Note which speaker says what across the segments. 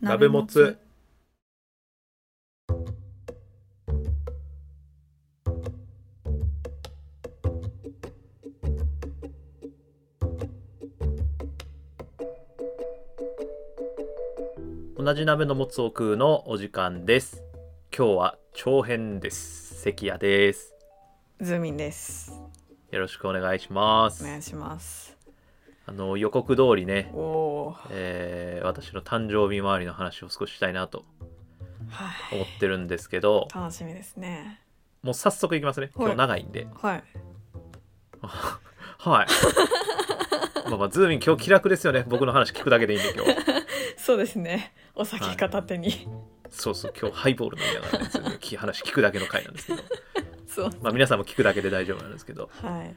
Speaker 1: 鍋もつ同じ鍋のもつを食うのお時間です今日は長編です関谷です
Speaker 2: ズーミンです
Speaker 1: よろしくお願いします
Speaker 2: お願いします
Speaker 1: あの予告通りね、
Speaker 2: おおー
Speaker 1: えー私の誕生日周りの話を少ししたいなと
Speaker 2: はい
Speaker 1: 思ってるんですけど
Speaker 2: 楽しみですね
Speaker 1: もう早速いきますね今
Speaker 2: は
Speaker 1: 日
Speaker 2: い
Speaker 1: 長いんで
Speaker 2: はい
Speaker 1: はい まあまあズーミン今日気楽ですよね僕の話聞くだけでいいんで今日
Speaker 2: そうですねお
Speaker 1: はい
Speaker 2: 酒片手に、
Speaker 1: そうそう今日ハイボール飲みながらね、ズ ーミンき話聞くだけの回なんですけど
Speaker 2: そう
Speaker 1: まあ皆さんも聞くだけで大丈夫なんですけど
Speaker 2: はい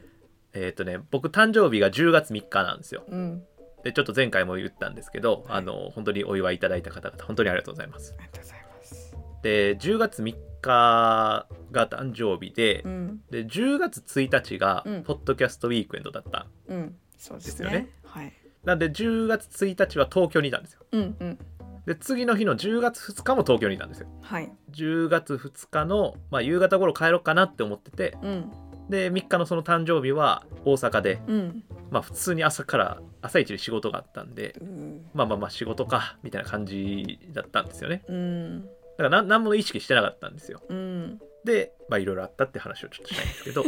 Speaker 1: えっ、とね僕誕生日が10月3日なんですよ
Speaker 2: うん
Speaker 1: でちょっと前回も言ったんですけど、
Speaker 2: はい
Speaker 1: あの本当にお祝いいただいた方々本当にありがとうございます
Speaker 2: ありがとうございます
Speaker 1: で10月3日が誕生日で、
Speaker 2: うん
Speaker 1: で10月1日が
Speaker 2: うん
Speaker 1: ポッドキャストウィークエンドだった、
Speaker 2: うんそうです
Speaker 1: です
Speaker 2: ね
Speaker 1: よね
Speaker 2: はい
Speaker 1: なんで10月1日は東京にいたんですよ
Speaker 2: うんうん
Speaker 1: で次の日の10月2日も東京にいたんですよ
Speaker 2: はい
Speaker 1: 10月2日の、まあ、夕方頃帰ろうかなって思ってて
Speaker 2: うん
Speaker 1: で3日のその誕生日は大阪で、
Speaker 2: うん
Speaker 1: まあ、普通に朝から朝一で仕事があったんで
Speaker 2: うん
Speaker 1: まあまあまあ仕事かみたいな感じだったんですよね
Speaker 2: うん
Speaker 1: だからな何も意識してなかったんですよ
Speaker 2: うん
Speaker 1: でまあいろいろあったって話をちょっとしたいんですけど、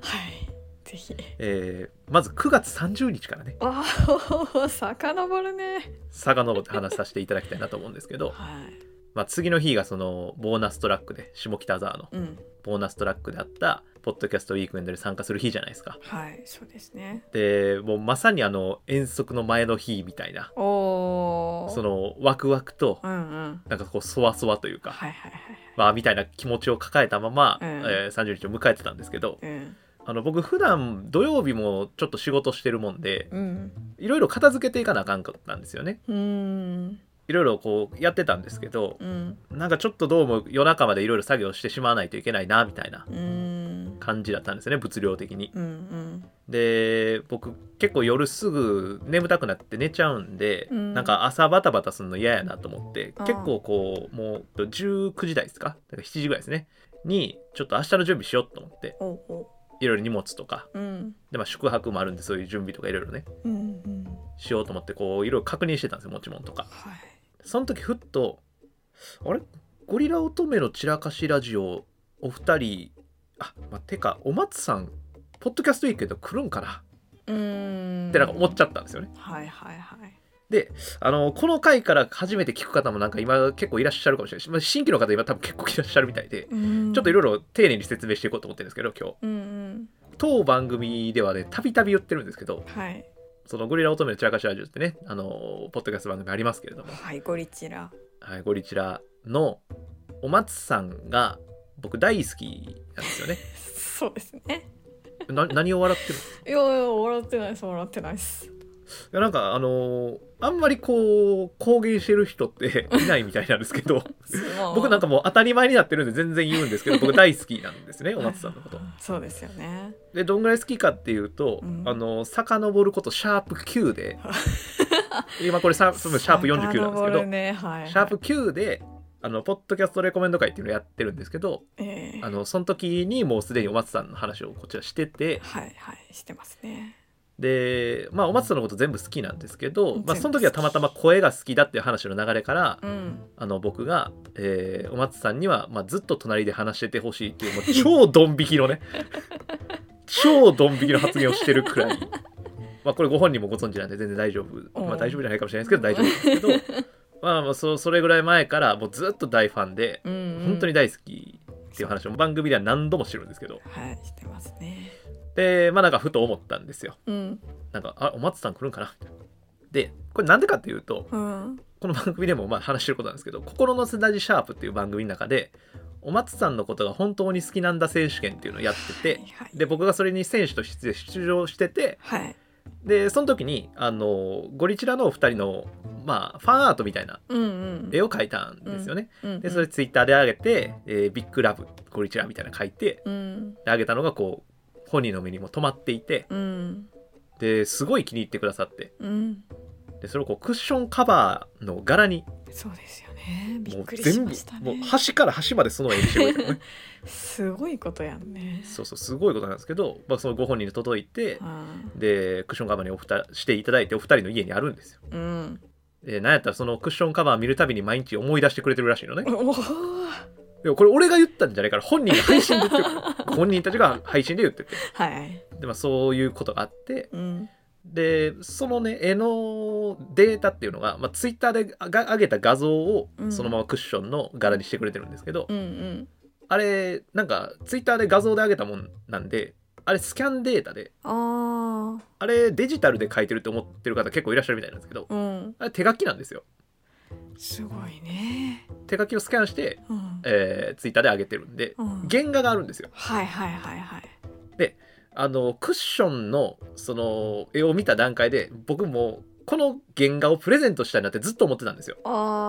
Speaker 2: はいぜひ
Speaker 1: えーまず9月30日からね
Speaker 2: わあ 遡るね
Speaker 1: 遡って話させていただきたいなと思うんですけど、
Speaker 2: はい
Speaker 1: まあ、次の日がそのボーナストラックで下北沢の
Speaker 2: うん
Speaker 1: ボーナストラックであったポッドキャストウィークエンドで参加する日じゃないですか
Speaker 2: はいそうですね
Speaker 1: でもうまさにあの遠足の前の日みたいな
Speaker 2: おお
Speaker 1: そのワクワクと
Speaker 2: うんうん
Speaker 1: なんかこうそわそわというか、
Speaker 2: はいはいはい
Speaker 1: まあ、みたいな気持ちを抱えたまま、
Speaker 2: うん
Speaker 1: えー30日を迎えてたんですけど
Speaker 2: うん
Speaker 1: あの僕普段土曜日もちょっと仕事してるもんで
Speaker 2: うん
Speaker 1: いろいろ片付けていかなあかんかったんですよね
Speaker 2: うん
Speaker 1: いろいろこうやってたんですけど
Speaker 2: うん
Speaker 1: なんかちょっとどうも夜中までいろいろ作業してしまわないといけないなみたいな
Speaker 2: うん
Speaker 1: 感じだったんですよね物量的に
Speaker 2: うんうん
Speaker 1: で僕結構夜すぐ眠たくなって寝ちゃうんで、
Speaker 2: うん
Speaker 1: なんか朝バタバタするの嫌やなと思って
Speaker 2: あー
Speaker 1: 結構こうもう19時台ですかだから7時ぐらいですねにちょっと明日の準備しようと思って
Speaker 2: おお
Speaker 1: いろいろ荷物とか
Speaker 2: うん
Speaker 1: で、まあ、宿泊もあるんでそういう準備とかいろいろね
Speaker 2: うんうん
Speaker 1: しようと思ってこういろいろ確認してたんですよ持ち物とか
Speaker 2: はい
Speaker 1: その時ふっと「あれゴリラ乙女の散らかしラジオお二人あ、まあ、てかお松さんポッドキャストウィークエンド来るんかな?」
Speaker 2: うん
Speaker 1: ってなんか思っちゃったんですよね。
Speaker 2: はいはいはい
Speaker 1: であのこの回から初めて聞く方もなんか今結構いらっしゃるかもしれないし、まあ、新規の方今多分結構いらっしゃるみたいで。
Speaker 2: うん
Speaker 1: ちょっといろいろ丁寧に説明していこうと思ってるんですけど今日
Speaker 2: うんうん
Speaker 1: 当番組ではねたびたび言ってるんですけど
Speaker 2: はい
Speaker 1: そのゴリラ乙女の散らかしラジオってねあのポッドキャスト番組ありますけれども
Speaker 2: はいゴリチラ
Speaker 1: はい、ゴリチラのお松さんが僕大好きなんですよね。
Speaker 2: そうですね
Speaker 1: な何を笑ってるんですか
Speaker 2: いやいや笑ってないです笑ってないです
Speaker 1: いやなんかあのーあんまりこう公言してる人っていないみたいなんですけど僕なんか
Speaker 2: か
Speaker 1: もう当たり前になってるんで全然言うんですけ ど僕大好きなんですねお松さんのこと。
Speaker 2: そうですよね
Speaker 1: でどんぐらい好きかっていうと、
Speaker 2: うん
Speaker 1: あの遡ることシャープ9で 今これさそのシャープ49なんですけど
Speaker 2: 遡、るねはいはい
Speaker 1: シャープ9であのポッドキャストレコメンド会っていうのをやってるんですけど
Speaker 2: ええ
Speaker 1: あのその時にもうすでにお松さんの話をこちらしてて
Speaker 2: はいはいしてますね
Speaker 1: で、まあ、お松さんのこと全部好きなんですけど、まあ、
Speaker 2: 全部好き
Speaker 1: その時はたまたま声が好きだっていう話の流れから
Speaker 2: うん
Speaker 1: あの僕が、えーお松さんには、まあ、ずっと隣で話しててほしいっていうも う超ドン引きのね超ドン引きの発言をしてるくらい。まあこれご本人もご存知なんで全然大丈夫、まあ、
Speaker 2: うん
Speaker 1: 大丈夫じゃないかもしれないですけど大丈夫なんですけどまあまあそそれぐらい前からもうずっと大ファンで
Speaker 2: うん
Speaker 1: 本当に
Speaker 2: だ
Speaker 1: 大好きっていう話を番組では何度もしてるんですけど
Speaker 2: はいしてますね
Speaker 1: でまあなんかふと思ったんですよ
Speaker 2: うん
Speaker 1: なんかあお松さん来るんかなみたいなでこれなんでかっていうと
Speaker 2: うん
Speaker 1: この番組でもまあ話してることなんですけど「心のすだじシャープ」っていう番組の中でお松さんのことが本当に好きなんだ選手権っていうのをやってて
Speaker 2: はいはい
Speaker 1: で僕がそれに選手として出場してて
Speaker 2: はい
Speaker 1: でその時にあのゴリチラのお二人のまあファンアートみたいな
Speaker 2: うんうん
Speaker 1: 絵を描いたんですよね、
Speaker 2: うん
Speaker 1: でそれツイッターで上げて「えービッグラブゴリチラ」みたいなの書いて
Speaker 2: うん
Speaker 1: で上げたのがこう本人の目にも止まっていて
Speaker 2: うん
Speaker 1: ですごい気に入ってくださって
Speaker 2: うん
Speaker 1: でそれをこうクッションカバーの柄に
Speaker 2: そうですよねび
Speaker 1: も
Speaker 2: っ
Speaker 1: う
Speaker 2: くりし
Speaker 1: 全部
Speaker 2: ました
Speaker 1: もう
Speaker 2: ね
Speaker 1: 端から端までその絵にしておいたのね
Speaker 2: すごいことやんね
Speaker 1: そうそうすごいことなんですけど、まあ、そのご本人に届いて
Speaker 2: あ
Speaker 1: でクッションカバーにおふたしていただいてお二人の家にあるんですよ
Speaker 2: ーうん
Speaker 1: でなんやったらそのクッションカバー見るたびに毎日思い出してくれてるらしいのね
Speaker 2: おお
Speaker 1: でもこれ俺が言ったんじゃないから本人が配信で言ってるから 本人たちが配信で言ってて
Speaker 2: はい
Speaker 1: で、まあ、そういうことがあって
Speaker 2: うん
Speaker 1: でそのね絵のデータっていうのが、まあ、ツイッターであが上げた画像を
Speaker 2: うん
Speaker 1: そのままクッションの柄にしてくれてるんですけど、
Speaker 2: うんうん
Speaker 1: あれなんかツイッターで画像で上げたもんなんであれスキャンデータで
Speaker 2: あ
Speaker 1: あれデジタルで書いてるって思ってる方結構いらっしゃるみたいなんですけど
Speaker 2: あうん
Speaker 1: あれ手書きなんですよ
Speaker 2: すごいね
Speaker 1: 手書きをスキャンして、
Speaker 2: うん、
Speaker 1: えーツイッターで上げてるんで
Speaker 2: うん、
Speaker 1: 原画があるんですよ
Speaker 2: はいはいはいはい
Speaker 1: あのクッションのその絵を見た段階で僕もこの原画をプレゼントしたいなってずっと思ってたんですよ、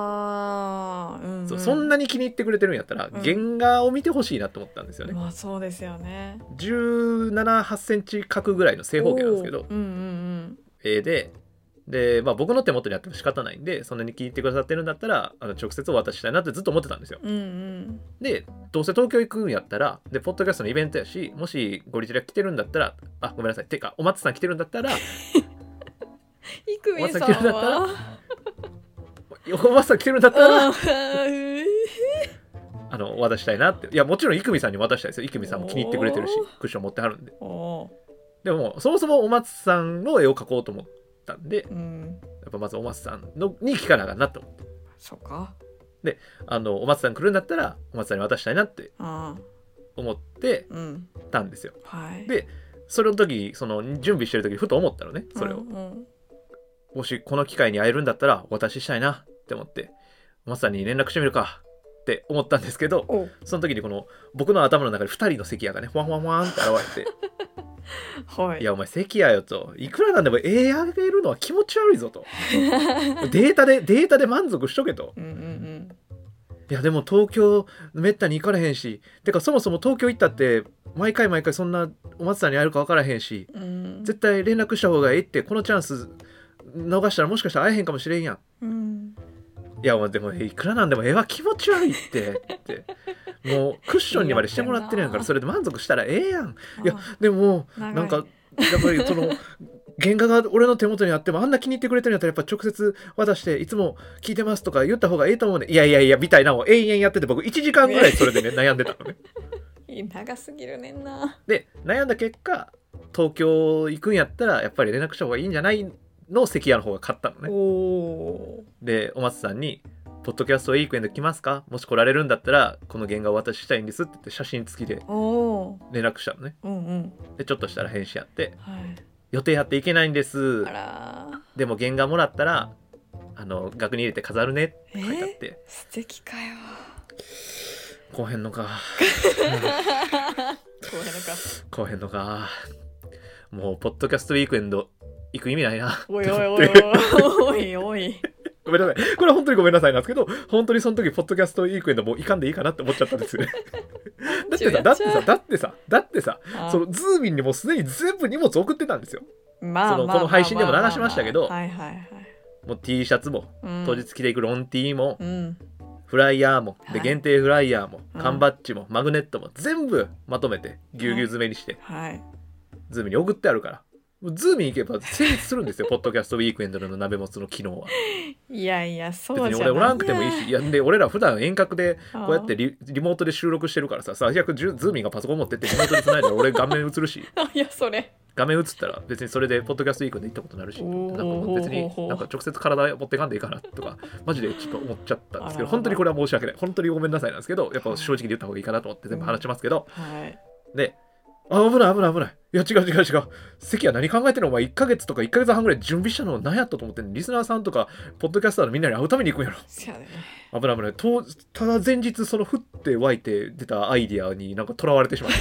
Speaker 2: ああうん、うん、
Speaker 1: そうそんなに気に入ってくれてるんやったら
Speaker 2: うん
Speaker 1: 原画を見てほしいなと思ったんですよね、
Speaker 2: まあそうですよね
Speaker 1: 1 7 8センチ角ぐらいの正方形なんですけ
Speaker 2: お
Speaker 1: ど
Speaker 2: ーうんうん
Speaker 1: 絵でで、まあ、僕の手元にあっても仕方ないんでそんなに気に入ってくださってるんだったらあの直接お渡ししたいなってずっと思ってたんですよ
Speaker 2: うんうん
Speaker 1: でどうせ東京行くんやったらでポッドキャストのイベントやしもしゴリチラ来てるんだったらあごめんなさいてかお松さん来てるんだったら
Speaker 2: イクミンさん
Speaker 1: お先だったら
Speaker 2: は
Speaker 1: 横浜さん来てるんだったら、
Speaker 2: あー
Speaker 1: あのお渡ししたいなっていやもちろん生見さんにも渡したいですよ生見さんも気に入ってくれてるし
Speaker 2: お
Speaker 1: クッション持ってはるんで
Speaker 2: おお
Speaker 1: でもそもそもお松さんの絵を描こうと思ったんでや
Speaker 2: ーうん
Speaker 1: っぱまずお松さんのに聞かなあかんなと
Speaker 2: そうか
Speaker 1: あのお松さん来るんだったらお松さんに渡したいなって
Speaker 2: あ
Speaker 1: 思って
Speaker 2: ーうん
Speaker 1: たんですよ
Speaker 2: はい
Speaker 1: でそれの時その準備してる時にふと思ったのねそれを、
Speaker 2: うんうん
Speaker 1: もしこの機会に会えるんだったらお渡ししたいなって思ってお松さんに連絡してみるかって思ったんですけど
Speaker 2: おう
Speaker 1: その時にこの僕の頭の中に2人の関谷がねフワンフワンフワンって現 れて
Speaker 2: はい
Speaker 1: いやお前関谷よといくらなんでも絵あげるのは気持ち悪いぞと データでデータで満足しとけと
Speaker 2: うんうん
Speaker 1: いやでも東京めったに行かれへんしてかそもそも東京行ったって毎回毎回そんなお松さんに会えるか分からへんし
Speaker 2: うんうん
Speaker 1: 絶対連絡した方がいいってこのチャンス逃したらもしかしたら会えへんかもしれんやん
Speaker 2: うん
Speaker 1: いやお前でもいくらなんでも絵は気持ち悪いってってもうクッションにまでしてもらってるんやからそれで満足したらええやんいや
Speaker 2: あ
Speaker 1: でも
Speaker 2: 長い
Speaker 1: なんかやっぱりその原画が俺の手元にあってもあんな気に入ってくれてるんやったらやっぱ直接渡していつも聞いてますとか言った方がいいと思うねいやいやいやみたいなのを延々やってて僕1時間ぐらいそれでね悩んでたのね
Speaker 2: 長すぎるねんな
Speaker 1: で悩んだ結果東京行くんやったらやっぱり連絡した方がいいんじゃないのを関谷の方が買ったのね
Speaker 2: おお
Speaker 1: でお松さんに「ポッドキャストウィークエンド来ますかもし来られるんだったらこの原画をお渡ししたいんです」って言って写真付きで
Speaker 2: ーお
Speaker 1: 連絡したのね
Speaker 2: ーうんうん
Speaker 1: でちょっとしたら返信あって
Speaker 2: はい
Speaker 1: 「予定やっていけないんです」
Speaker 2: あらー
Speaker 1: でも原画もらったらあの額に入れて飾るねって書いてあって
Speaker 2: 素敵かよ
Speaker 1: こうへんのか
Speaker 2: こうやるか
Speaker 1: こうへんのかもうポッドキャストウィークエンド行く意味ないな
Speaker 2: おい
Speaker 1: って
Speaker 2: おい
Speaker 1: 思っ
Speaker 2: おい
Speaker 1: て
Speaker 2: おいおいおい
Speaker 1: ごめんなさいこれは本当にごめんなさいなんですけど本当にその時ポッドキャストウィークエンドもういかんでいいかなって思っちゃったんです よねだってさだってさだってさだってさ
Speaker 2: あ
Speaker 1: そのズーミンにもうすでに全部荷物送ってたんですよ
Speaker 2: まあ
Speaker 1: その
Speaker 2: まあ
Speaker 1: この配信でも流しましたけど
Speaker 2: まあまあまあはいはいはい
Speaker 1: もう T シャツも
Speaker 2: うん
Speaker 1: 当日着ていくロン T も
Speaker 2: うん
Speaker 1: フライヤーもで
Speaker 2: はい
Speaker 1: 限定フライヤーも
Speaker 2: うん
Speaker 1: 缶バッジもマグネットも全部まとめてぎゅうぎゅう詰めにして
Speaker 2: はい
Speaker 1: ズームに送ってあるから。もうズームに行けば成立するん ですよ、ポッドキャストウィークエンドの鍋もつの機能は。
Speaker 2: いやいやそう
Speaker 1: 別
Speaker 2: じ
Speaker 1: に
Speaker 2: ゃない
Speaker 1: 俺おらんくてもいいし、いやで俺ら普段遠隔でこうやって
Speaker 2: て
Speaker 1: リリモートで収録してるからさ、最悪ジュズーミンがパソコン持ってってリモートで繋いだら俺画面映るし、
Speaker 2: いやそれ
Speaker 1: 画面映ったら別にそれでポッドキャストウィークエンド行ったことになるし、
Speaker 2: お
Speaker 1: なん
Speaker 2: ー
Speaker 1: かもう別になんか直接体持ってかんでいいかなとか、マジでちょっと思っちゃったんですけど、本当にこれは申し訳ない。本当にごめんなさいなんですけど、やっぱ正直に言った方がいいかなと思って全部話しますけど、
Speaker 2: はい
Speaker 1: で、あ、危ない危ない危ない。いや、違う違う違う。関は何考えてるのお前、1ヶ月とか1ヶ月半ぐらい準備したの何やったと思ってんのリスナーさんとか、ポッドキャスターのみんなに会うために行くんやろ。
Speaker 2: そやね
Speaker 1: 危ない危ない。とただ前日、その降って湧いて出たアイディアになんか囚われてしま って。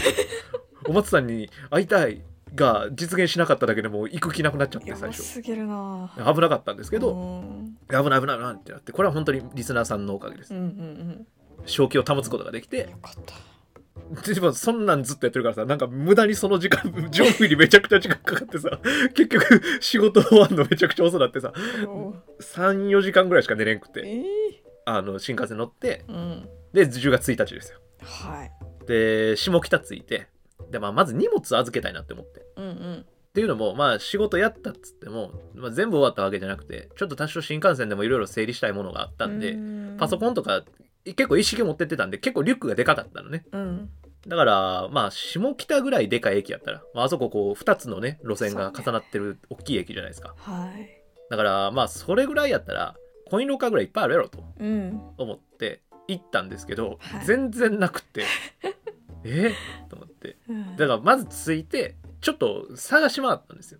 Speaker 1: お松さんに会いたいが実現しなかっただけでもう行く気なくなっちゃっ
Speaker 2: い
Speaker 1: て、
Speaker 2: や
Speaker 1: 最
Speaker 2: ば
Speaker 1: 初。
Speaker 2: すぎるな
Speaker 1: 危なかったんですけ
Speaker 2: う
Speaker 1: ど、
Speaker 2: ん
Speaker 1: 危ない危ない危ないってなって、これは本当にリスナーさんのおかげで
Speaker 2: う
Speaker 1: す。
Speaker 2: んうんうん
Speaker 1: 正気を保つことができて、
Speaker 2: よかった
Speaker 1: でもそんなんずっとやってるからさなんか無駄にその時間情報にめちゃくちゃ時間かかって さ結局仕事終わんのめちゃくちゃ遅なってさ
Speaker 2: おー
Speaker 1: 34時間ぐらいしか寝れんくて
Speaker 2: え
Speaker 1: あの新幹線乗って
Speaker 2: ー、うん
Speaker 1: で10月1日ですよ
Speaker 2: はい
Speaker 1: で下北着いてで、まあ、まず荷物預けたいなって思って
Speaker 2: うんうん
Speaker 1: っていうのもまあ仕事やったっつっても、まあ、全部終わったわけじゃなくてちょっと多少新幹線でもいろいろ整理したいものがあったんで、パソコ
Speaker 2: ン
Speaker 1: ンとか結構意識持ってってたんで結構リュックがでかかったのね
Speaker 2: うん
Speaker 1: だからまあ下北ぐらいでかい駅やったら、まあ、あそここう2つのね路線が重なってる大きい駅じゃないですか
Speaker 2: はい
Speaker 1: だからまあそれぐらいやったらコインロッカーぐらいいっぱいあるやろと
Speaker 2: うん
Speaker 1: 思って行ったんですけど、
Speaker 2: はい
Speaker 1: 全然なく てえと思って
Speaker 2: うん
Speaker 1: だからまず着いてちょっと探し回ったんですよ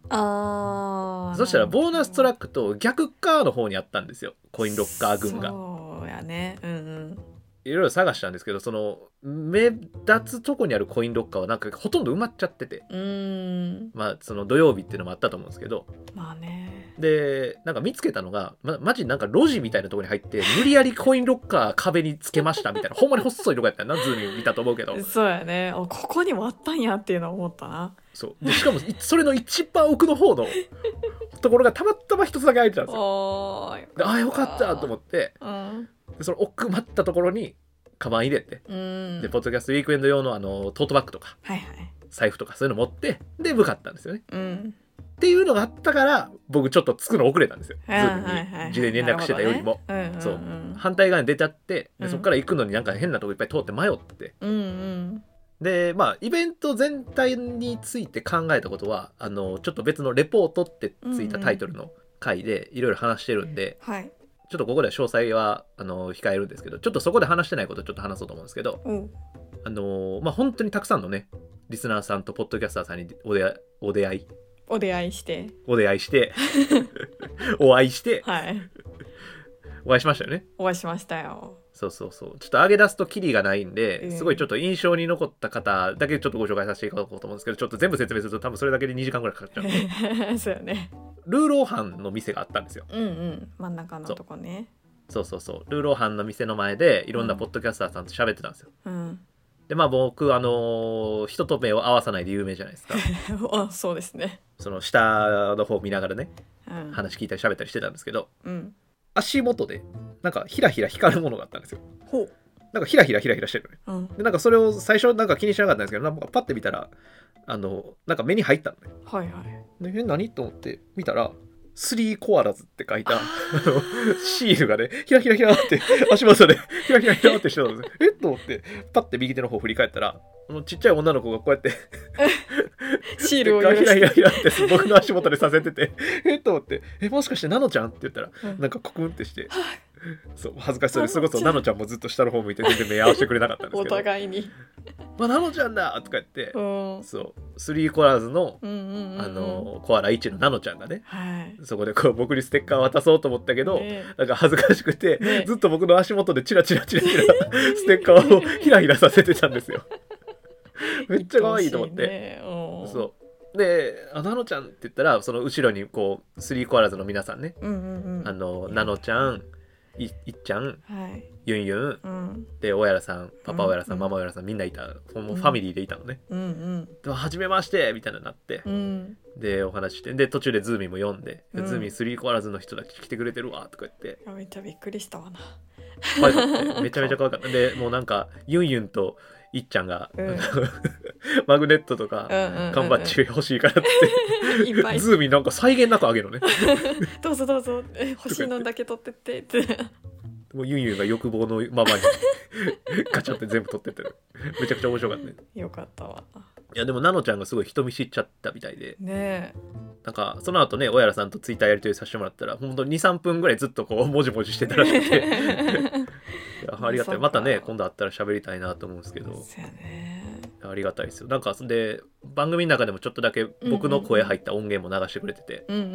Speaker 2: あー
Speaker 1: そしたらボーナストラ
Speaker 2: ッ
Speaker 1: ックと逆側の方にあったんですよコインロッカー群が
Speaker 2: そうやねうんうん
Speaker 1: いろいろ探したんですけどその目立つとこにあるコインロッカーはなんかほとんど埋まっちゃってて
Speaker 2: うーん
Speaker 1: まあその土曜日っていうのもあったと思うんですけど
Speaker 2: まあね
Speaker 1: でなんか見つけたのがまマジなんか路地みたいなとこに入って無理やりコインロッカー壁につけましたみ たいなほんまに細いとこやったなズーム見たと思うけど
Speaker 2: そうやねあここにもあったんやっていうのは思ったな
Speaker 1: そうでしかもいそれの一番奥の方のところがたまたま一つだけ空いてたんですよ
Speaker 2: おー
Speaker 1: でああよかったと思って
Speaker 2: うん
Speaker 1: でその奥まったところにカバン入れて
Speaker 2: うん
Speaker 1: でポッドキャストウィークエンド用のあのトートバッグとか
Speaker 2: はいはい
Speaker 1: 財布とかそういうの持ってで向かったんですよね
Speaker 2: うん
Speaker 1: っていうのがあったから僕ちょっと着くの遅れたんですよズ
Speaker 2: はいは
Speaker 1: ーム
Speaker 2: いはい
Speaker 1: に事前に連絡してたよりも、
Speaker 2: なるほどね
Speaker 1: そうん
Speaker 2: ん
Speaker 1: 反対側に出ちゃって
Speaker 2: う
Speaker 1: で
Speaker 2: ん
Speaker 1: そこから行くのになんか変なとこいっぱい通って迷って
Speaker 2: うんうん
Speaker 1: でまあイベント全体について考えたことはあのちょっと別の「レポート」ってついたタイトルの回でいろいろ話してるんで、
Speaker 2: はい
Speaker 1: ちょっとここでは詳細はあの控えるんですけどちょっとそこで話してないことをちょっと話そうと思うんですけど
Speaker 2: おう
Speaker 1: あのまあ本当にたくさんのねリスナーさんとポッドキャスターさんにお出会いお出会い
Speaker 2: お出会いして
Speaker 1: お出会いしてお会いして
Speaker 2: はい
Speaker 1: お会いしましたよね
Speaker 2: お会いしましたよ
Speaker 1: そうそうそうちょっと上げ出すとキリがないん
Speaker 2: う
Speaker 1: で
Speaker 2: ん
Speaker 1: すごいちょっと印象に残った方だけちょっとご紹介させていただこうと思うんですけどちょっと全部説明すると多分それだけで2時間ぐらいかかっちゃうんで
Speaker 2: そうよね
Speaker 1: ルーローハンの店があったんですよ
Speaker 2: うんうん真ん中のとこね
Speaker 1: そうそうそうルーローハンの店の前でいろんなポッドキャスターさんと喋ってたんですよ
Speaker 2: うん
Speaker 1: でまあ僕あのー人と目を合わさないで有名じゃない ですか
Speaker 2: あそうですね
Speaker 1: その下の方見ながらね
Speaker 2: うん
Speaker 1: 話聞いたり喋ったりしてたんですけど
Speaker 2: うん
Speaker 1: 足元でなんかひらひら光るものがあったんですよ
Speaker 2: ほう
Speaker 1: なんかひらひらひらひらしてるのね
Speaker 2: うん
Speaker 1: でなんかそれを最初なんか気にしなかったんですけどなんかパッて見たらあのなんか目に入ったのね
Speaker 2: はいはい
Speaker 1: でえ何と思って見たら「スリーコアラズ」って書いたあ
Speaker 2: あ
Speaker 1: のシールがねひらひらひらって足元でひらひらひらってしてたんですよえっと思ってパッて右手の方振り返ったらあのちっちゃい女の子がこうやって
Speaker 2: シー
Speaker 1: で
Speaker 2: ルを
Speaker 1: っ
Speaker 2: 許
Speaker 1: かいひら
Speaker 2: し
Speaker 1: ひ
Speaker 2: て
Speaker 1: らひらって僕の足元でさせてて えっと思って「えもしかしてナノちゃん?」って言ったら
Speaker 2: うん
Speaker 1: なんかコクンってしてそう恥ずかしそうでそれこそナノちゃんもずっと下の方向いて全然目合わせてくれなかったんです
Speaker 2: お
Speaker 1: けど
Speaker 2: 互いに
Speaker 1: 「まあ、ナノちゃんだ!」とか言って
Speaker 2: うん
Speaker 1: そうスリーコアラズの
Speaker 2: うんうんうん
Speaker 1: あのコアラ1のナノちゃんがね
Speaker 2: はい
Speaker 1: そこでこう僕にステッカー渡そうと思ったけど、
Speaker 2: ね
Speaker 1: なんか恥ずかしくて、
Speaker 2: ね
Speaker 1: ずっと僕の足元でチラチラチラ チラステッカーをひらひらさせてたんです よ。めっちゃ可愛いと思って。
Speaker 2: 愛おしいねうん
Speaker 1: そうで「あナノちゃん」って言ったらその後ろにこうスリーコアラーズの皆さんね
Speaker 2: うんうん
Speaker 1: 「
Speaker 2: うん
Speaker 1: あのナノちゃん」いいっちゃん
Speaker 2: はい
Speaker 1: ユンユン
Speaker 2: うん
Speaker 1: で大家さんパパ大家さん、
Speaker 2: うん
Speaker 1: ママ大家さんみんないたもうファミリーでいたのね
Speaker 2: うんうん
Speaker 1: 「ではじめまして」みたいなのになって、
Speaker 2: うん
Speaker 1: でお話ししてで途中でズーミーも読んで「
Speaker 2: うん
Speaker 1: ズーミースリーコアラーズの人だけ来てくれてるわ」とか言って
Speaker 2: いやめっちゃびっくりしたわな
Speaker 1: 可愛かっ ためちゃめちゃ可愛かったでもうなんかユンユンといっちゃんが、
Speaker 2: うん
Speaker 1: マグネットとか、
Speaker 2: うんうんうん
Speaker 1: 缶バッジ欲しいからって
Speaker 2: いっ ぱい
Speaker 1: ズーミンなんか際限なくあげるのね
Speaker 2: どうぞど うぞえ欲しいのだけ取ってって って
Speaker 1: もうユンユンが欲望のままに ガチャって全部取ってってるめちゃくちゃ面白かったね
Speaker 2: よかったわ
Speaker 1: いやでもナノちゃんがすごい人見知っちゃったみたいで
Speaker 2: ね
Speaker 1: なんかその後ね小原さんとツイッターやり取りさせてもらったらほんと23分ぐらいずっとこうもじもじしてたらしくて
Speaker 2: え
Speaker 1: いやありがたいまたね今度会ったら喋りたいなと思うんですけど
Speaker 2: そうやね
Speaker 1: ありがたいですよなんかそんで番組の中でもちょっとだけ僕の声入った音源も流してくれてて、
Speaker 2: うんうんう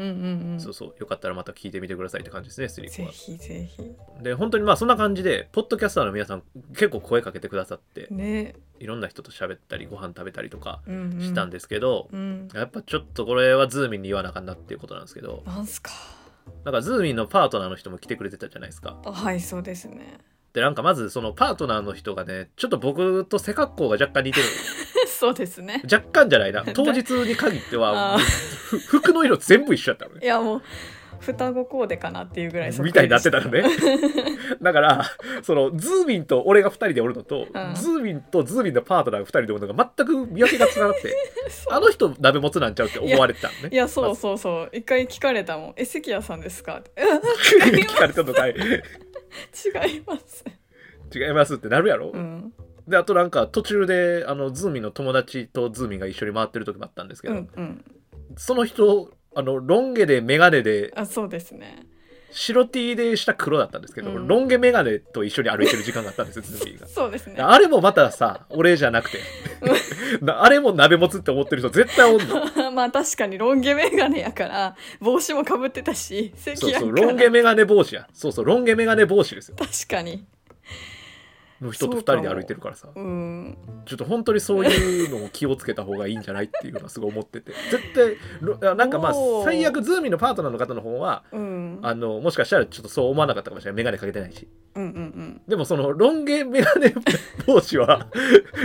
Speaker 2: んうん
Speaker 1: そうそうよかったらまた聞いてみてくださいって感じですねスリコ
Speaker 2: ぜ
Speaker 1: は
Speaker 2: ひぜひ
Speaker 1: で本当にまあそんな感じでポッドキャスターの皆さん結構声かけてくださって
Speaker 2: ね
Speaker 1: いろんな人と喋ったりご飯食べたりとか
Speaker 2: うんうん
Speaker 1: したんですけど、
Speaker 2: うん
Speaker 1: やっぱちょっとこれはズーミンに言わなあかんなっていうことなんですけど
Speaker 2: なんすか
Speaker 1: なんかズーミンのパートナーの人も来てくれてたじゃないですか
Speaker 2: あはいそうですね
Speaker 1: でなんかまずそのパートナーの人がねちょっと僕と背格好が若干似てる
Speaker 2: そうですね
Speaker 1: 若干じゃ ないな当日に限っては
Speaker 2: あ
Speaker 1: ふ服の色全部一緒だったのね
Speaker 2: いやもう双子コーデかなっていうぐらいそっくり
Speaker 1: みたいになって
Speaker 2: で
Speaker 1: たの ねだからそのズーミンと俺が2人でおるのと、
Speaker 2: うん
Speaker 1: ズーミンとズーミンのパートナーが2人でおるのが全く見分けがつかなくて
Speaker 2: した そう
Speaker 1: あの人鍋もつなんちゃうって思われてたのね
Speaker 2: いやそうそうそう一回聞かれたもん「え関谷さんですか?」 ってや
Speaker 1: 聞かれたのかい
Speaker 2: 違います」
Speaker 1: 違いますってなるやろ、
Speaker 2: うん
Speaker 1: であとなんか途中であのズーミンの友達とズーミンが一緒に回ってる時もあったんですけ
Speaker 2: う
Speaker 1: ど、
Speaker 2: んうん
Speaker 1: その人あのロン毛でメガネで
Speaker 2: あそうですね
Speaker 1: 白 T でした黒だったんですけど、
Speaker 2: うん
Speaker 1: ロン毛メガネと一緒に歩いてる時間があったんですよズーミンが。
Speaker 2: そうですね
Speaker 1: あれもまたさ俺じゃなくて なあれも鍋もつって思ってる人絶対お んの
Speaker 2: まあ確かにロン毛メガネやから帽子もかぶってたし関
Speaker 1: そう
Speaker 2: 谷か
Speaker 1: そ
Speaker 2: ら
Speaker 1: うロン毛メガネ帽子やそうそうロン毛メガネ帽子ですよ
Speaker 2: 確かに
Speaker 1: の人と
Speaker 2: そ
Speaker 1: 二
Speaker 2: うかも
Speaker 1: 人で歩いてるからさ
Speaker 2: うん
Speaker 1: ちょっと本当にそういうのを気をつけた方がいいんじゃないっていうのはすごい思 ってて絶対ロあなんかまあ
Speaker 2: おー
Speaker 1: 最悪ズーミンのパートナーの方の方は
Speaker 2: うん
Speaker 1: あのもしかしたらちょっとそう思わなかったかもしれないメガネかけてないし
Speaker 2: うんうんうん
Speaker 1: でもそのロン毛メガネ帽子は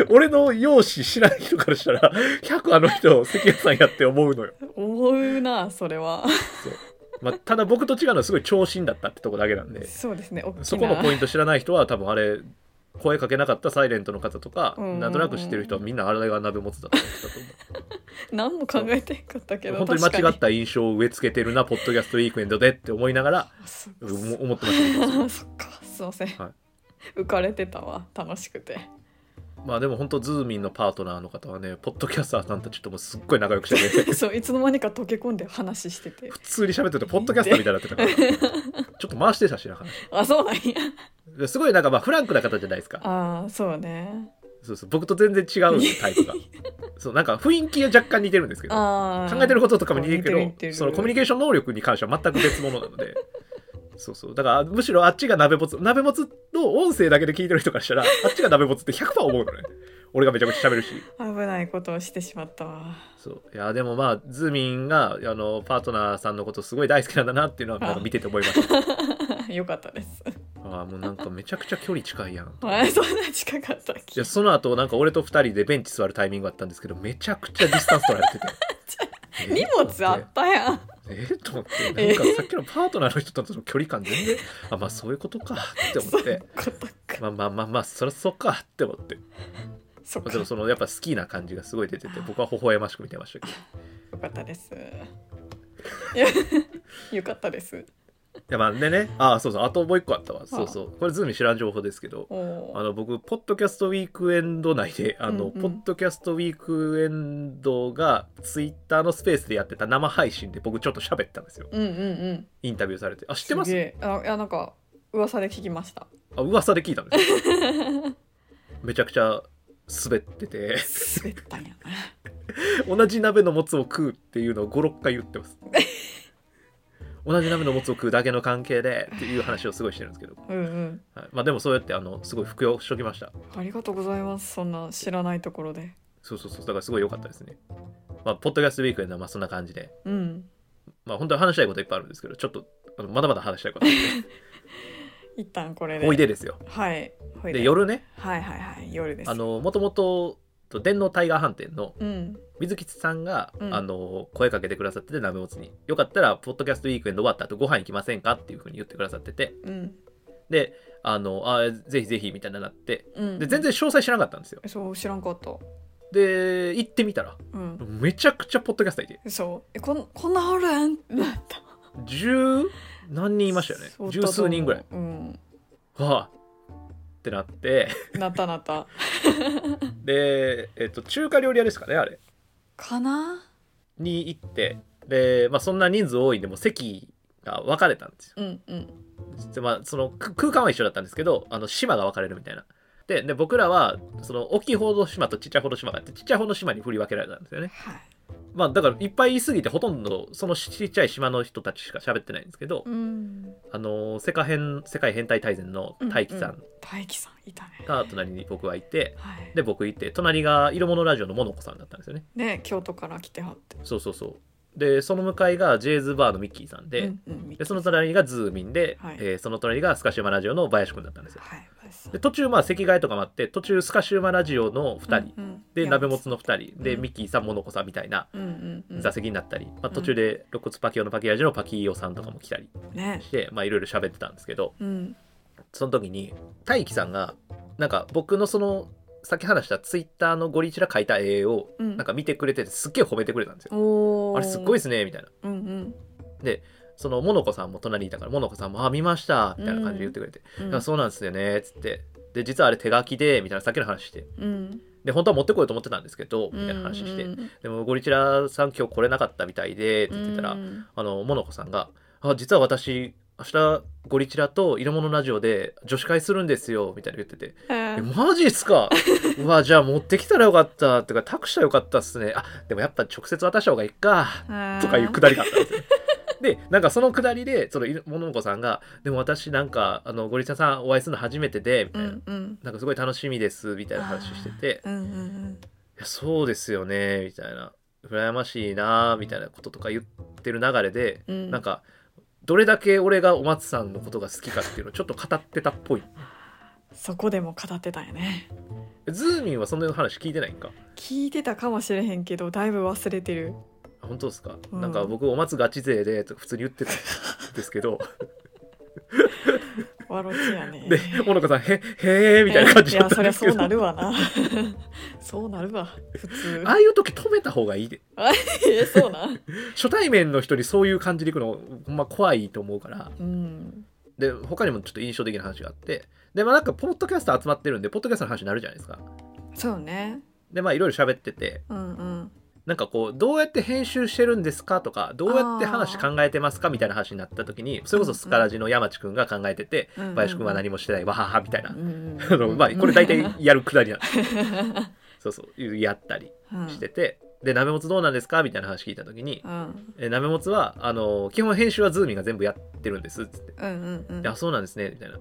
Speaker 1: 俺の容姿知らない人からしたら100あの人関谷さんやって思うのよ
Speaker 2: 思うなそれは
Speaker 1: そうまあ、ただ僕と違うのはすごい長身だったってとこだけなんで
Speaker 2: そうですね大きな
Speaker 1: そこのポイント知らない人は多分あれ声かけなかったサイレントの方とか、
Speaker 2: うんうんうん
Speaker 1: なんとなく知ってる人はみんなあれが鍋持つだった人だと思
Speaker 2: 何も考えてなかったけ
Speaker 1: う
Speaker 2: ど
Speaker 1: 本当に
Speaker 2: 確
Speaker 1: 間違
Speaker 2: か
Speaker 1: った印象を植え付けてるなポッドキャストウィークエンドでって思いながら
Speaker 2: あそっ
Speaker 1: う
Speaker 2: か
Speaker 1: 思思ってましたけど
Speaker 2: そっかすいません、
Speaker 1: はい
Speaker 2: 浮かれてたわ楽しくて
Speaker 1: まあでも本当ズーミンのパートナーの方はねポッドキャスターさんたちともすっごい仲良くしてて
Speaker 2: そういつの間にか溶け込んで話してて
Speaker 1: 普通に喋っててポッドキャスターみたいになってたから ちょっと回してたしな話
Speaker 2: あそう なんや
Speaker 1: ですごいなんかまあフランクな方じゃないですか
Speaker 2: あーそうね
Speaker 1: そうそう僕と全然違うタイプがそうなんか雰囲気が若干似てるんですけど考
Speaker 2: あ
Speaker 1: えてる
Speaker 2: こ
Speaker 1: こととかも似てるけど
Speaker 2: 似てる似てる
Speaker 1: そのコミュニケーション能力に関しては全く別物なので そうそうだからむしろあっちが鍋ボツ鍋ボツの音声だけで聞いてる人からしたらあっちが鍋ボツって100%思うのね俺がめちゃくちゃ喋るし
Speaker 2: 危ないことをしてしまったわ
Speaker 1: そういやでもまあズーミンがあのパートナーさんのことすごい大好きなんだなっていうのはなんか見てて思いま した
Speaker 2: よかったです
Speaker 1: ああもうなんかめちゃくちゃ距離近いやん
Speaker 2: はいそんな近かったっ
Speaker 1: い
Speaker 2: け
Speaker 1: やその後なんか俺と2人でベンチ座るタイミングあったんですけどめちゃくちゃディスタンス取られて てえー
Speaker 2: 荷物あったやん
Speaker 1: えーと思ってなんかさっきのパートナーの人との距離感全然あまあそういうことかって思
Speaker 2: そ
Speaker 1: っ
Speaker 2: ういう
Speaker 1: て
Speaker 2: ことか
Speaker 1: まあまあまあまあそりゃそうかって思って
Speaker 2: そっ
Speaker 1: まあ
Speaker 2: か
Speaker 1: でも
Speaker 2: よ
Speaker 1: そのやっぱ好きな感じがすごい出てて僕は微笑ましく見てましたけどい
Speaker 2: かったですいやよかったです
Speaker 1: やまあでねあそうそうあともう一個あったわそうそうこれズーム知らん情報ですけど
Speaker 2: おお
Speaker 1: あの僕ポッドキャストウィークエンド内であの、
Speaker 2: うんうん
Speaker 1: ポッドキャストウィークエンドがツイッターのスペースでやってた生配信で僕ちょっと喋ったんですよ
Speaker 2: うんうんうん
Speaker 1: インタビューされてあ知
Speaker 2: 知
Speaker 1: ってます
Speaker 2: あいやなんか噂で聞きました
Speaker 1: あ噂で聞いたんですよ めちゃくちゃ滑ってて
Speaker 2: 滑ったんやな
Speaker 1: 同じ鍋のもつを食うっていうのを56回言ってます同じ鍋のもつを食うだけの関係でっていう話をすごいしてるんですけど、
Speaker 2: うんうん
Speaker 1: はい、まあでもそうやってあのすごい服用しときました
Speaker 2: ありがとうございますそんな知らないところで
Speaker 1: そうそうそうだからすごい良かったですねまあポッドキャストウィークエンドはまあそんな感じで
Speaker 2: うん
Speaker 1: まあ本当は話したいこといっぱいあるんですけどちょっとあのまだまだ話したい ことあっ
Speaker 2: 一旦これ
Speaker 1: て
Speaker 2: で
Speaker 1: おいでですよ
Speaker 2: はいほい
Speaker 1: で夜ね
Speaker 2: はいはいはい夜です
Speaker 1: あのもともと電脳タイガー飯店の
Speaker 2: うん
Speaker 1: 水吉さんが、
Speaker 2: うん
Speaker 1: あの声かけてくださってて鍋もつによかったらポッドキャストウィークエンド終わった後ご飯行きませんかっていうふうに言ってくださってて
Speaker 2: うん
Speaker 1: であのあぜひぜひみたいになって
Speaker 2: うん
Speaker 1: で全然詳細知らなかったんですよ
Speaker 2: そう知らんかった
Speaker 1: で行ってみたら
Speaker 2: うん
Speaker 1: めちゃくちゃポッドキャスターいて
Speaker 2: そうえこんこんなおるんなった
Speaker 1: 十何人いましたよね
Speaker 2: そうだ
Speaker 1: 十
Speaker 2: と思う
Speaker 1: 数人ぐらい
Speaker 2: うん
Speaker 1: はあってなって
Speaker 2: なったなった
Speaker 1: で、えっと、中華料理屋ですかねあれ
Speaker 2: かな
Speaker 1: に行ってで、まあ、そんな人数多いんでもう席が分かれたんですよ
Speaker 2: うんうん
Speaker 1: でまあ、そのく空間は一緒だったんですけどあの島が分かれるみたいな。でで僕らはその大きい方の島とちっちゃい方の島があってちっちゃい方の島に振り分けられたんですよね。
Speaker 2: はい
Speaker 1: まあだからいっぱいいすぎてほとんどそのちっちゃい島の人たちしか喋ってないんですけど、
Speaker 2: うん
Speaker 1: あの世界変世界変態大全の大輝さ
Speaker 2: うん大輝さんいたね
Speaker 1: が隣に僕はいて、
Speaker 2: はい
Speaker 1: で僕いて隣が色物ラジオのモノコさんだったんですよね。
Speaker 2: ね京都から来てはって
Speaker 1: そうそうそう。でその向かいがジェイズバーのミッキーさんで,、
Speaker 2: うんうん
Speaker 1: でその隣がズーミンで、
Speaker 2: はい
Speaker 1: えーその隣がスカシウマラジオの林くんだったんですよ
Speaker 2: はい私
Speaker 1: で途中まあ席替えとかもあって途中スカシウマラジオの2人、
Speaker 2: うんうん
Speaker 1: で
Speaker 2: いや
Speaker 1: 鍋もつの2人で、
Speaker 2: うん
Speaker 1: ミッキーさんモノコさんみたいな
Speaker 2: うんうんうん
Speaker 1: 座席になったり、まあ、途中で肋骨パキオのパキラジオのパキオさんとかも来たり
Speaker 2: ね
Speaker 1: してまあいろいろ喋ってたんですけど
Speaker 2: うん
Speaker 1: その時に大樹さんがなんか僕のそのさっき話したツイッターのゴリチラ書いた絵を
Speaker 2: うん
Speaker 1: なんか見てくれててすっげえ褒めてくれたんですよ。
Speaker 2: おー
Speaker 1: あれすっごいですねみたいな。
Speaker 2: うんうん
Speaker 1: そのモノコさんも隣にいたからモノコさんも「あ見ました」みたいな感じで言ってくれて「
Speaker 2: うん
Speaker 1: なんかそうなんですよね」っつって「で実はあれ手書きで」みたいなさっきの話して
Speaker 2: うん
Speaker 1: で本当は持ってこようと思ってたんですけどみたいな話して、でもゴリチラさん今日来れなかったみたいでって言ってたら、
Speaker 2: うん
Speaker 1: あのモノコさんが「あ実は私明日ゴリチラと色物ラジオで女子会するんですよ」みたいな言ってて
Speaker 2: え
Speaker 1: 「え
Speaker 2: ー
Speaker 1: マジっす かうわじゃあ持ってきたらよかった」とか「託したらよかったっすね」あでもやっぱ直接渡した方がいいか
Speaker 2: あー
Speaker 1: とかいうくだりがあったんですよ。でなんかそのくだりでそのモノコさんが「でも私なんかあのゴリチラさんお会いするの初めてで」み
Speaker 2: う
Speaker 1: たいな。
Speaker 2: んうん
Speaker 1: なんかすごい楽しみですみたいな話してて
Speaker 2: うんうんうん
Speaker 1: いやそうですよねみたいな羨ましいなみたいなこととか言ってる流れで、
Speaker 2: うん
Speaker 1: なんかどれだけ俺がお松さんのことが好きかっていうのをちょっと語ってたっぽい
Speaker 2: そこでも語ってたよね
Speaker 1: ズーミンはそんな話聞いてないんか
Speaker 2: 聞いてたかもしれへんけどだいぶ忘れてる
Speaker 1: あ本当ですか、
Speaker 2: うん
Speaker 1: なんか僕お松ガチ勢でとか普通に言ってたんですけ ど
Speaker 2: わろちやね
Speaker 1: でモノコさん「へへえ」みたいな感じ
Speaker 2: い
Speaker 1: だ
Speaker 2: や
Speaker 1: った
Speaker 2: そ
Speaker 1: ん
Speaker 2: り
Speaker 1: で
Speaker 2: ゃ
Speaker 1: す
Speaker 2: そ
Speaker 1: け
Speaker 2: うな
Speaker 1: ど
Speaker 2: るわな そうなるわ普通
Speaker 1: ああいう時止めた方がいいで
Speaker 2: え そうなん
Speaker 1: 初対面の人にそういう感じでいくのほんま怖いと思うから
Speaker 2: うん
Speaker 1: で他にもちょっと印象的な話があってでまあなんかポッドキャスター集まってるんでポッドキャスターの話になるじゃないですか
Speaker 2: そうね
Speaker 1: でまあいろいろ喋ってて
Speaker 2: うんうん
Speaker 1: なんかこうどうやって編集してるんですかとかどうやって話考えてますかみたいな話になった時にそれこそスカラジの山地君が考えてて
Speaker 2: うんうん
Speaker 1: 林君は何もしてないわははみたいな
Speaker 2: うん
Speaker 1: あのまあこれ大体
Speaker 2: うん
Speaker 1: やるくだりなんですそうそうやったり
Speaker 2: う ん
Speaker 1: しててでなめもつどうなんですかみたいな話聞いた時に
Speaker 2: うん
Speaker 1: えなめもつはあの基本編集はズーミンが全部やってるんですっつって
Speaker 2: うんうんうん
Speaker 1: いやそうなんですねみたいな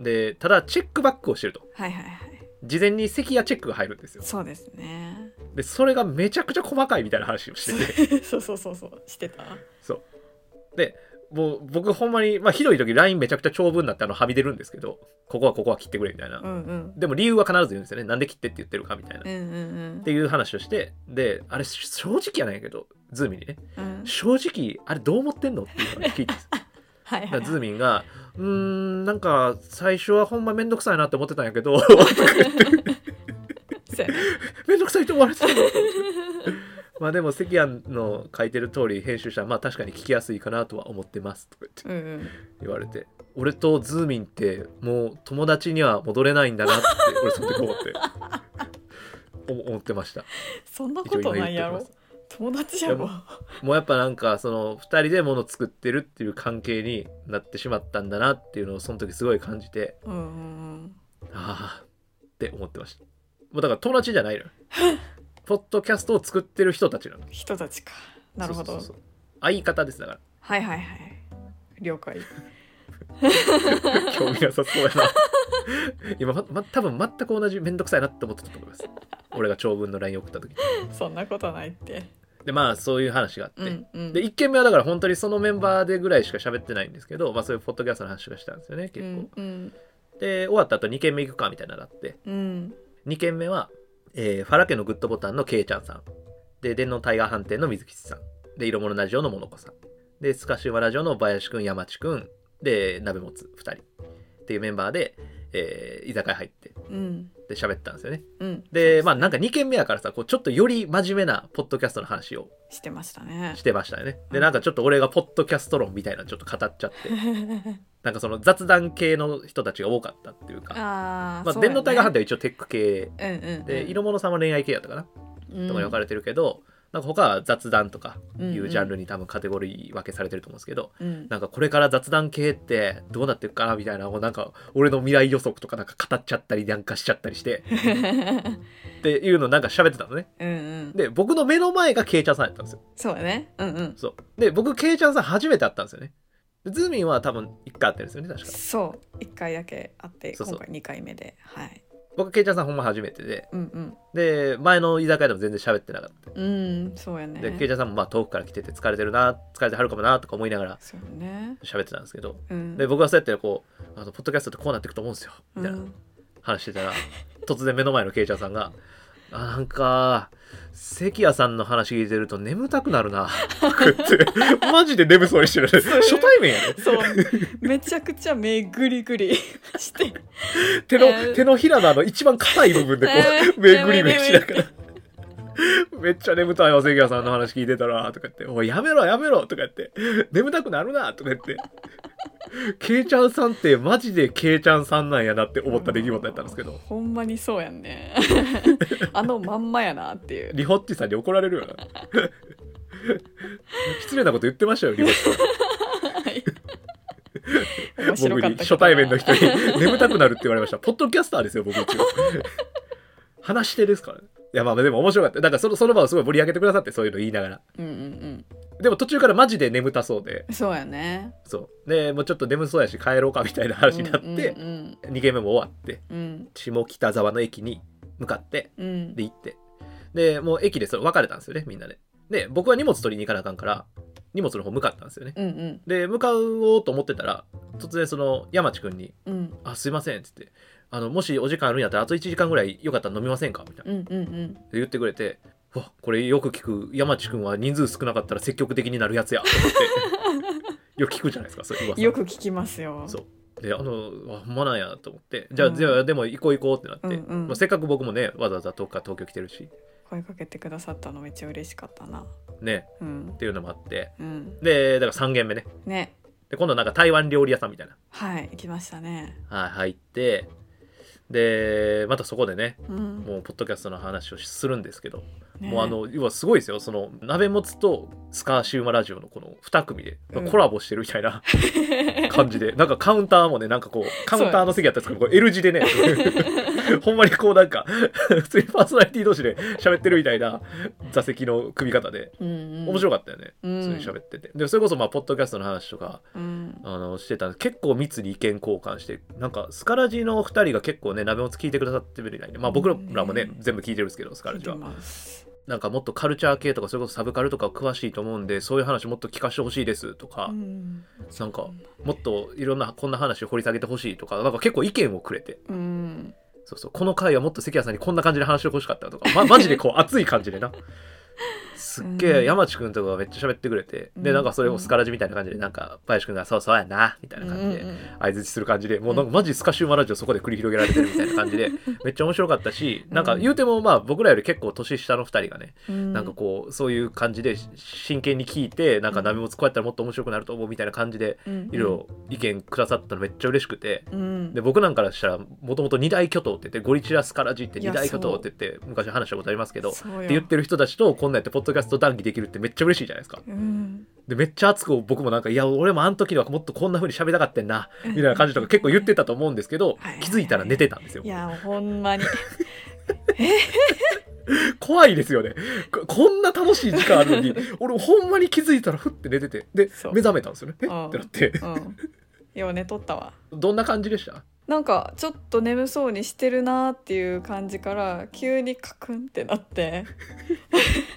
Speaker 1: でただチェックバックをしてると
Speaker 2: はいはいはい
Speaker 1: 事前に席やチェックが入るんですよ
Speaker 2: そうですね
Speaker 1: でそれがめちゃくちゃ細かいみたいな話をしてて
Speaker 2: そうそうそうそうしてた
Speaker 1: もう僕ほんまに、まあ、ひどい時 LINE めちゃくちゃ長文になってあのはみ出るんですけどここはここは切ってくれみたいな、
Speaker 2: うんうん
Speaker 1: でも理由は必ず言うんですよねなんで切ってって言ってるかみたいな、
Speaker 2: う
Speaker 1: っ
Speaker 2: んうん
Speaker 1: ていう話をしてであれ正直やないけどズーミンにね
Speaker 2: うんうん
Speaker 1: 正直あれどう思ってんのっていうのを聞いて
Speaker 2: はいは
Speaker 1: だから
Speaker 2: い
Speaker 1: ズーミンが「うーんなんか最初はほんまめんどくさいなって思ってたんやけ どとか言って
Speaker 2: そ うやね
Speaker 1: めんどくさいって思われてたのまあでも関谷の書いてる通り編集者はまあ確かに聞きやすいかなとは思ってますとか言って
Speaker 2: うんうん
Speaker 1: 言われて俺とズーミンってもう友達には戻れないんだなって俺その時思って思思ってました
Speaker 2: そんなことないやろ友達やろ
Speaker 1: いもうやっぱなんかその2人でもの作ってるっていう関係になってしまったんだなっていうのをその時すごい感じて
Speaker 2: うんうん
Speaker 1: ああって思ってましたもうだから友達じゃないのよポッドキャストを作ってる人たちなの
Speaker 2: うん人たちかなるほ
Speaker 1: そ
Speaker 2: ど
Speaker 1: うそうそうそう相方ですだから
Speaker 2: はいはいはい了解
Speaker 1: 興味なさそうやな今まま多分全く同じ面倒くさいなって思ってたと思います俺が長文の LINE 送った時
Speaker 2: そんなことないって
Speaker 1: でまあそういう話があって、
Speaker 2: うんうん
Speaker 1: で1件目はだから本当にそのメンバーでぐらいしか喋ってないんですけど、まあ、そういうポッドキャストの話がしたんですよね結構、
Speaker 2: うん
Speaker 1: で終わった後2件目行くかみたいなのがあって
Speaker 2: うんうん
Speaker 1: 2件目は、えーファラ家のグッドボタンのケイちゃんさんで電脳タイガー飯店の水吉さんで色物ラジオのモノコさんでスカシウマラジオの林くん山地くんで鍋もつ2人っていうメンバーで、えー居酒屋入って
Speaker 2: うん
Speaker 1: で喋ったんですよね
Speaker 2: うん
Speaker 1: でまあなんか2件目やからさこうちょっとより真面目なポッドキャストの話を
Speaker 2: してましたね
Speaker 1: してましたよねでなんかちょっと俺がポッドキャスト論みたいなのちょっと語っちゃってなんかその雑談系の人たちが多かったっていうか
Speaker 2: あ
Speaker 1: まあ、電脳体が判定
Speaker 2: 定
Speaker 1: は一応テック系
Speaker 2: うんうん
Speaker 1: で色物さんは恋愛系やったかな、とかに分か
Speaker 2: る
Speaker 1: れてるけどなんか他は雑談とか
Speaker 2: い
Speaker 1: いうジャンルに多分カテゴリー分けされてると思うんですけど、
Speaker 2: うん
Speaker 1: なんかこれから雑談系ってどうなっていくかなみたいなのをなんか俺の未来予測とかなんか語っちゃったりなんかしちゃったりしてっていうのをなんか喋ってたのね
Speaker 2: うんうん
Speaker 1: で僕の目の前がケイちゃんさんやったんですよ
Speaker 2: そうだねうんうん
Speaker 1: そうで僕ケイちゃんさん初めて会ったんですよねでズーミンは多分1回会ってるんですよね確か
Speaker 2: そう一回だけあって
Speaker 1: そうそう
Speaker 2: 今回二回目ではい
Speaker 1: 僕ケイちゃんさんほんま初めてで
Speaker 2: うん
Speaker 1: で前の居酒屋でも全然喋ってなかった
Speaker 2: うんうんそうやね
Speaker 1: でケイちゃんさんもまあ遠くから来てて疲れてるな疲れてはるかもなとか思いながら
Speaker 2: そうね
Speaker 1: 喋ってたんですけど
Speaker 2: うん
Speaker 1: で僕はそうやってこうあのポッドキャストってこうなっていくと思うんですよみたいな
Speaker 2: うん
Speaker 1: 話してたら、突然目の前のケイちゃんさんが「あなんか関谷さんの話聞いてると眠たくなるな」とか言 ってマジで眠そうにしてる初対面やね
Speaker 2: そうめちゃくちゃ目グリグリして
Speaker 1: 手の、
Speaker 2: えー
Speaker 1: 手のひらのあの一番硬い部分でこう、めぐりめしながら。めっちゃ眠たいわ、関谷さんの話聞いてたら、とか言って、おい、やめろ、やめろ、とか言って、眠たくなるな、とか言って。ケイちゃんさんってマジでケイちゃんさんなんやなって思った出来事やったんですけど、
Speaker 2: ほんまにそうやんね あのまんまやなっていう
Speaker 1: リホッチさんに怒られるよな。 失礼なこと言ってましたよ、リホッチさん。
Speaker 2: 面白
Speaker 1: 僕
Speaker 2: かっ
Speaker 1: に
Speaker 2: たけど
Speaker 1: 初対面の人に眠たくなるって言われました。ポッドキャスターですよ、僕一応。話し手ですからね。いやまあでも面白かった。なんかそのその場をすごい盛り上げてくださって、そういうの言いながら。
Speaker 2: うんうん
Speaker 1: でも途中からマジで眠たそうで、
Speaker 2: うんそうやね
Speaker 1: そう。で、もうちょっと眠そうやし帰ろうかみたいな話になって、
Speaker 2: うん
Speaker 1: 2軒目も終わって、
Speaker 2: うん
Speaker 1: 下北沢の駅に向かって、
Speaker 2: うんうん
Speaker 1: で行って。で、もう駅でそれ別れたんですよね、みんなで。で、僕は荷物取りに行かなあかんから、荷物の方向かったんですよね。
Speaker 2: うんうん
Speaker 1: で、向かおうと思ってたら、突然その山地君に、
Speaker 2: うん
Speaker 1: あすいませんっつってあのもしお時間あるんやったらあと1時間ぐらいよかったら飲みませんかみたいな
Speaker 2: うんうんうん
Speaker 1: で言ってくれてうわこれよく聞く山地君は人数少なかったら積極的になるやつやと思っ てよく聞くじゃないですかそういう噂
Speaker 2: よく聞きますよ
Speaker 1: そうであのあほんまなんやと思ってじゃあ、
Speaker 2: うん
Speaker 1: じゃあでも行こう行こうってなって、
Speaker 2: うんうん
Speaker 1: まあ、せっかく僕もねわざわざ遠くから東京来てるし
Speaker 2: 声かけてくださったのめっちゃ嬉しかったな
Speaker 1: ね
Speaker 2: うん
Speaker 1: っていうのもあって
Speaker 2: うん
Speaker 1: でだから3軒目ね
Speaker 2: ね
Speaker 1: で今度なんか台湾料理屋さんみたいな
Speaker 2: はい行きましたね
Speaker 1: はい入ってでまたそこでね
Speaker 2: うん
Speaker 1: もうポッドキャストの話をするんですけど
Speaker 2: ね
Speaker 1: もうあの要はすごいですよその鍋もつとスカーシウマラジオのこの2組で
Speaker 2: うん
Speaker 1: コラボしてるみたいな 感じで、なんかカウンターもねなんかこうカウンターの席やったんですけどこう L 字 でねほんまにこうなんか普通にパーソナリティ同士で喋ってるみたいな座席の組み方で面
Speaker 2: 面
Speaker 1: 白
Speaker 2: かっ
Speaker 1: かったよね、
Speaker 2: うん
Speaker 1: 普通に喋っててでそれこそまあポッドキャストの話とか
Speaker 2: たうん
Speaker 1: あのしてたんで結構密に意見交換してなんかスカラジのお二人が結構ね鍋もつ聞いてくださってるみたいでまあ僕らもね、
Speaker 2: うん
Speaker 1: 全部聞いてるんですけどスカラジは
Speaker 2: 聞いて。ます
Speaker 1: なんかもっとカルチャー系とかそれこそサブカルとか詳しいと思うんでそういう話もっと聞かせてほしいですとか、
Speaker 2: うん
Speaker 1: なんかもっといろんなこんな話を掘り下げてほしいとかなんか結構意見をくれて
Speaker 2: うん
Speaker 1: そうそうこの回はもっと関谷さんにこんな感じで話してほしかったとか、ま、マジで こう熱い感じでなすっげ
Speaker 2: う
Speaker 1: え
Speaker 2: ん
Speaker 1: 山地君とかがめっちゃ喋ってくれて、
Speaker 2: う
Speaker 1: で
Speaker 2: ん
Speaker 1: なんかそれもスカラジみたいな感じでなんか林君が「そうそうやな」みたいな感じで
Speaker 2: うんうん
Speaker 1: 相づちする感じでもうなんかマジスカシウマラジオそこで繰り広げられてるみたいな感 じでめっちゃ面白かったしなんか言うてもまあ僕らより結構年下の2人がね
Speaker 2: うん
Speaker 1: なんかこうそういう感じでし真剣に聞いてなんか鍋もつこうやったらもっと面白くなると思うみたいな感じで
Speaker 2: うんうん
Speaker 1: いろいろ意見くださったのめっちゃ嬉しくて
Speaker 2: うん
Speaker 1: で僕なんかからしたらもともと二大巨頭って言ってゴリチラスカラジって
Speaker 2: い
Speaker 1: 二
Speaker 2: や
Speaker 1: 大巨頭って言って昔話したことありますけどって
Speaker 2: そうよ
Speaker 1: 言ってる人たちとこんなんやってポッドキャスト談義できるってめっちゃ嬉しいじゃないですか
Speaker 2: うん
Speaker 1: でめっちゃ熱く僕もなんかいや俺もあの時はもっとこんな風に喋りたかったんなみたいな感じとか結構言ってたと思うんですけど
Speaker 2: はいはいはい
Speaker 1: 気づいたら寝てたんですよ
Speaker 2: いやほ んまに
Speaker 1: 怖いですよねここんな楽しい時間ある のに俺ほんまに気づいたらふって寝ててで
Speaker 2: そう
Speaker 1: 目覚めたんですよねえっ
Speaker 2: うん
Speaker 1: てなって
Speaker 2: うんよう寝とったわ
Speaker 1: どんな感じでした
Speaker 2: なんかちょっと眠そうにしてるなーっていう感じから急にカクンってなって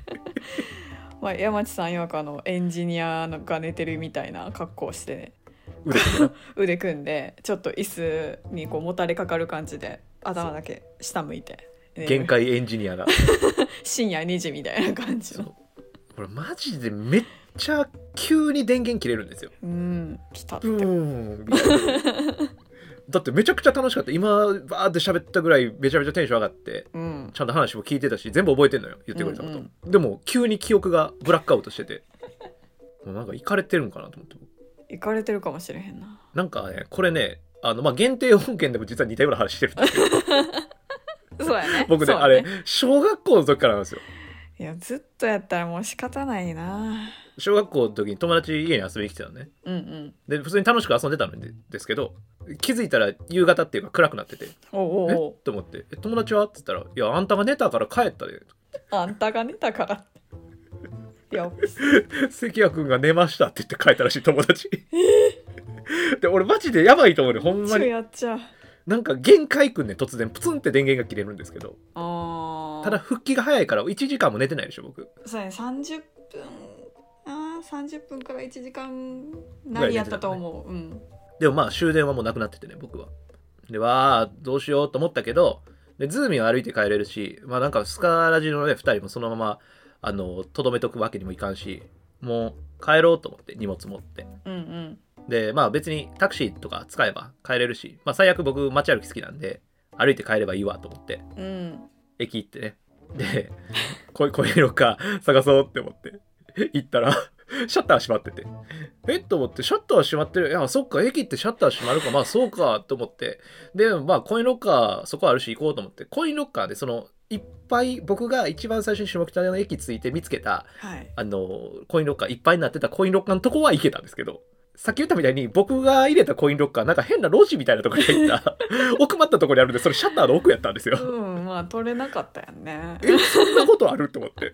Speaker 2: まあ山地さん曰くあのエンジニアが寝てるみたいな格好をして
Speaker 1: 腕組んで な
Speaker 2: 腕組んでちょっと椅子にこうもたれかかる感じで頭だけ下向いて寝る
Speaker 1: 限界エンジニアが
Speaker 2: 深夜2時みたいな感じ
Speaker 1: そ
Speaker 2: の
Speaker 1: うこれマジでめっちゃ急に電源切れるんですよ
Speaker 2: うん来たって
Speaker 1: うーんみたいな だってめちゃくちゃ楽しかった今バーって喋ったぐらいめちゃめちゃテンション上がって
Speaker 2: うん
Speaker 1: ちゃんと話も聞いてたし全部覚えてんのよ言ってくれたこと、
Speaker 2: うん
Speaker 1: でも急に記憶がブラックアウトしててもうなんかいかれてるんかなと思って
Speaker 2: 行かれてるかもしれへんな
Speaker 1: なんかね、これね、あの、まあ、限定本件でも実は似たような話してるんですけど、
Speaker 2: そうや ね
Speaker 1: 僕ね、
Speaker 2: そう
Speaker 1: あ
Speaker 2: や
Speaker 1: れ、小学校の時からなんですよ。
Speaker 2: いやずっとやったらもう仕方ないな
Speaker 1: 小学校の時に友達家に遊びに来てたのね。
Speaker 2: うんうん
Speaker 1: で、普通に楽しく遊んでたんでですけど、気づいたら夕方っていうか暗くなってて、
Speaker 2: おうおう
Speaker 1: え
Speaker 2: おう
Speaker 1: と思って、え友達はって言ったら、いや、あんたが寝たから帰ったで、
Speaker 2: あんたが寝たから。いや、
Speaker 1: 関谷君が寝ましたって言って帰ったらしい友達。で、俺マジでやばいと思うね、ほんま
Speaker 2: ちょ
Speaker 1: に。
Speaker 2: やっちゃう。
Speaker 1: なんか限界くんね突然プツンって電源が切れるんですけど
Speaker 2: あー
Speaker 1: ただ復帰が早いから1時間も寝てないでしょ僕
Speaker 2: そうやね30分あー30分から1時間なりやったと思う、うん
Speaker 1: でもまあ終電はもうなくなっててね僕はでわあどうしようと思ったけどでズーミンは歩いて帰れるしまあなんかスカラジのね2人もそのままあのとどめとくわけにもいかんしもう帰ろうと思って荷物持って
Speaker 2: うんうん
Speaker 1: でまあ別にタクシーとか使えば帰れるし、まあ、最悪僕街歩き好きなんで歩いて帰ればいいわと思って
Speaker 2: うん
Speaker 1: 駅行ってねで声声色か探そうって思って行ったらシャッター閉まっててえっと思ってシャッター閉まってるいやそっか駅ってシャッター閉まるかまあそうかと思ってでまあコインロッカーそこあるし行こうと思ってコインロッカーでそのいっぱい僕が一番最初に下北の駅着いて見つけた
Speaker 2: はい
Speaker 1: あのコインロッカーいっぱいになってたコインロッカーのとこは行けたんですけどさっき言ったみたいに僕が入れたコインロッカーなんか変な路地みたいなところに入った奥まったところにあるんでそれシャッターの奥やったんですよ。
Speaker 2: うんまあ取れなかったよ ね
Speaker 1: えそんなことあると思っ て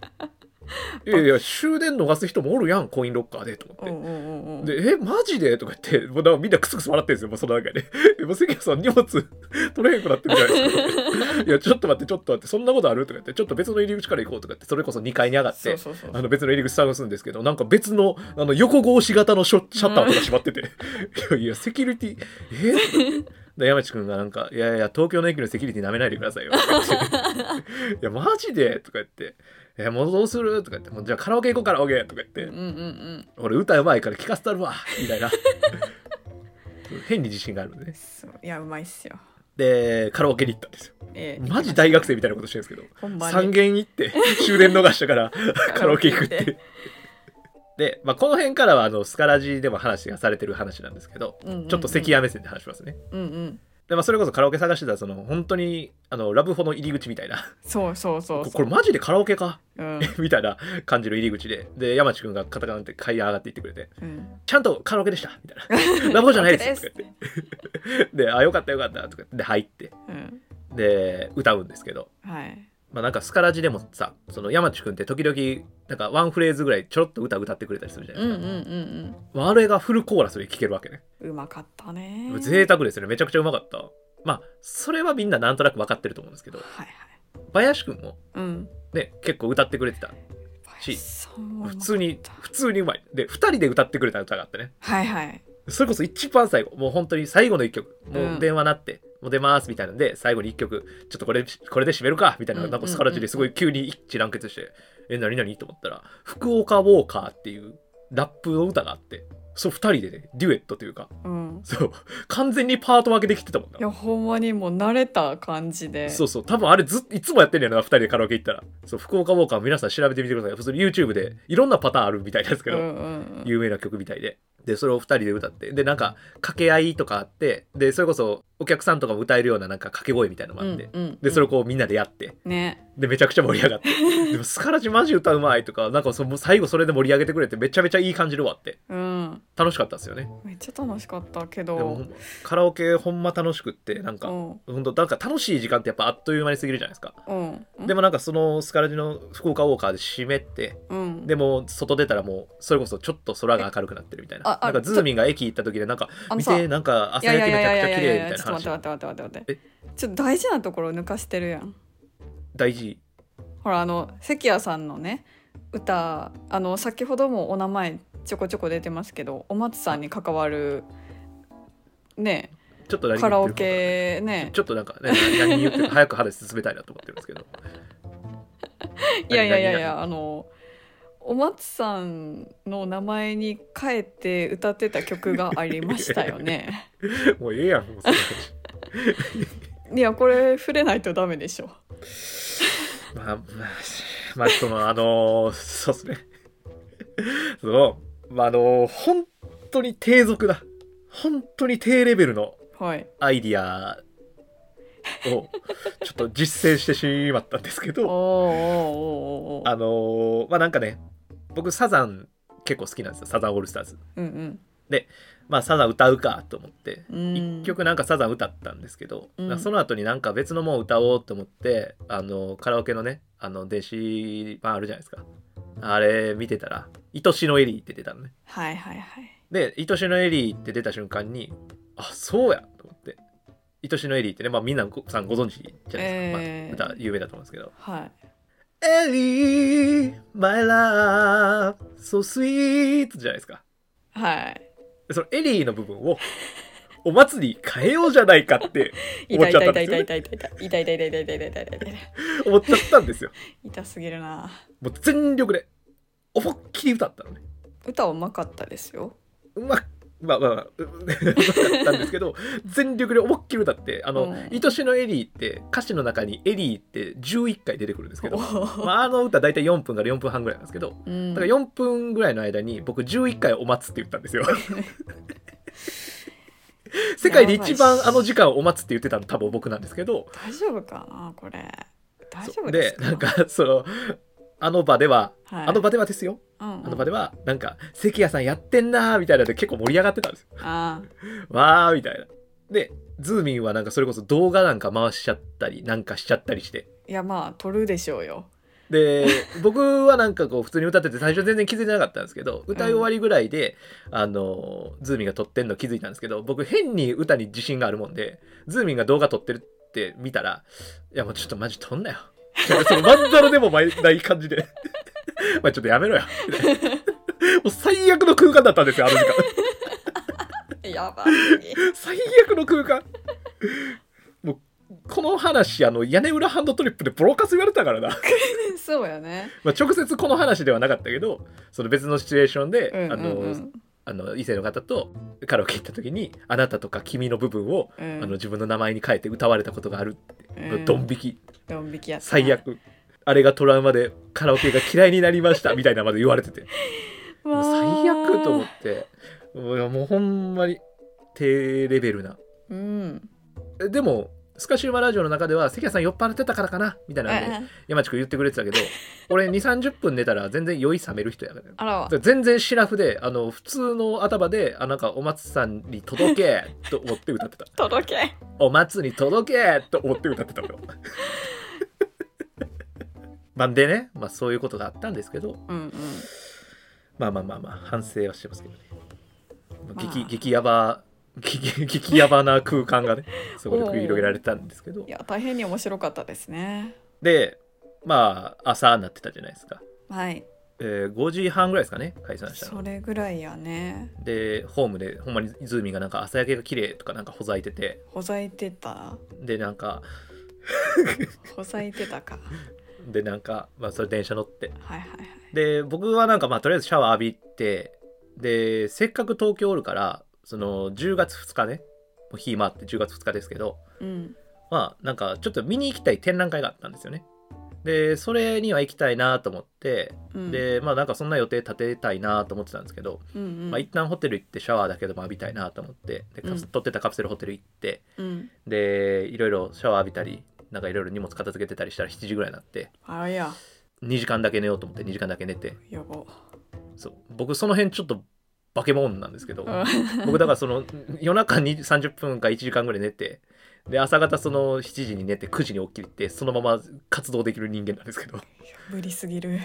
Speaker 1: いやいや終電逃す人もおるやんコインロッカーでと
Speaker 2: うん
Speaker 1: 思っ
Speaker 2: うんうんうん
Speaker 1: てでえマジでとか言ってもうなんかみんなクスクス笑ってるんですよもうその中で「えもう関谷さん荷物 取れへんくなってるじゃないですかとか言って」いやちょっと待ってちょっと待ってそんなことある?」とか言って「ちょっと別の入り口から行こう」とか言ってそれこそ2階に上がっ
Speaker 2: そ
Speaker 1: て
Speaker 2: うそうそう
Speaker 1: あの別の入り口探すんですけどなんか別のあの横格子型のショシャッターとか閉まってて 「いやいやセキュリティえっ?」 で山地君がなんか「いやいや東京の駅のセキュリティなめないでくださいよ」とか言って「いやマジで?」とか言って「えもうどうする?」とか言って「もうじゃあカラオケ行こうカラオケ」とか言って
Speaker 2: うんうんうん
Speaker 1: 「俺歌うまいから聴かせたるわ」みたいな 変に自信があるんでね
Speaker 2: そういやうまいっすよ
Speaker 1: でカラオケに行ったんですよ
Speaker 2: ええ
Speaker 1: マジ大学生みたいなことしてるんですけど
Speaker 2: ほんま
Speaker 1: 3
Speaker 2: に
Speaker 1: 軒行 って終電逃したからカラオケ行くっ
Speaker 2: カラオケ
Speaker 1: てで、まあ、この辺からはあのスカラジでも話がされてる話なんですけど
Speaker 2: うんうんうん
Speaker 1: ちょっと関谷目線で話しますね
Speaker 2: うんうん
Speaker 1: で、まあ、それこそカラオケ探してたその本当にあのラブホの入り口みたいな
Speaker 2: そうそうそう
Speaker 1: こ
Speaker 2: そ
Speaker 1: これマジでカラオケか
Speaker 2: ううん
Speaker 1: みたいな感じの入り口でで山地君がカタカナって階段上がっていってくれて
Speaker 2: うん
Speaker 1: 「ちゃんとカラオケでした」みたい な「ラブホじゃないです」とか言
Speaker 2: ね
Speaker 1: って「であよかったよかった」とか言ってで入って
Speaker 2: うん
Speaker 1: で歌うんですけど
Speaker 2: はい
Speaker 1: まあなんかスカラジでもさその山地君って時々なんかワンフレーズぐらいちょろっと歌歌ってくれたりするじゃな
Speaker 2: う
Speaker 1: い
Speaker 2: ん
Speaker 1: です
Speaker 2: うん
Speaker 1: か、
Speaker 2: うん
Speaker 1: まあ、あれがフルコーラスで聴けるわけね
Speaker 2: うんうまかったね
Speaker 1: 贅沢ですよねめちゃくちゃうまかったまあそれはみんななんとなく分かってると思うんですけど
Speaker 2: はいはい
Speaker 1: 林君も
Speaker 2: うん
Speaker 1: ね結構歌ってくれてたし
Speaker 2: そうもうま
Speaker 1: 普通に普通にうまいで2人で歌ってくれた歌があってね
Speaker 2: はいはい
Speaker 1: それこそ一番最後もう本当に最後の1曲もう電話なって、もう出ますみたいなんで最後に1曲ちょっとこれこれで締めるかみたいな,、
Speaker 2: うん
Speaker 1: なんかスカラジですごい急に一致団結して「え何何?」と思ったら「福岡ウォーカー」っていうラップの歌があってそう2人でねデュエットというか
Speaker 2: うん
Speaker 1: そう完全にパート分けできてたもん
Speaker 2: いや
Speaker 1: な。
Speaker 2: ほんまにもう慣れた感じで
Speaker 1: そうそう多分あれずっいつもやってんねやろな2人でカラオケ行ったらそう福岡ウォーカー皆さん調べてみてください普通に YouTube でいろんなパターンあるみたいなんですけ
Speaker 2: う
Speaker 1: ど、
Speaker 2: んうんうん
Speaker 1: 有名な曲みたいででそれを2人で歌ってでなんか掛け合いとかあってでそれこそお客さんとかも歌えるようななんか掛け声みたいなのもあって、
Speaker 2: うんうんうん
Speaker 1: でそれをこうみんなでやって
Speaker 2: ね
Speaker 1: でめちゃくちゃ盛り上がってでもスカラジマジ歌うまいとかなんかそのもう最後それで盛り上げてくれてめちゃめちゃいい感じで終わって
Speaker 2: うん
Speaker 1: 楽しかったですよね
Speaker 2: めっちゃ楽しかったけ
Speaker 1: でもほ
Speaker 2: ど
Speaker 1: んまカラオケほんま楽しくってなん
Speaker 2: う
Speaker 1: か、
Speaker 2: ん
Speaker 1: ほんとなんか楽しい時間ってやっぱあっという間に過ぎるじゃないですか、
Speaker 2: うんうん
Speaker 1: でもなんかそのスカラジの福岡ウォーカーで締めて
Speaker 2: うん
Speaker 1: でも外出たらもうそれこそちょっと空が明るくなってるみたいな
Speaker 2: ああ
Speaker 1: なんかズーミンが駅行った時でなんか
Speaker 2: あの
Speaker 1: 見
Speaker 2: さ
Speaker 1: てなんか
Speaker 2: い
Speaker 1: 朝
Speaker 2: やい
Speaker 1: 焼
Speaker 2: や
Speaker 1: けめ
Speaker 2: い
Speaker 1: ちゃ
Speaker 2: や
Speaker 1: く
Speaker 2: い
Speaker 1: ちゃ綺麗み
Speaker 2: やいやいや
Speaker 1: たい
Speaker 2: ち
Speaker 1: な
Speaker 2: ょっと待
Speaker 1: 話
Speaker 2: って待って待って待って待ってちょっと大事なところ抜かしてるやん
Speaker 1: 大事
Speaker 2: ほらあの関谷さんのね歌あの先ほどもお名前ちょこちょこ出てますけどお松さんに関わるね
Speaker 1: ちょっと何
Speaker 2: カラ
Speaker 1: 言
Speaker 2: オ
Speaker 1: ってる
Speaker 2: ケ
Speaker 1: か
Speaker 2: ね
Speaker 1: ちょっとなんか、ね、何言ってるか早く話進めたいなと思ってるんですけど
Speaker 2: いやいやいやいやあのお松さんの名前に変えて歌ってた曲がありましたよ ね
Speaker 1: もうええやんもうその話
Speaker 2: いやこれ触れないとダメでしょ
Speaker 1: まあまあまあそのあのーそうっすねそのまああのー本当に低俗な本当に低レベルの
Speaker 2: はい
Speaker 1: アイディアをちょっと実践してしまったんですけ
Speaker 2: おー
Speaker 1: ど
Speaker 2: おーおーおーお
Speaker 1: あのーまあなんかね僕サザン結構好きなんですよサザンオールスターズ
Speaker 2: うん
Speaker 1: まあサザン歌うかと思って
Speaker 2: うん
Speaker 1: 一曲なんかサザン歌ったんですけど、
Speaker 2: うん
Speaker 1: なんかその後になんか別のもん歌おうと思ってあのカラオケのねあの電子版あるじゃないですかあれ見てたら「愛しのエリー」って出たのね
Speaker 2: はいはいはい
Speaker 1: で「愛しのエリー」って出た瞬間にあそうやと思って「愛しのエリーってね、まあ、みんなごさんご存知じゃないですか、
Speaker 2: えー
Speaker 1: まあ、歌有名だと思うんですけど
Speaker 2: はい
Speaker 1: 「エリー my love so sweet」じゃないですか
Speaker 2: はい
Speaker 1: でそのエリーの部分をお祭り変えようじゃないかって思
Speaker 2: 痛
Speaker 1: っ
Speaker 2: い
Speaker 1: ちゃ
Speaker 2: 痛
Speaker 1: っ
Speaker 2: い
Speaker 1: たんで
Speaker 2: 痛い
Speaker 1: すよ
Speaker 2: 痛
Speaker 1: ね
Speaker 2: い痛い痛い痛い痛い痛い痛い痛い痛い痛い痛い
Speaker 1: 思っちゃったんですよ
Speaker 2: 痛すぎるな
Speaker 1: もう全力で思いっきり歌ったのね
Speaker 2: 歌うまかったですよ
Speaker 1: うままあまあまあ、ううまかったんですけど全力で思いっきり歌ってあの、
Speaker 2: うん
Speaker 1: 愛しのエリー」って歌詞の中に「エリー」って11回出てくるんですけど、
Speaker 2: お
Speaker 1: まあ、あの歌大体4分から4分半ぐらいなんですけど
Speaker 2: うん
Speaker 1: だから4分ぐらいの間に僕11回「お待つ」って言ったんですよ 世界で一番あの時間を「お待つ」って言ってたの多分僕なんですけど
Speaker 2: 大丈夫かなこれ大丈
Speaker 1: そう
Speaker 2: 夫で
Speaker 1: で
Speaker 2: すか
Speaker 1: なんかそのあの場では、
Speaker 2: はい
Speaker 1: あの場ではですよ
Speaker 2: うんうん
Speaker 1: あの場ではなんか「関谷さんやってんな」みたいなので結構盛り上がってたんですよ
Speaker 2: あ
Speaker 1: わーみたいな。で、ズーミンはなんかそれこそ動画なんか回しちゃったりなんかしちゃったりして。
Speaker 2: ーいやまあ取るでしょうよ
Speaker 1: で、僕はなんかこう普通に歌ってて最初全然気づいてなかったんですけど、歌い終わりぐらいで、あの、ズーミンが撮ってんの気づいたんですけど、僕変に歌に自信があるもんで、ズーミンが動画撮ってるって見たら、いやもうちょっとマジ撮んなよ。 なんかそのまんざらでもない感じで。 まあちょっとやめろよ。 みたいなもう最悪の空間だったんですよ、あの時間。
Speaker 2: やばすぎ
Speaker 1: 最悪の空間もうこの話あの屋根裏ハンドトリップでボロカス言われたからな、
Speaker 2: そうやね
Speaker 1: まあ、直接この話ではなかったけどその別のシチュエーションで、
Speaker 2: うんうんう
Speaker 1: あの
Speaker 2: ん
Speaker 1: あの異性の方とカラオケ行った時に「あなた」とか「君」の部分を、
Speaker 2: うん
Speaker 1: あの自分の名前に変えて歌われたことがある、
Speaker 2: うん
Speaker 1: ドン引き
Speaker 2: ドン引きやった
Speaker 1: 最悪あれがトラウマでカラオケが嫌いになりましたみたいなまで言われててもう最悪と思
Speaker 2: て
Speaker 1: ってもうもうほんまに低レベルな
Speaker 2: うん
Speaker 1: えでもスカシウマラジオの中では関谷さん酔っ払ってたからかなみたいなんで
Speaker 2: あ
Speaker 1: 山地君言ってくれてたけど俺2 3 0分寝たら全然酔い冷める人やから
Speaker 2: あら
Speaker 1: だから全然シラフであの普通の頭であなんかお松さんに届 けと思って歌ってた
Speaker 2: 届け
Speaker 1: お松に届けと思って歌ってたのよ まあでね、まあ、そういうことがあったんですけど
Speaker 2: うんうん
Speaker 1: まあまあまあまあ反省はしてますけどね、まあ激
Speaker 2: まあ
Speaker 1: 激ヤバ激激ヤバな空間がね そこで繰り広げられたんですけど
Speaker 2: いや大変に面白かったですね
Speaker 1: でまあ朝になってたじゃないですか、
Speaker 2: はい
Speaker 1: えー5時半ぐらいですかね解散したの
Speaker 2: それぐらいやね
Speaker 1: でホームでほんまにズーミンがなんか朝焼けが綺麗とかなんかほざいてて
Speaker 2: ほざいてた
Speaker 1: でなんか
Speaker 2: ほざいてたか
Speaker 1: でなんか、まあ、それ電車乗って
Speaker 2: はいはいはい
Speaker 1: で僕はなんかまあとりあえずシャワー浴びてでせっかく東京おるからその10月2日ねもう日回って10月2日ですけど
Speaker 2: うん
Speaker 1: まあなんかちょっと見に行きたい展覧会があったんですよねでそれには行きたいなと思って
Speaker 2: うん
Speaker 1: でまあなんかそんな予定立てたいなと思ってたんですけど
Speaker 2: うんうん
Speaker 1: まあ、一旦ホテル行ってシャワーだけども浴びたいなと思ってでカプ
Speaker 2: うん
Speaker 1: 撮ってたカプセルホテル行って
Speaker 2: うん
Speaker 1: でいろいろシャワー浴びたりなんかいろいろ荷物片付けてたりしたら7時ぐらいになって
Speaker 2: あいや
Speaker 1: 2時間だけ寝ようと思って2時間だけ寝て
Speaker 2: やば
Speaker 1: そう僕その辺ちょっと化け物なんですけど
Speaker 2: うん
Speaker 1: 僕だからその夜中に30分か1時間ぐらい寝てで朝方その7時に寝て9時に起きるってそのまま活動できる人間なんですけど
Speaker 2: 無理すぎる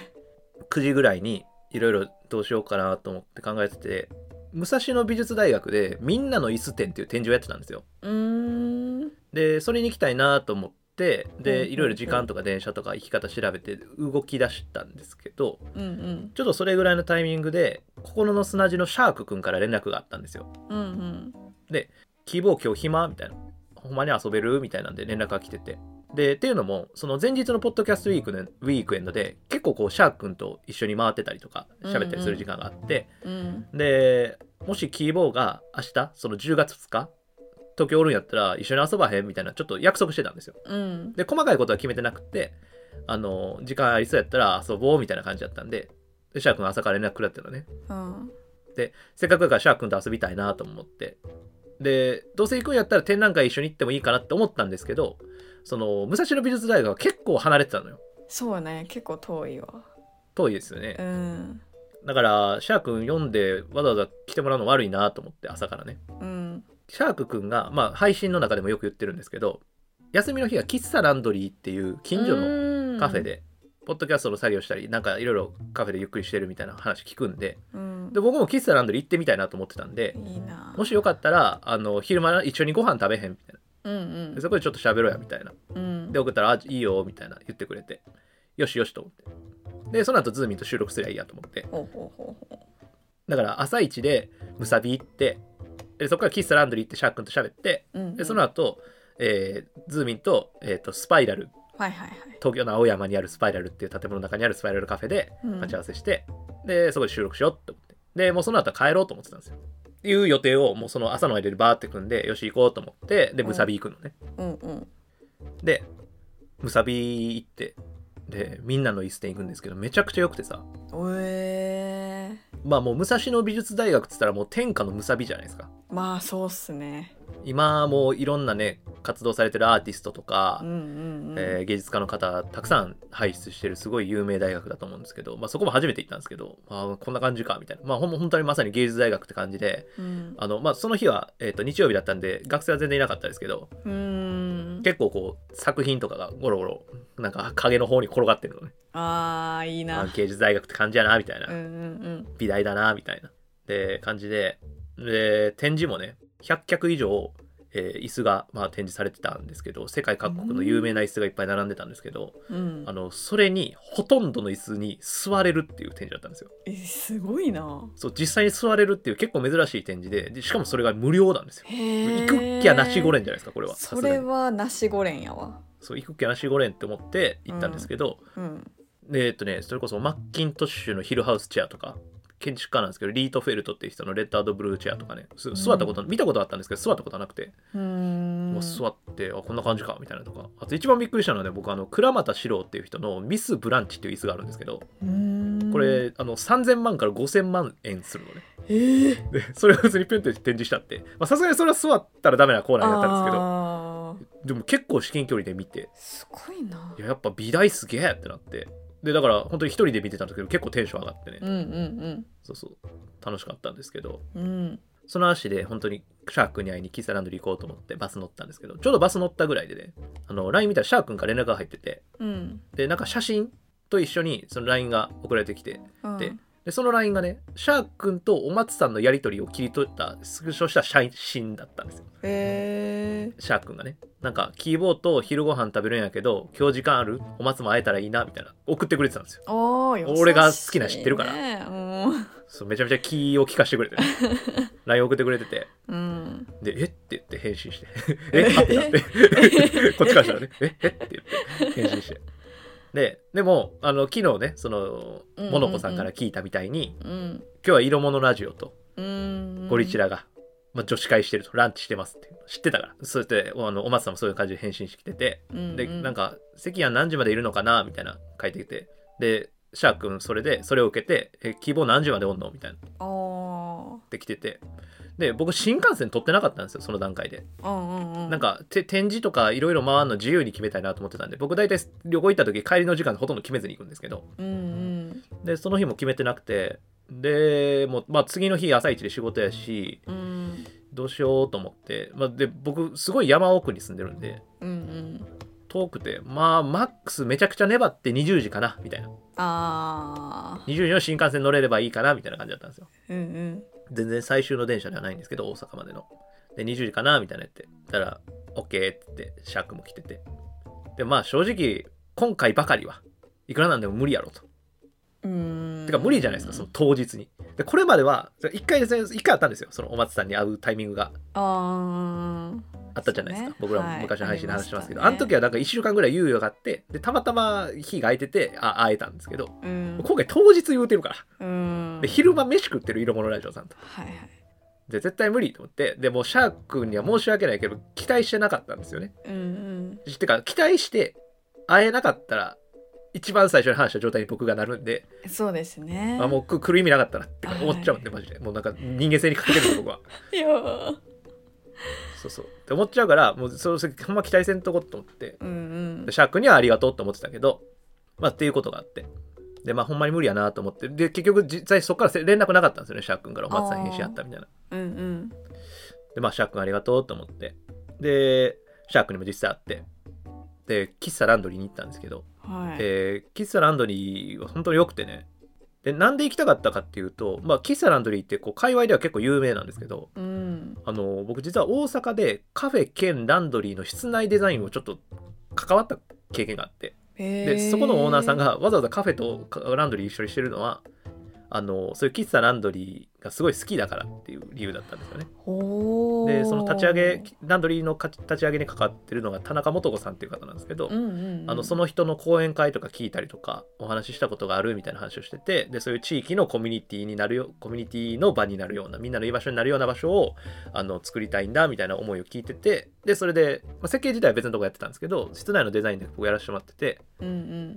Speaker 1: 9時ぐらいにいろいろどうしようかなと思って考えてて武蔵野美術大学で「みんなの椅子展」っていう展示をやってたんですよ。
Speaker 2: うーん
Speaker 1: でそれに行きたいなと思って
Speaker 2: うんうん
Speaker 1: で
Speaker 2: うん
Speaker 1: いろいろ時間とか電車とか行き方調べて動き出したんですけど
Speaker 2: うん
Speaker 1: ちょっとそれぐらいのタイミングで心の砂地のシャークくんから連絡があったんですよ。
Speaker 2: うんうん
Speaker 1: 希望今日暇みたいなほんまに遊べるみたいなんで連絡が来ててでっていうのもその前日のポッドキャストウィークのウィークエンドで結構こうシャークくんと一緒に回ってたりとか喋ったりする時間があって、
Speaker 2: うん
Speaker 1: でもしキーボーが明日その10月2日東京おるんやったら一緒に遊ばへんみたいなちょっと約束してたんですよ
Speaker 2: うん
Speaker 1: で細かいことは決めてなくてあの時間ありそうやったら遊ぼうみたいな感じだったんででシャー君朝から連絡くらったのね
Speaker 2: うん
Speaker 1: せっかくだからシャー君と遊びたいなと思ってでどうせ行くんやったら展覧会一緒に行ってもいいかなって思ったんですけどその武蔵野美術大学は結構離れてたのよ
Speaker 2: そうね結構遠いわ
Speaker 1: 遠いですよね
Speaker 2: うん
Speaker 1: だからシャー君読んでわざわざ来てもらうの悪いなと思って朝からね
Speaker 2: うん
Speaker 1: シャークくんが、まあ、配信の中でもよく言ってるんですけど休みの日は喫茶ランドリーっていう近所の
Speaker 2: の
Speaker 1: カフェで、ポッドキャストの作業したりなんかいろいろカフェでゆっくりしてるみたいな話聞くんで
Speaker 2: うん
Speaker 1: で僕も喫茶ランドリー行ってみたいなと思ってたんで
Speaker 2: いいな
Speaker 1: もしよかったらあの昼間一緒にご飯食べへんみたいな
Speaker 2: うん
Speaker 1: でそこでちょっと喋ろうやみたいな
Speaker 2: うんうん
Speaker 1: で送ったら「あいいよ」みたいな言ってくれてよしよしと思ってでその後ズーミンと収録すりゃいいやと思って
Speaker 2: ほうほうほうほ
Speaker 1: だから朝一でむさび行ってでそこから喫茶ランドリー行ってシャークンと喋って
Speaker 2: ううんう
Speaker 1: で
Speaker 2: ん
Speaker 1: その後、えーズーミンと,、えーとスパイラル
Speaker 2: はいはいはい
Speaker 1: 東京の青山にあるスパイラルっていう建物の中にあるスパイラルカフェで
Speaker 2: うん
Speaker 1: 待ち合わせして、でそこで収録しようって思ってでもうその後は帰ろうと思ってたんですよっていう予定をもうその朝の間でバーって組んでよし行こうと思ってでむさび行くのね、
Speaker 2: うんうん
Speaker 1: でむさび行ってでみんなの椅子店行くんですけどめちゃくちゃ良くてさ
Speaker 2: おえ
Speaker 1: まあもう武蔵野美術大学っつったらもう天下のむさびじゃないですか
Speaker 2: ー、まあそうっすね
Speaker 1: 今もういろんなね活動されてるアーティストとか
Speaker 2: うん、うんうん、
Speaker 1: えー芸術家の方たくさん輩出してるすごい有名大学だと思うんですけど、まあ、そこも初めて行ったんですけど、まあ、こんな感じかみたいな、まあ、ほん本当にまさに芸術大学って感じで
Speaker 2: うん
Speaker 1: あの、まあ、その日は、えー、と日曜日だったんで学生は全然いなかったですけど
Speaker 2: うん
Speaker 1: 結構こう作品とかがゴロゴロなんか影の方に転がってるのね、
Speaker 2: あーいい
Speaker 1: まあ、
Speaker 2: な
Speaker 1: 芸術大学って感じやなみたいな、
Speaker 2: うんうん
Speaker 1: 美大だなみたいなで感じでで展示もね100脚以上、えー椅子が、まあ、展示されてたんですけど世界各国の有名な椅子がいっぱい並んでたんですけど、
Speaker 2: うんう
Speaker 1: あ
Speaker 2: ん
Speaker 1: のそれにほとんどの椅子に座れるっていう展示だったんですよ
Speaker 2: えすごいな
Speaker 1: そう実際に座れるっていう結構珍しい展示ででしかもそれが無料なんですよ
Speaker 2: へ
Speaker 1: 行
Speaker 2: え
Speaker 1: く気はなしゴレンじゃないですかこれはさ
Speaker 2: そ
Speaker 1: すが
Speaker 2: れ
Speaker 1: に
Speaker 2: はなしゴレンやわ
Speaker 1: そう行く気はなしゴレンって思って行ったんですけど、
Speaker 2: うん
Speaker 1: でえっとねそれこそマッキントッシュのヒルハウスチェアとか建築家なんですけどリートフェルトっていう人のレッドアドブルーチェアとかねす座ったこと、見たことあったんですけど座ったことはなくて、
Speaker 2: うーん
Speaker 1: もう座ってあこんな感じかみたいなとかあと一番びっくりしたのはね僕あの倉俣史郎っていう人のミス・ブランチっていう椅子があるんですけど
Speaker 2: うーん
Speaker 1: これ、あの3000万から5000万円するのね
Speaker 2: えー、
Speaker 1: でそれを普通にピュンって展示したってまあさすがにそれは座ったらダメなコーナーだったんで
Speaker 2: あー
Speaker 1: すけどでも結構至近距離で見て
Speaker 2: すごいない
Speaker 1: ややっぱ美大すげえってなってでだから本当に一人で見てたんですけど結構テンション上がってね、
Speaker 2: うんうん
Speaker 1: そうそう楽しかったんですけど
Speaker 2: うんうん
Speaker 1: その足で本当にシャークに会いにキサランドに行こうと思ってバス乗ったんですけどちょうどバス乗ったぐらいでねあの LINE 見たらシャークから連絡が入ってて
Speaker 2: うん
Speaker 1: でなんか写真と一緒にその LINE が送られてきて
Speaker 2: うん
Speaker 1: ででその LINE がねシャークンとお松さんのやり取りを切り取ったスクショした写真だったんですよ
Speaker 2: え
Speaker 1: シャークンがねなんかキーボーと昼ご飯食べるんやけど今日時間あるお松も会えたらいいなみたいな送ってくれてたんですよ
Speaker 2: ー、おー優しいね
Speaker 1: 俺が好きな知ってるから
Speaker 2: うん
Speaker 1: そうめちゃめちゃ気を利かしてくれて、 ね、LINE 送ってくれてて
Speaker 2: うん
Speaker 1: で「えっ?」て言って返信して「えっ?」ってなって こっちからしたらね「えっ?えっ?」て言って返信してででもあの昨日ねその
Speaker 2: うんうんうん
Speaker 1: モノコさんから聞いたみたいに、
Speaker 2: うん
Speaker 1: 今日は色物ラジオと
Speaker 2: うん
Speaker 1: ゴリチラが、まあ、女子会してるとランチしてますっていうの知ってたからそうやってあのお松さんもそういう感じで返信してきててでなん
Speaker 2: か
Speaker 1: か「関谷何時までいるのかな?」みたいな書いてきてでシャー君それでそれを受けて「え希望何時までおんの?」みたいな
Speaker 2: あー
Speaker 1: ってきててで僕新幹線取ってなかったんですよその段階で
Speaker 2: うんうんうん
Speaker 1: なんかて展示とかいろいろ回るの自由に決めたいなと思ってたんで僕大体旅行行った時帰りの時間ほとんど決めずに行くんですけど
Speaker 2: うんうん
Speaker 1: でその日も決めてなくてでもう、まあ、次の日朝一で仕事やし
Speaker 2: うん
Speaker 1: どうしようと思って、まあ、で僕すごい山奥に住んでるんで
Speaker 2: うんうん
Speaker 1: 遠くてまあマックスめちゃくちゃ粘って20時かなみたいな
Speaker 2: あ
Speaker 1: 20時の新幹線乗れればいいかなみたいな感じだったんですよ
Speaker 2: ーうんうん
Speaker 1: 全然最終の電車ではないんですけど大阪までので20時かなみたいなやってたら OK って言ってシャークも来ててでまあ正直今回ばかりはいくらなんでも無理やろと
Speaker 2: うん
Speaker 1: てか無理じゃないですかその当日にでこれまでは1回ですね一回あったんですよそのお松さんに会うタイミングが
Speaker 2: あー
Speaker 1: あったじゃないですか、
Speaker 2: そうね
Speaker 1: 僕ら
Speaker 2: は
Speaker 1: も
Speaker 2: い
Speaker 1: 昔の配信で話してますけど、
Speaker 2: あ
Speaker 1: あ
Speaker 2: りま
Speaker 1: の
Speaker 2: したね
Speaker 1: 時はなんか1週間ぐらい猶予があってでたまたま日が空いててあ会えたんですけど
Speaker 2: うん
Speaker 1: 今回当日言うてるから
Speaker 2: うん
Speaker 1: で昼間飯食ってる色物ラジオさんと
Speaker 2: はいはい
Speaker 1: で絶対無理と思ってでもうシャークには申し訳ないけど期待してなかったんですよね
Speaker 2: うんうん
Speaker 1: てか期待して会えなかったら一番最初に話した状態に僕がなるんで、
Speaker 2: そうですね
Speaker 1: あ、もう来る意味なかったなって
Speaker 2: はい
Speaker 1: 思っちゃうんでマジでもうなんか人間性に欠けてるんで 僕は
Speaker 2: いやー
Speaker 1: そうそうって思っちゃうからもうその時ほんま期待せんとこって思って
Speaker 2: うんうん
Speaker 1: でシャークにはありがとうと思ってたけどまあっていうことがあってでまあほんまに無理やなと思ってで結局実際そこから連絡なかったんですよねシャークからお松さん返信あったみたいな
Speaker 2: うんうん
Speaker 1: で、まあ、シャーク君ありがとうと思って。で、シャークにも実際会って。で、喫茶ランドリーに行ったんですけど、
Speaker 2: はい
Speaker 1: えー喫茶ランドリーは本当に良くてね、でなんで行きたかったかっていうと、まあ、喫茶ランドリーってこう界隈では結構有名なんですけど
Speaker 2: うん
Speaker 1: あの僕実は大阪でカフェ兼ランドリーの室内デザインをちょっと関わった経験があって
Speaker 2: へ
Speaker 1: でそこのオーナーさんがわざわざカフェとかランドリー一緒にしてるのはあのそういう喫茶ランドリーがすごい好きだからっていう理由だったんですよね。
Speaker 2: ほー
Speaker 1: でその立ち上げランドリーのか立ち上げに関わってるのが田中素子さんっていう方なんですけど、
Speaker 2: うんうんうん、
Speaker 1: あのその人の講演会とか聞いたりとかお話ししたことがあるみたいな話をしててでそういう地域のコミュニティになるよコミュニティの場になるようなみんなの居場所になるような場所をあの作りたいんだみたいな思いを聞いててでそれで、まあ、設計自体は別のとこやってたんですけど室内のデザインで僕やらせてもらってて
Speaker 2: うんうん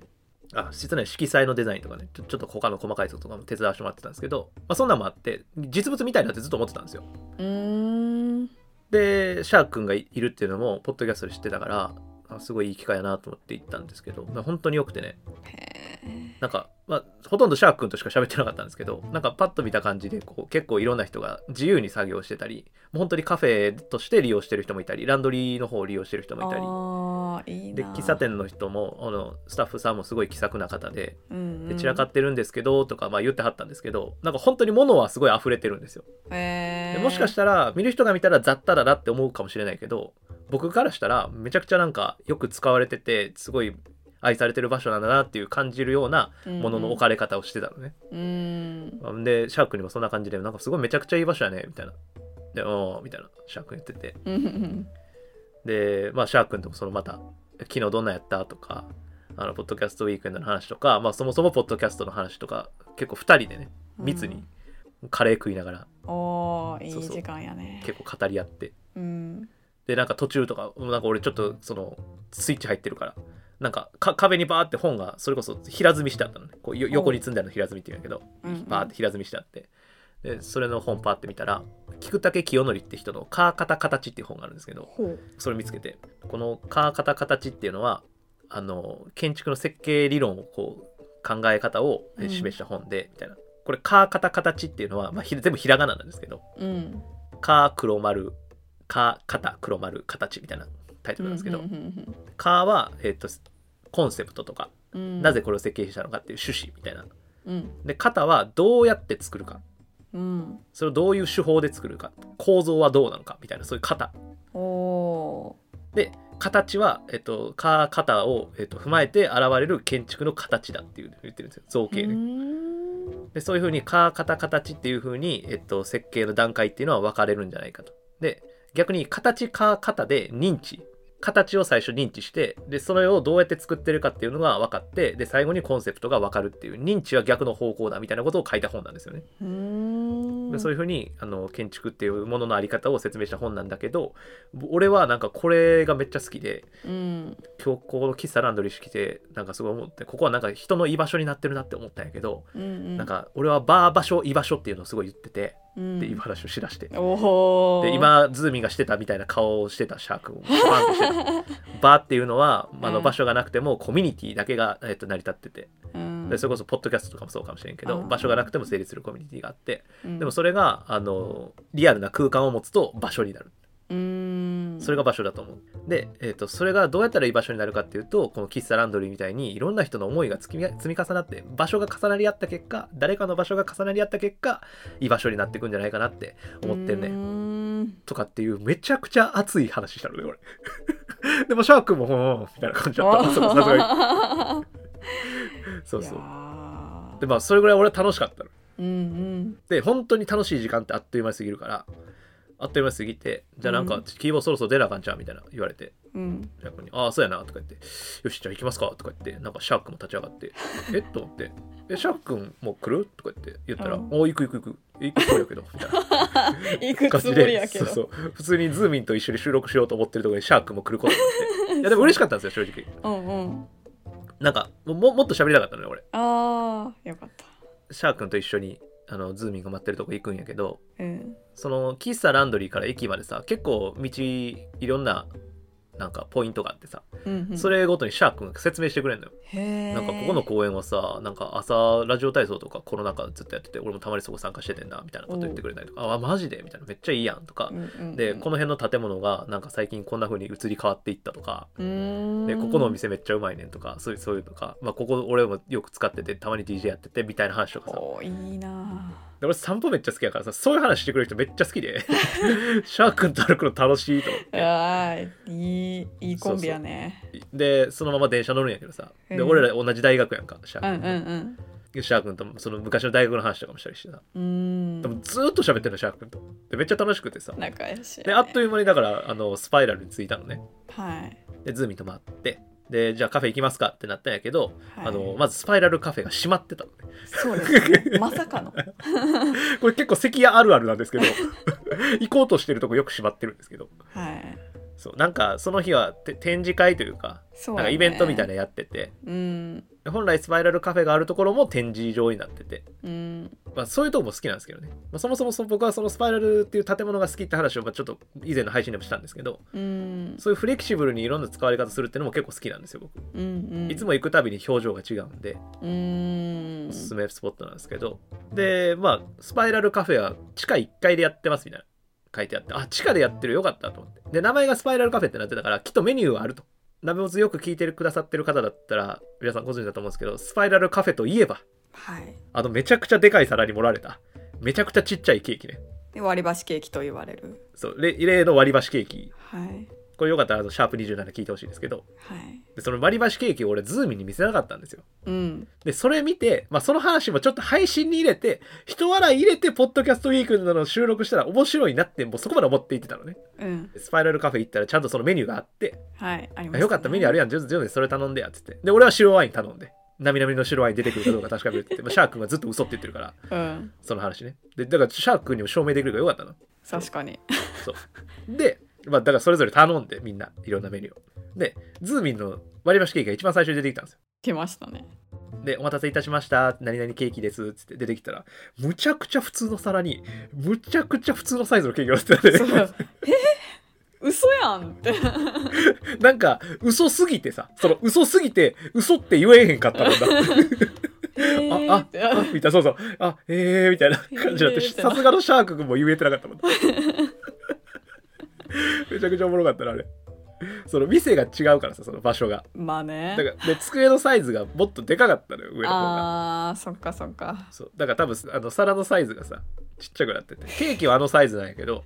Speaker 1: あ室内色彩のデザインとかねちょちょっと他の細かいこととかも手伝わせてもらってたんですけど、まあ、そんなんもあって実物みたいなってずっと思ってたんですよ。
Speaker 2: うーん
Speaker 1: でシャークンがいるっていうのもポッドキャストで知ってたからあすごいいい機会やなと思って行ったんですけど、まあ、本当に良くてね
Speaker 2: へ
Speaker 1: なんか、まあ、ほとんどシャーク君としか喋ってなかったんですけどなんかパッと見た感じでこう結構いろんな人が自由に作業してたりもう本当にカフェとして利用してる人もいたりランドリーの方を利用してる人もいたり
Speaker 2: あーいい
Speaker 1: で
Speaker 2: な
Speaker 1: 喫茶店の人もあのスタッフさんもすごい気さくな方で
Speaker 2: うんう
Speaker 1: で
Speaker 2: ん
Speaker 1: 散らかってるんですけどとか、まあ、言ってはったんですけどなんか本当に物はすごい溢れてるんですよ。
Speaker 2: へ
Speaker 1: で
Speaker 2: ー
Speaker 1: もしかしたら見る人が見たら雑多だなって思うかもしれないけど僕からしたらめちゃくちゃなんかよく使われててすごい愛されてる場所なんだなっていう感じるようなものの置かれ方をしてたのね。
Speaker 2: うん
Speaker 1: でシャークにもそんな感じでなんかすごいめちゃくちゃいい場所やねみたいな。で「おーみたいなシャーク言ってて
Speaker 2: うんうん
Speaker 1: で、まあ、シャークんともそのまた「昨日どんなんやった?」とかあのポッドキャストウィークエンドの話とか、まあ、そもそもポッドキャストの話とか結構2人でね
Speaker 2: うん
Speaker 1: 密にカレー食いながら
Speaker 2: おーい
Speaker 1: そう
Speaker 2: い
Speaker 1: そう
Speaker 2: 時間やね
Speaker 1: 結構語り合って
Speaker 2: うん
Speaker 1: でなんか途中とかなんか俺ちょっとそのスイッチ入ってるからなんかか壁にバーって本がそれこそ平積みしてあったのねこうよ横に積んであるの平積みって言うんやけど
Speaker 2: うんうん
Speaker 1: バーって平積みしてあってでそれの本パーって見たら菊竹清則って人の「カーカタカタチ」っていう本があるんですけど
Speaker 2: ほう
Speaker 1: それ見つけてこの「カーカタカタチ」っていうのはあの建築の設計理論をこう考え方をえ
Speaker 2: うん
Speaker 1: 示した本で、みたいなこれ「カーカタカタチ」っていうのは、まあ、ひ全部ひらがななんですけど
Speaker 2: うん
Speaker 1: 「カー黒丸」「カー肩黒丸形」みたいなタイトルなんですけど
Speaker 2: うんうん
Speaker 1: 「カーは」えっとコンセプトとか、
Speaker 2: うんうん
Speaker 1: なぜこれを設計したのかっていう趣旨みたいな
Speaker 2: うん
Speaker 1: で「肩はどうやって作るか
Speaker 2: うん
Speaker 1: それをどういう手法で作るか構造はどうなのかみたいなそういう型
Speaker 2: お
Speaker 1: で形は、えっと、か型を、えっと、踏まえて現れる建築の形だっていう言ってるんですよ造
Speaker 2: ー
Speaker 1: 形
Speaker 2: う
Speaker 1: で,、
Speaker 2: ん
Speaker 1: でそういうふうにか型形っていうふうに、えっと、設計の段階っていうのは分かれるんじゃないかとで逆に形か型で認知形を最初認知してでそれをどうやって作ってるかっていうのが分かってで最後にコンセプトが分かるっていう認知は逆の方向だみたいなことを書いた本なんですよね
Speaker 2: うー
Speaker 1: で
Speaker 2: ん
Speaker 1: そういうふうにあの建築っていうもののあり方を説明した本なんだけどぼ俺はなんかこれがめっちゃ好きで
Speaker 2: うん
Speaker 1: 今日ここの喫茶ランドリーしてきてなんかすごい思ってここはなんか人の居場所になってるなって思ったんやけど、
Speaker 2: うんうん
Speaker 1: なんか俺はバー場所居場所っていうのをすごい言ってて
Speaker 2: うん
Speaker 1: でいう話をしだして、
Speaker 2: おお
Speaker 1: で今ズーミーがしてたみたいな顔をしてたシャークをバ ーンとしてたバーっていうのはあ
Speaker 2: う
Speaker 1: の
Speaker 2: ん
Speaker 1: 場所がなくてもコミュニティだけが、えっと、成り立ってて
Speaker 2: うん
Speaker 1: でそれこそポッドキャストとかもそうかもしれんけど
Speaker 2: うん
Speaker 1: 場所がなくても成立するコミュニティがあって
Speaker 2: うん
Speaker 1: でもそれがあのリアルな空間を持つと場所になる
Speaker 2: うーん
Speaker 1: それが場所だと思うで、えー、とそれがどうやったらいい場所になるかっていうとこの喫茶ランドリーみたいにいろんな人の思いが積み積み重なって場所が重なり合った結果誰かの場所が重なり合った結果居場所になっていくんじゃないかなって思ってるね
Speaker 2: うーん
Speaker 1: とかっていうめちゃくちゃ熱い話したのね俺 でもシャークもほんほんみたいな感じだったそうさすがにそうそう
Speaker 2: う
Speaker 1: でまあそれぐらい俺は楽しかったの
Speaker 2: うん
Speaker 1: で本当に楽しい時間ってあっという間に過ぎるからあっという間に過ぎてじゃあなん
Speaker 2: う
Speaker 1: か
Speaker 2: ん
Speaker 1: キーボードそろそろ出なあかんちゃうみたいな言われて
Speaker 2: うんうん
Speaker 1: シャークに「ああそうやな」とか言って「よしじゃあ行きますか」とか言ってなんかシャークも立ち上がって 「えっ?」と思って「えシャーク君も来る?」とか言って言ったら「
Speaker 2: うん
Speaker 1: おお行く行く行く行くそうやけど」み たいな
Speaker 2: 行く
Speaker 1: 感
Speaker 2: つ
Speaker 1: じ
Speaker 2: もりや
Speaker 1: で
Speaker 2: け
Speaker 1: そう
Speaker 2: ど
Speaker 1: そう普通にズーミンと一緒に収録しようと思ってるところにシャークも来ることになって いやでも嬉しかったんですよ正直
Speaker 2: うんうん
Speaker 1: なんかもももっと喋りたかったのよ俺
Speaker 2: ああよかった
Speaker 1: シャーク君と一緒にあのズーミンが待ってるとこ行くんやけど
Speaker 2: うん
Speaker 1: その喫茶ランドリーから駅までさ結構道いろんななんかポイントがあってさ、
Speaker 2: うんうん、
Speaker 1: それごとにシャークが説明してくれるのよ、
Speaker 2: へー
Speaker 1: なんかここの公演はさなんか朝ラジオ体操とかコロナ禍ずっとやってて俺もたまにそこ参加しててんなみたいなこと言ってくれたりとか「あマジで?」みたいな「めっちゃいいやん」とか
Speaker 2: う、んうんうん
Speaker 1: でこの辺の建物がなんか最近こんな風に移り変わっていったとか、
Speaker 2: うーん
Speaker 1: でここのお店めっちゃうまいねんとかそういうそういうとか、まあ、ここ俺もよく使っててたまに DJ やっててみたいな話とかさ
Speaker 2: おーいいな
Speaker 1: で俺散歩めっちゃ好きやからさそういう話してくれる人めっちゃ好き でシャークンと歩くの楽しいと思っ
Speaker 2: あ
Speaker 1: て
Speaker 2: あーいいいいコンビやね
Speaker 1: でそのまま電車乗るんやけどさで
Speaker 2: うん
Speaker 1: 俺ら同じ大学やんかシャ
Speaker 2: う
Speaker 1: ー
Speaker 2: ん
Speaker 1: クンと、
Speaker 2: うん
Speaker 1: でシャークンとその昔の大学の話とかもしたりしてさ
Speaker 2: うんう
Speaker 1: でも
Speaker 2: ん
Speaker 1: ずーっと喋ってるのシャークンとでめっちゃ楽しくてさ
Speaker 2: 仲良しやね
Speaker 1: であっという間にだからあのスパイラルに着いたのね
Speaker 2: はい
Speaker 1: でズーミン泊まってでじゃあカフェ行きますかってなったんやけど、
Speaker 2: はい
Speaker 1: あのまずスパイラルカフェが閉まってたのね
Speaker 2: そうですねまさかの
Speaker 1: これ結構関屋あるあるなんです けど行こうとしてるとこよく縛ってるんですけど
Speaker 2: はい
Speaker 1: そうなんかその日はて展示会というか
Speaker 2: そう
Speaker 1: な
Speaker 2: や
Speaker 1: ん
Speaker 2: ね
Speaker 1: かイベントみたいなのやってて、
Speaker 2: うん
Speaker 1: 本来スパイラルカフェがあるところも展示場になってて、
Speaker 2: うん
Speaker 1: まあ、そういうとこも好きなんですけどね、まあ、そもそもその僕はそのスパイラルっていう建物が好きって話をまあちょっと以前の配信でもしたんですけど
Speaker 2: うん
Speaker 1: そういうフレキシブルにいろんな使われ方するっていうのも結構好きなんですよ僕、
Speaker 2: うんうん
Speaker 1: いつも行くたびに表情が違うんで
Speaker 2: うん
Speaker 1: おすすめスポットなんですけど、でまあスパイラルカフェは地下1階でやってますみたいな書いてあってあ地下でやってるよかったと思ってで名前がスパイラルカフェってなってたからきっとメニューはあると鍋もつよく聞いてくださってる方だったら皆さんご存知だと思うんですけどスパイラルカフェといえば
Speaker 2: はい
Speaker 1: あのめちゃくちゃでかい皿に盛られためちゃくちゃちっちゃいケーキね
Speaker 2: で割り箸ケーキと言われる
Speaker 1: そうれ例の割り箸ケーキ
Speaker 2: はい
Speaker 1: これよかったらあのシャープ27聞いてほしいんですけど
Speaker 2: はい
Speaker 1: でその割り箸ケーキを俺ズーミンに見せなかったんですよ
Speaker 2: うん
Speaker 1: で、それ見て、まあ、その話もちょっと配信に入れて、人笑い入れて、ポッドキャストウィークなの収録したら面白いなって、もうそこまで思って言ってたのね。
Speaker 2: うん
Speaker 1: スパイラルカフェ行ったら、ちゃんとそのメニューがあって、
Speaker 2: はいありま
Speaker 1: あ
Speaker 2: す
Speaker 1: よかった、メニューあ
Speaker 2: る
Speaker 1: るやん、ジョーズジョーズそれ頼んでや、つって。で、俺は白ワイン頼んで、なみなみの白ワイン出てくるかどうか確かめるって言って、まあ、シャークがずっと嘘って言ってるから、
Speaker 2: うん
Speaker 1: その話ね。で、だからシャークにも証明できるからよかったの。
Speaker 2: 確かに
Speaker 1: そう。で、まあ、だからそれぞれ頼んで、みんな、いろんなメニューを。で、ズーミンの割り箸ケーキが一番最初に出てきたんですよ
Speaker 2: 来ましたね
Speaker 1: で、お待たせいたしました。何々ケーキです。つって出てきたら、むちゃくちゃ普通の皿に、むちゃくちゃ普通のサイズのケーキが
Speaker 2: そう
Speaker 1: あっ
Speaker 2: え嘘やんって
Speaker 1: て、 なんか、嘘すぎてさ、その嘘すぎて、嘘って言えへんかったもん だ。あ、あ、あ、みたいな、そうそう。あ、えー、みたいな感じになって、
Speaker 2: えーみたいな
Speaker 1: さすがのシャーク君も言えてなか ったもんだ。めちゃくちゃおもろかったな、あれ。その店が違うからさ、その場所が。
Speaker 2: まあね
Speaker 1: だから、で、机のサイズがもっとでかかったのよ、上の方が。
Speaker 2: あーそっかそっか
Speaker 1: そうだから多分あの皿のサイズがさちっちゃくなっててケーキはあのサイズなんやけど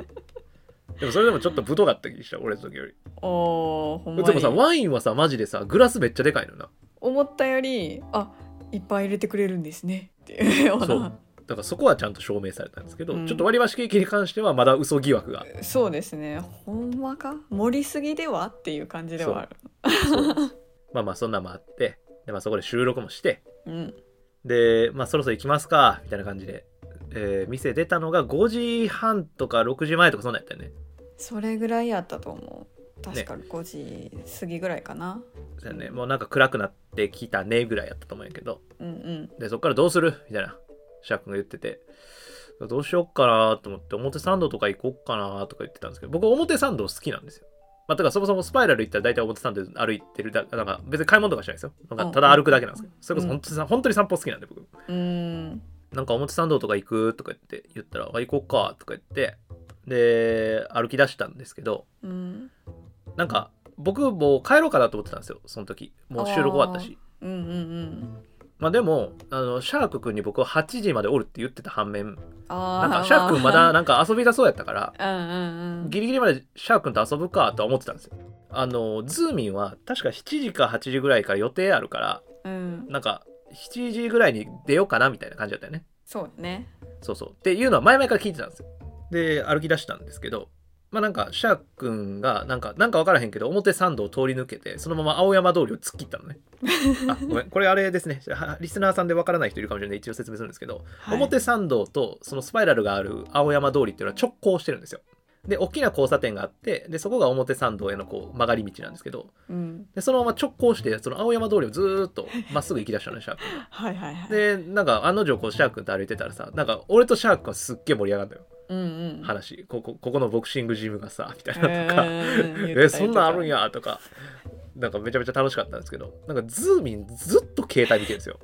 Speaker 1: でもそれでもちょっとぶとかった気がした俺の時より
Speaker 2: おーほんま
Speaker 1: でも
Speaker 2: に
Speaker 1: さワインはさマジでさグラスめっちゃでかいのよな
Speaker 2: 思ったよりあいっぱい入れてくれるんですねっていうような
Speaker 1: そ
Speaker 2: そう う
Speaker 1: だからそこはちゃんと証明されたんですけど、
Speaker 2: うん
Speaker 1: ちょっと割り箸ケーキに関してはまだ嘘疑惑が
Speaker 2: ですねほんまか盛りすぎではっていう感じではある
Speaker 1: そうまあまあそんなんもあってで、まあ、そこで収録もして
Speaker 2: うん
Speaker 1: でまあそろそろ行きますかみたいな感じで、えー店出たのが5時半とか6時前とかそんなんやったよね
Speaker 2: それぐらいやったと思う確か5時過ぎぐらいかな、
Speaker 1: そうやねもうなんか暗くなってきたねぐらいやったと思うんやけど
Speaker 2: うんうん
Speaker 1: でそっからどうするみたいなシャークが言っててどうしよっかなと思って表参道とか行こっかなとか言ってたんですけど僕表参道好きなんですよまあ、だからそもそもスパイラル行ったら大体表参道歩いてるだなんか別に買い物とかしないですよなんかただ歩くだけなんですけどそれこそ本当にさ、本当に散歩好きなんで僕
Speaker 2: うーん
Speaker 1: なんか表参道とか行くとか言って言ったらあ行こっかとか言ってで歩き出したんですけど
Speaker 2: うん
Speaker 1: なんか僕もう帰ろうかなと思ってたんですよその時もう収録終わったし
Speaker 2: うんうんうん
Speaker 1: まあでもあのシャーク君に僕は8時までおるって言ってた反面
Speaker 2: あ
Speaker 1: なんかシャークンまだなんか遊びたそうやったから
Speaker 2: うんうんうん
Speaker 1: ギリギリまでシャークンと遊ぶかとは思ってたんですよあのズーミンは確か7時か8時ぐらいから予定あるから
Speaker 2: うん
Speaker 1: なんか7時ぐらいに出ようかなみたいな感じだったよね
Speaker 2: そうね
Speaker 1: そうそうっていうのは前々から聞いてたんですよで歩き出したんですけどまあなんかシャークンがなんかなんか分からへんけど表参道を通り抜けてそのまま青山通りを突っ切った のねあごめんこれあれですねはリスナーさんで分からない人いるかもしれないんで一応説明するんですけど
Speaker 2: はい
Speaker 1: 表参道とそのスパイラルがある青山通りっていうのは直行してるんですよ。で大きな交差点があってでそこが表参道へのこう曲がり道なんですけど
Speaker 2: うん
Speaker 1: でそのまま直行してその青山通りをずーっとまっすぐ行き出したのねシャーク
Speaker 2: はいはいはい
Speaker 1: でなんか案の定こうシャークと歩いてたらさなんか俺とシャークはすっげえ盛り上がったよ
Speaker 2: うんうん
Speaker 1: 話ここここのボクシングジムがさみたいなのとか、
Speaker 2: え
Speaker 1: えそんなんあるんやとかなんかめちゃめちゃ楽しかったんですけどなんかズーミンずっと携帯見てるんですよ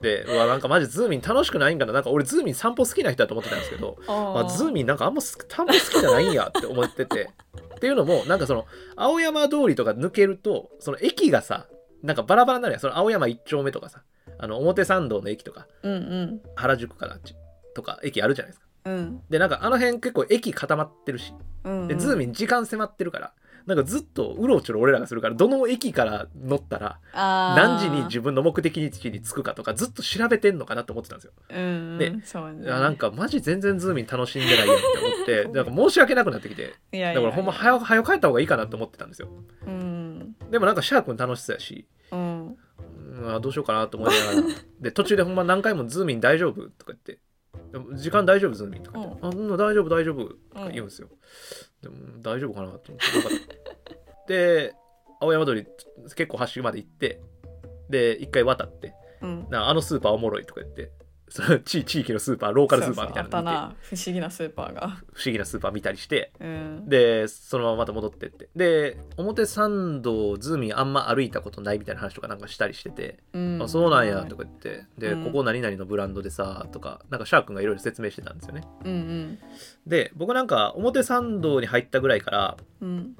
Speaker 1: でうわなんかマジズーミン楽しくないんかななんか俺ズーミン散歩好きな人だと思ってたんですけど、まあ、ズー
Speaker 2: ン
Speaker 1: ミンなんかあんま好き散歩好きじゃないんやって思っててっていうのもなんかその青山通りとか抜けるとその駅がさなんかバラバラになるやんその青山一丁目とかさあの表参道の駅とか
Speaker 2: うんうん
Speaker 1: 原宿かなあっちとか駅あるじゃないですか
Speaker 2: うん
Speaker 1: でなんかあの辺結構駅固まってるし
Speaker 2: うん
Speaker 1: でズーミン時間迫ってるからなんかずっとうろちょろ俺らがするからどの駅から乗ったら何
Speaker 2: 何
Speaker 1: 時に自分の目的地に着くかとかずっと調べてんのかなと思ってたんですよ。
Speaker 2: 分
Speaker 1: で
Speaker 2: うんそうね
Speaker 1: いやなんかマジ全然ズーミン楽しんでないよっ て思ってなんか申し訳なくなってきて
Speaker 2: いや
Speaker 1: だ
Speaker 2: い
Speaker 1: か
Speaker 2: や
Speaker 1: らほんま早早帰った方がいいかなと思ってたんですよ。
Speaker 2: うん
Speaker 1: でもなんかシャークン楽しそうやし
Speaker 2: うん
Speaker 1: うんあどうしようかなと思いな がらで途中でほんま何回も「ズーミン大丈夫?」とか言って「でも時間大丈夫ズーミン」とか言って「あうん大丈夫大丈夫」とか言うんですよ、でも大丈夫かなと思って なんかで青山通り結構端まで行ってで一回渡って
Speaker 2: うん
Speaker 1: なあのスーパーおもろいとか言ってその地地域のスーパーローカルスーパーみたいな
Speaker 2: そうそう
Speaker 1: の
Speaker 2: あった
Speaker 1: 見て
Speaker 2: な不思議なスーパーが
Speaker 1: 不思議なスーパー見たりして
Speaker 2: うん
Speaker 1: でそのまままた戻ってってで表参道ズーミンあんま歩いたことないみたいな話とかなんかしたりしてて、
Speaker 2: うん
Speaker 1: あそうなんやとか言ってで、
Speaker 2: うん
Speaker 1: ここ何々のブランドでさとかなんかシャークンがいろいろ説明してたんですよね
Speaker 2: うん
Speaker 1: で僕なんか表参道に入ったぐらいから、
Speaker 2: うんうん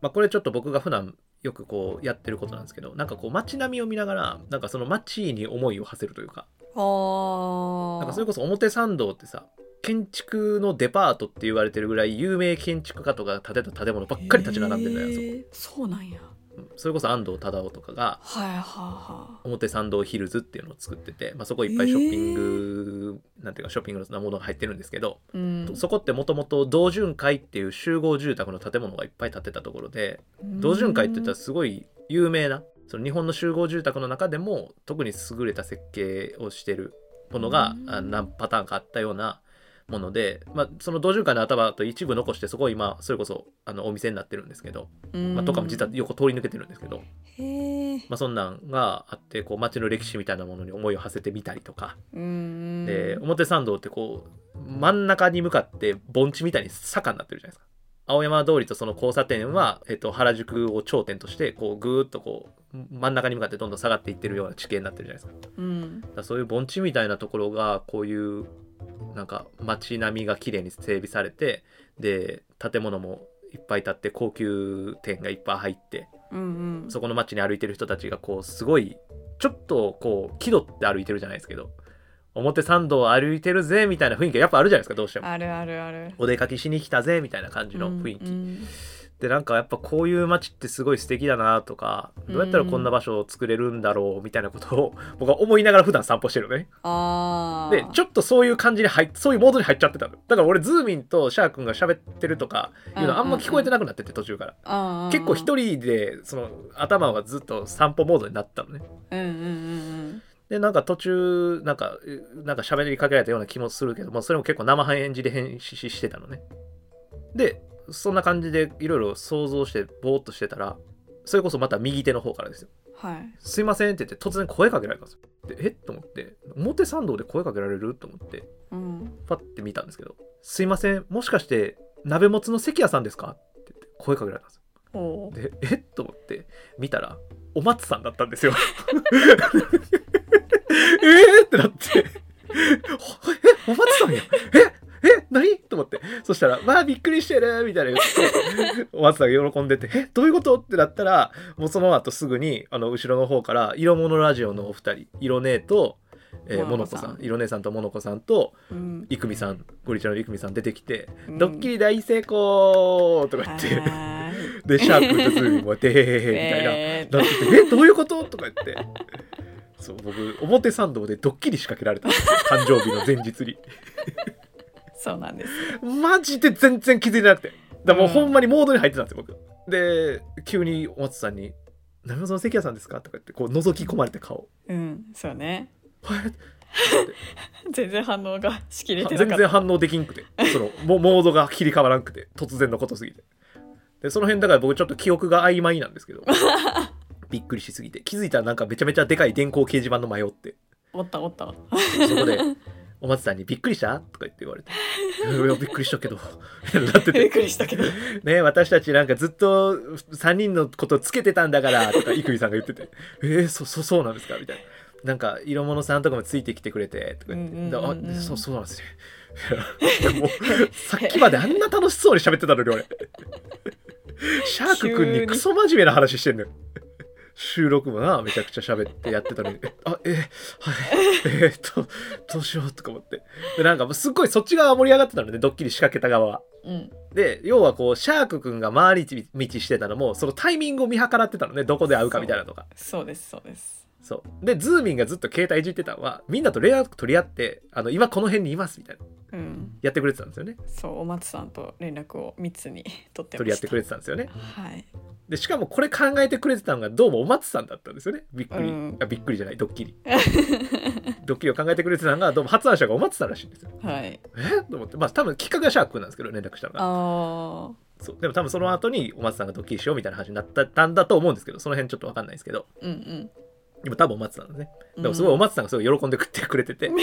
Speaker 1: まあ、これちょっと僕が普段よくこうやってることなんですけどなんかこう街並みを見ながらなんかその街に思いを馳せるというか
Speaker 2: あ
Speaker 1: なんかそ
Speaker 2: ー
Speaker 1: れこそ表参道ってさ建築のデパートって言われてるぐらい有名建築家とかが建てた建物ばっかり立ち並んでんだよ、
Speaker 2: へ
Speaker 1: そこ
Speaker 2: ーそうなんや
Speaker 1: うんそれこそ安藤忠雄とかが
Speaker 2: はいはいは
Speaker 1: 表参道ヒルズっていうのを作ってて、まあ、そこいっぱいショッピング、なんていうかショッピングのものが入ってるんですけど、
Speaker 2: いうん
Speaker 1: そこってもともと道順会っていう集合住宅の建物がいっぱい建てたところで道順会って言ったらすごい有名なその日本の集合住宅の中でも特に優れた設計をしてるものが
Speaker 2: うん
Speaker 1: あ何パターンかあったようなもので、まあ、その道順会の頭と一部残してそこを今それこそあのお店になってるんですけど、
Speaker 2: うん
Speaker 1: まあ、とかも実は横通り抜けてるんですけど、
Speaker 2: へえ
Speaker 1: まあ、そんなんがあってこう街の歴史みたいなものに思いを馳せてみたりとか、
Speaker 2: うん
Speaker 1: で表参道ってこう真ん中に向かって盆地みたいに坂になってるじゃないですか青山通りとその交差点は、えっと、原宿を頂点としてこうぐーっとこう真ん中に向かってどんどん下がっていってるような地形になってるじゃないですかだか
Speaker 2: うん
Speaker 1: らそういう盆地みたいなところがこういうなんか街並みが綺麗に整備されてで建物もいっぱい建って高級店がいっぱい入って
Speaker 2: うんうん
Speaker 1: そこの街に歩いてる人たちがこうすごいちょっとこう気取って歩いてるじゃないですけど表参道を歩いてるぜみたいな雰囲気がやっぱあるじゃないですかどうしても
Speaker 2: あるあるある
Speaker 1: お出かけしに来たぜみたいな感じの雰囲気、
Speaker 2: うん
Speaker 1: でなんかやっぱこういう街ってすごい素敵だなとかどうやったらこんな場所を作れるんだろうみたいなことを僕は思いながら普段散歩してるのね
Speaker 2: ああ
Speaker 1: でちょっとそういう感じに入っそういうモードに入っちゃってたのだから俺ズーミンとシャー君が喋ってるとかいうのあんま聞こえてなくなってて途中から結構一人でその頭がずっと散歩モードになったのね
Speaker 2: うんうんうん
Speaker 1: でなんか途中なんかうなんか喋りかけられたような気もするけどもそれも結構生半演じで編集してたのねでそんな感じでいろいろ想像してぼーっとしてたらそれこそまた右手の方からですよ
Speaker 2: うんはい
Speaker 1: 「すいません」って言って突然声かけられたんですよでえっと思って表参道で声かけられると思って
Speaker 2: うん
Speaker 1: パッて見たんですけど「すいませんもしかして鍋もつの関谷さんですか?」って言って声かけられたんですよ
Speaker 2: おう
Speaker 1: でえっと思って見たらお松さんだったんです よえーってなってほえお松さんやええ何と思ってそしたら「まあびっくりしてる」みたいな言ってお松さんが喜んでて「えどういうこと?」ってなったらもうその後すぐにあの後ろの方から「色物ラジオ」のお二人色姉と、えー、モ
Speaker 2: モノ
Speaker 1: ノ
Speaker 2: コ
Speaker 1: コ
Speaker 2: さん
Speaker 1: さん色姉さんとモノコさんと
Speaker 2: うん
Speaker 1: 郁美さんゴリちゃんの郁美さん出てきて「
Speaker 2: うん
Speaker 1: ドッキリ大成功!」とか言って。
Speaker 2: はーい
Speaker 1: で、シャープとズーミーも、でへへへみたいな。
Speaker 2: えー
Speaker 1: なってて、え、どういうこととか言って。そう、僕、表参道でドッキリ仕掛けられたんですよ。誕生日の前日に。
Speaker 2: そうなんです
Speaker 1: マジで全然気づいてなくて。だからもう
Speaker 2: うん
Speaker 1: ほんまにモードに入ってたんですよ、僕。で、急にお松さんに、なめその関谷さんですかとか言って、こう、覗き込まれて顔。
Speaker 2: うんそうね
Speaker 1: はい
Speaker 2: 全然反応がしきれて
Speaker 1: 全
Speaker 2: なかった
Speaker 1: 然反応できんくて。その、モモードが切り替わらんくて。突然のことすぎて。で、その辺だから僕ちょっと記憶が曖昧なんですけ ど。びっくりしすぎて。気づいたらなんかめちゃめちゃでかい電光掲示板の迷って。
Speaker 2: おったおった
Speaker 1: そこでお松さんに「びっくりした?」とか言って言われて「いやいやびっくりしたけど」 なって
Speaker 2: びってくりしたけど
Speaker 1: 「 ね私たちなんかずっと3人のことつけてたんだから」とか生見さんが言ってて 「えー、そそそうなんですか?」みたいな。なんか色物さんとかもついてきてくれてとか言って、
Speaker 2: うんうん
Speaker 1: で
Speaker 2: うんうん
Speaker 1: あそうそうなんですね もうさっきまであんな楽しそうに喋ってたのに 俺シャークくんにクソ真面目な話してんのよ収録もなめちゃくちゃ喋ってやってたのに「あえはいえー、っとどうしよう」とか思ってでなんかもうすっごいそっち側は盛り上がってたのねドッキリ仕掛けた側は。
Speaker 2: うん
Speaker 1: で要はこうシャークくんが回り道してたのもそのタイミングを見計らってたのねどこで会うかみたいなとか。
Speaker 2: そうですそうです
Speaker 1: そうでズーミンがずっと携帯いじってたのはみんなと連絡取り合ってあの今この辺にいますみたいな
Speaker 2: うん
Speaker 1: やってくれてたんですよね
Speaker 2: そうお松さんと連絡を密に取ってました
Speaker 1: 取り合ってくれてたんですよね
Speaker 2: はい
Speaker 1: でしかもこれ考えてくれてたのがどうもお松さんだったんですよねびっくり、
Speaker 2: うん
Speaker 1: あびっくりじゃないドッキリドッキリを考えてくれてたのがどうも発案者がお松さんらしいんですよ
Speaker 2: はい
Speaker 1: えと思ってまあ多分きっかけはシャークくんなんですけど連絡したのが
Speaker 2: あ
Speaker 1: そうでも多分その後にお松さんがドッキリしようみたいな話になったたんだと思うんですけどその辺ちょっと分かんないですけど
Speaker 2: ーうん
Speaker 1: でも多分お松さんですね
Speaker 2: うん
Speaker 1: でもすごいお松さんがすごい喜んで食ってくれてて「で